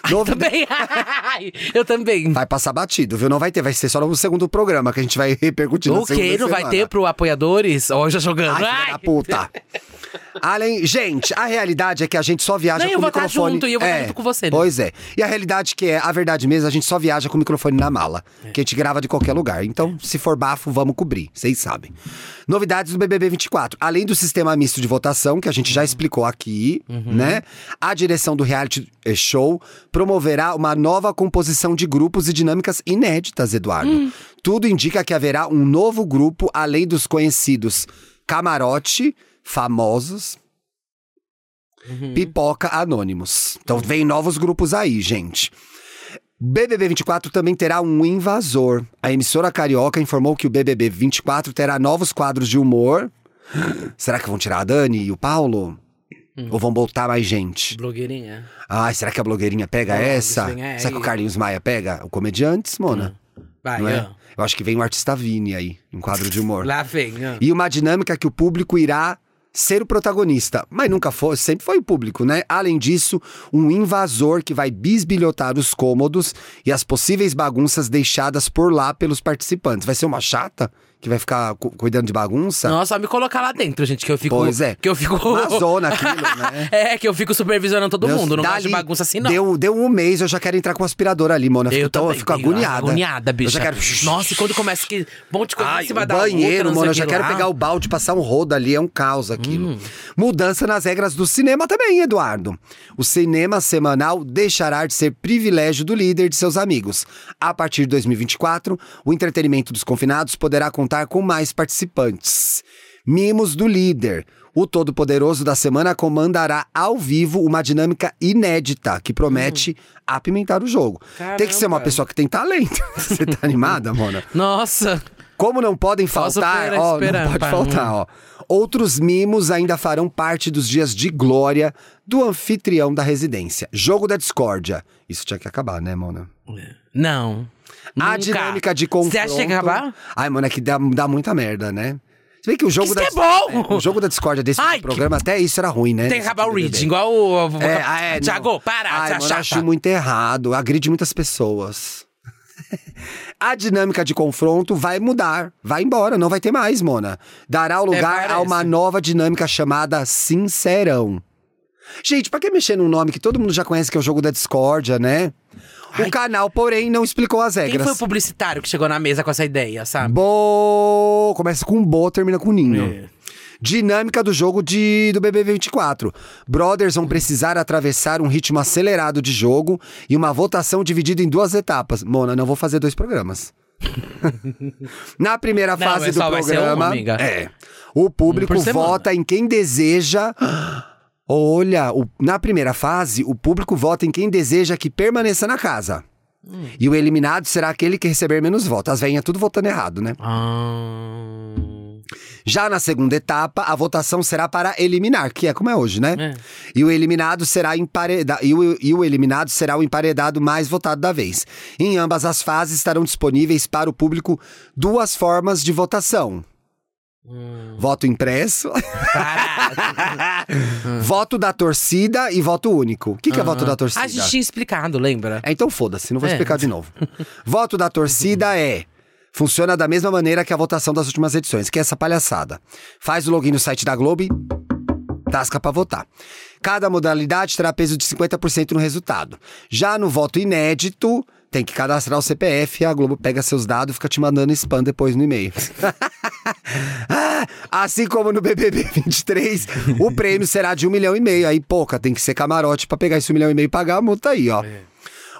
Speaker 3: Novidade-
Speaker 4: Também. Ai, Eu também.
Speaker 3: Vai passar batido, viu? Não vai ter, vai ser só no segundo programa que a gente vai repercutir na
Speaker 4: O que?
Speaker 3: segunda
Speaker 4: Não vai
Speaker 3: semana.
Speaker 4: ter pro apoiadores? Ó, já jogando.
Speaker 3: Ai, filha
Speaker 4: Ai.
Speaker 3: da puta. Além, gente, a realidade é que a gente só viaja
Speaker 4: Não,
Speaker 3: com
Speaker 4: eu
Speaker 3: o
Speaker 4: vou tá
Speaker 3: microfone.
Speaker 4: junto, e eu vou tá
Speaker 3: É,
Speaker 4: junto com você, né?
Speaker 3: Pois é. E a realidade que é, a verdade mesmo, a gente só viaja com o microfone na mala, que a gente grava de qualquer lugar. Então, se for bafo, vamos cobrir, vocês sabem. Novidades do BBB 24. Além do sistema misto de votação, que a gente já explicou aqui, né? A direção do reality eh, show promoverá uma nova composição de grupos e dinâmicas inéditas, Eduardo. Tudo indica que haverá um novo grupo além dos conhecidos Camarote, famosos,
Speaker 4: Uhum.
Speaker 3: Pipoca Anônimos. Então vem novos grupos aí, gente. BBB 24 também terá um invasor. A emissora carioca informou que o BBB 24 terá novos quadros de humor. Será que vão tirar a Dani e o Paulo? Ou vão botar mais gente?
Speaker 4: Blogueirinha.
Speaker 3: Ai, será que a blogueirinha pega
Speaker 4: Ah,
Speaker 3: essa?
Speaker 4: isso vem aí.
Speaker 3: Será que o Carlinhos Maia pega? O comediantes, Mona?
Speaker 4: Vai,
Speaker 3: Não é?
Speaker 4: ó.
Speaker 3: Eu acho que vem o artista Vini aí, um quadro de humor.
Speaker 4: Lá vem, ó.
Speaker 3: E uma dinâmica que o público irá ser o protagonista, mas nunca foi, sempre foi o público, né? Além disso, um invasor que vai bisbilhotar os cômodos e as possíveis bagunças deixadas por lá pelos participantes. Vai ser uma chata que vai ficar cu- cuidando de bagunça?
Speaker 4: Não, só me colocar lá dentro, gente, que eu fico.
Speaker 3: Pois é.
Speaker 4: Que eu fico.
Speaker 3: Uma zona aquilo, né?
Speaker 4: é, que eu fico supervisionando todo
Speaker 3: Deus,
Speaker 4: mundo. Não gosto de
Speaker 3: dali-
Speaker 4: bagunça assim, não.
Speaker 3: Deu, deu um mês, eu já quero entrar com o aspirador ali, mano. Eu fico, tão- eu
Speaker 4: também
Speaker 3: fico
Speaker 4: tenho,
Speaker 3: agoniada.
Speaker 4: Agoniada, bicho.
Speaker 3: Eu já quero...
Speaker 4: Nossa, e quando começa que. Bom te coisa em
Speaker 3: Ai,
Speaker 4: cima
Speaker 3: o
Speaker 4: da outra,
Speaker 3: banheiro,
Speaker 4: não sei
Speaker 3: mano, eu
Speaker 4: o
Speaker 3: já
Speaker 4: que
Speaker 3: quero
Speaker 4: lá. Hum.
Speaker 3: pegar o balde, passar um rodo ali, é um caos aquilo. Mudança nas regras do cinema também, Eduardo. O cinema semanal deixará de ser privilégio do líder e de seus amigos. A partir de 2024, o entretenimento dos confinados poderá contar com mais participantes. Mimos do líder. O Todo-Poderoso da Semana comandará ao vivo uma dinâmica inédita que promete apimentar o jogo. Tem que ser
Speaker 4: Hum.
Speaker 3: uma
Speaker 4: Caramba.
Speaker 3: pessoa que tem talento. Você tá animada, Mona?
Speaker 4: Nossa.
Speaker 3: Como não podem
Speaker 4: Posso
Speaker 3: faltar,
Speaker 4: esperar,
Speaker 3: ó,
Speaker 4: esperar,
Speaker 3: não pode
Speaker 4: pá. né?
Speaker 3: faltar, ó. Outros mimos ainda farão parte dos dias de glória do anfitrião da residência. Jogo da discórdia. Isso tinha que acabar, né, Mona?
Speaker 4: Não.
Speaker 3: A
Speaker 4: Nunca.
Speaker 3: dinâmica de confronto.
Speaker 4: Você acha que tem que acabar?
Speaker 3: Ai, Mona, é que dá, dá muita merda, né? Se bem que o jogo
Speaker 4: Isso
Speaker 3: da
Speaker 4: que é bom!
Speaker 3: É, o jogo da discórdia desse
Speaker 4: Ai, que-
Speaker 3: programa até isso era ruim, né?
Speaker 4: Tem que
Speaker 3: Nesse
Speaker 4: acabar o
Speaker 3: BBB.
Speaker 4: reading, igual o. o-
Speaker 3: É, ah, é,
Speaker 4: Thiago,
Speaker 3: não.
Speaker 4: para,
Speaker 3: Ai,
Speaker 4: você é
Speaker 3: mano,
Speaker 4: chata.
Speaker 3: acho muito errado. Agride muitas pessoas. A dinâmica de confronto vai mudar, vai embora, não vai ter mais, Mona. Dará o lugar a
Speaker 4: É, parece.
Speaker 3: uma nova dinâmica chamada Sincerão. Gente, pra que mexer num nome que todo mundo já conhece, que é o jogo da discórdia, né? O canal, porém, não explicou as
Speaker 4: Quem foi o
Speaker 3: regras.
Speaker 4: Tá. publicitário que chegou na mesa com essa ideia, sabe? É.
Speaker 3: Bo... Começa com Bo, termina com Ninho. Dinâmica do jogo de, do BB24. Brothers vão precisar atravessar um ritmo acelerado de jogo e uma votação dividida em duas etapas. Mona, não vou fazer dois programas. Na primeira
Speaker 4: Não,
Speaker 3: fase
Speaker 4: é só
Speaker 3: do
Speaker 4: vai ser um,
Speaker 3: programa,
Speaker 4: amiga.
Speaker 3: é, o público
Speaker 4: Um por semana.
Speaker 3: vota em quem deseja. Olha, o- na primeira fase, o público vota em quem deseja que permaneça na casa.
Speaker 4: Hum.
Speaker 3: E o eliminado será aquele que receber menos votos. As veinhas tudo votando errado, né?
Speaker 4: Ah.
Speaker 3: Já na segunda etapa, a votação será para eliminar, que é como é hoje, né?
Speaker 4: É.
Speaker 3: E o eliminado será empareda... e, o, e o eliminado será o emparedado mais votado da vez. Em ambas as fases estarão disponíveis para o público duas formas de votação.
Speaker 4: hum.
Speaker 3: Voto impresso, voto da torcida e voto único. O que, que é voto da torcida?
Speaker 4: A gente tinha explicado, lembra?
Speaker 3: É, então foda-se, não vou
Speaker 4: É.
Speaker 3: explicar de novo. Voto da torcida é. Funciona da mesma maneira que a votação das últimas edições, que é essa palhaçada. Faz o login no site da Globo, e tasca pra votar. Cada modalidade terá peso de 50% no resultado. Já no voto inédito, tem que cadastrar o CPF, a Globo pega seus dados e fica te mandando spam depois no e-mail. Ah, Assim como no BBB 23, o prêmio será de um milhão e meio. Aí, pouca, tem que ser camarote pra pegar esse um milhão e meio e pagar a multa aí, ó.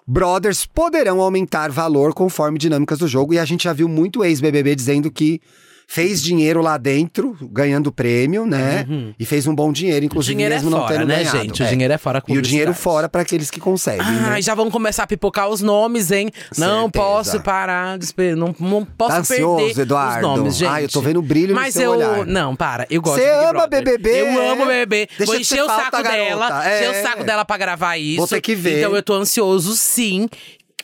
Speaker 3: Brothers poderão aumentar valor conforme dinâmicas do jogo. E a gente já viu muito ex-BBB dizendo que fez dinheiro lá dentro, ganhando prêmio, né? E fez um bom dinheiro,
Speaker 4: Uhum. O
Speaker 3: inclusive
Speaker 4: dinheiro é
Speaker 3: mesmo não
Speaker 4: fora,
Speaker 3: tendo
Speaker 4: né,
Speaker 3: ganhado.
Speaker 4: gente? O
Speaker 3: É.
Speaker 4: dinheiro é fora com
Speaker 3: E o dinheiro
Speaker 4: publicidade.
Speaker 3: fora pra aqueles que conseguem, né?
Speaker 4: Ai, é já vão começar a pipocar os nomes, hein? Não
Speaker 3: Certeza.
Speaker 4: posso parar de esperar. Não, não posso
Speaker 3: Tá ansioso,
Speaker 4: perder
Speaker 3: Eduardo?
Speaker 4: os nomes, gente.
Speaker 3: Ai, eu tô vendo o brilho no
Speaker 4: Mas
Speaker 3: seu
Speaker 4: eu...
Speaker 3: olhar.
Speaker 4: Não, para. Eu gosto
Speaker 3: Você
Speaker 4: de Big
Speaker 3: ama
Speaker 4: Brother.
Speaker 3: BBB,
Speaker 4: Eu
Speaker 3: é?
Speaker 4: amo BBB.
Speaker 3: Deixa
Speaker 4: Vou
Speaker 3: de ser
Speaker 4: encher o
Speaker 3: falta,
Speaker 4: saco
Speaker 3: garota.
Speaker 4: dela.
Speaker 3: É.
Speaker 4: Encher o saco dela pra gravar isso.
Speaker 3: ter que ver.
Speaker 4: Então eu tô ansioso, sim.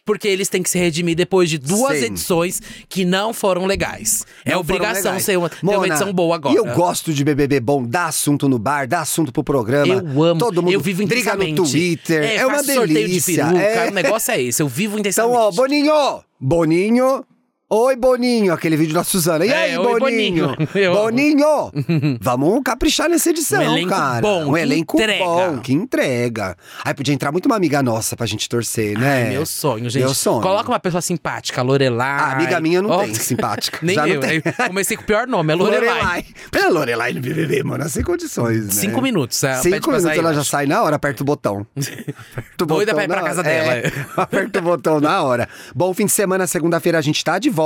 Speaker 4: Porque eles têm que se redimir depois de duas
Speaker 3: Sim.
Speaker 4: edições que não foram legais. é
Speaker 3: Não foram
Speaker 4: obrigação
Speaker 3: legais.
Speaker 4: ser uma, ter uma
Speaker 3: Mona,
Speaker 4: edição boa agora.
Speaker 3: E eu gosto de BBB bom, dá assunto no bar, dá assunto pro programa.
Speaker 4: Eu amo.
Speaker 3: Todo mundo
Speaker 4: eu vivo
Speaker 3: briga no
Speaker 4: intensamente.
Speaker 3: Twitter. É, uma
Speaker 4: faço
Speaker 3: delícia.
Speaker 4: sorteio de peruca.
Speaker 3: é.
Speaker 4: O negócio é esse. Eu vivo
Speaker 3: Então,
Speaker 4: intensamente.
Speaker 3: ó, Boninho! Boninho! Oi, Boninho! Aquele vídeo da Suzana. E
Speaker 4: É,
Speaker 3: aí,
Speaker 4: oi,
Speaker 3: Boninho?
Speaker 4: Boninho. Eu amo.
Speaker 3: Boninho! Vamos caprichar nessa edição,
Speaker 4: Um elenco
Speaker 3: cara.
Speaker 4: bom,
Speaker 3: um
Speaker 4: que
Speaker 3: elenco
Speaker 4: entrega.
Speaker 3: bom, que entrega. Aí podia entrar muito uma amiga nossa pra gente torcer, né?
Speaker 4: Ai, meu sonho, gente.
Speaker 3: Meu sonho.
Speaker 4: Coloca uma pessoa simpática, Lorelai.
Speaker 3: A amiga minha não
Speaker 4: Ó,
Speaker 3: tem, simpática.
Speaker 4: Nem
Speaker 3: Já não
Speaker 4: eu.
Speaker 3: tem.
Speaker 4: Eu Comecei com o pior nome, é Lorelai.
Speaker 3: Pela Lorelai no BBB, mano, sem condições, né?
Speaker 4: Cinco minutos. é, pede
Speaker 3: Cinco
Speaker 4: pra
Speaker 3: minutos
Speaker 4: sair,
Speaker 3: ela já
Speaker 4: acho.
Speaker 3: sai na hora, aperta o botão. Aperta o
Speaker 4: Doida
Speaker 3: botão
Speaker 4: pra ir pra
Speaker 3: na
Speaker 4: casa
Speaker 3: hora. É,
Speaker 4: dela.
Speaker 3: aperta o botão na hora. Bom fim de semana, segunda-feira a gente tá de volta.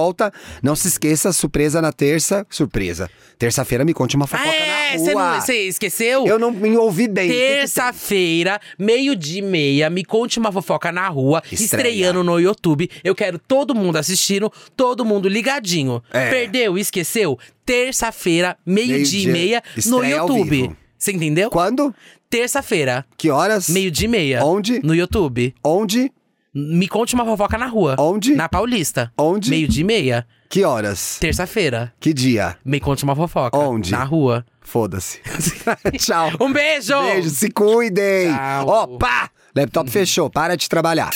Speaker 3: Não se esqueça, surpresa na terça. Surpresa. Terça-feira me conte uma fofoca
Speaker 4: Ah, é?
Speaker 3: na
Speaker 4: Você
Speaker 3: rua.
Speaker 4: não- Você esqueceu?
Speaker 3: Eu não me ouvi bem.
Speaker 4: Terça-feira, meio-dia e meia, me conte uma fofoca na rua,
Speaker 3: Estreia.
Speaker 4: estreando no YouTube. Eu quero todo mundo assistindo, todo mundo ligadinho.
Speaker 3: É.
Speaker 4: Perdeu, esqueceu? Terça-feira, meio-dia
Speaker 3: Meio-dia,
Speaker 4: e meia, no
Speaker 3: estreia ao
Speaker 4: YouTube.
Speaker 3: vivo.
Speaker 4: Você entendeu?
Speaker 3: Quando?
Speaker 4: Terça-feira,
Speaker 3: Que horas?
Speaker 4: meio-dia e meia.
Speaker 3: Onde?
Speaker 4: No YouTube.
Speaker 3: Onde?
Speaker 4: Me conte uma fofoca na rua.
Speaker 3: Onde?
Speaker 4: Na Paulista.
Speaker 3: Onde?
Speaker 4: Meio-dia e meia.
Speaker 3: Que horas?
Speaker 4: Terça-feira.
Speaker 3: Que dia?
Speaker 4: Me conte uma fofoca.
Speaker 3: Onde?
Speaker 4: Na rua.
Speaker 3: Foda-se. Tchau.
Speaker 4: Um beijo!
Speaker 3: Beijo, se cuidem.
Speaker 4: Tchau.
Speaker 3: Ó, pá! Laptop fechou, para de trabalhar.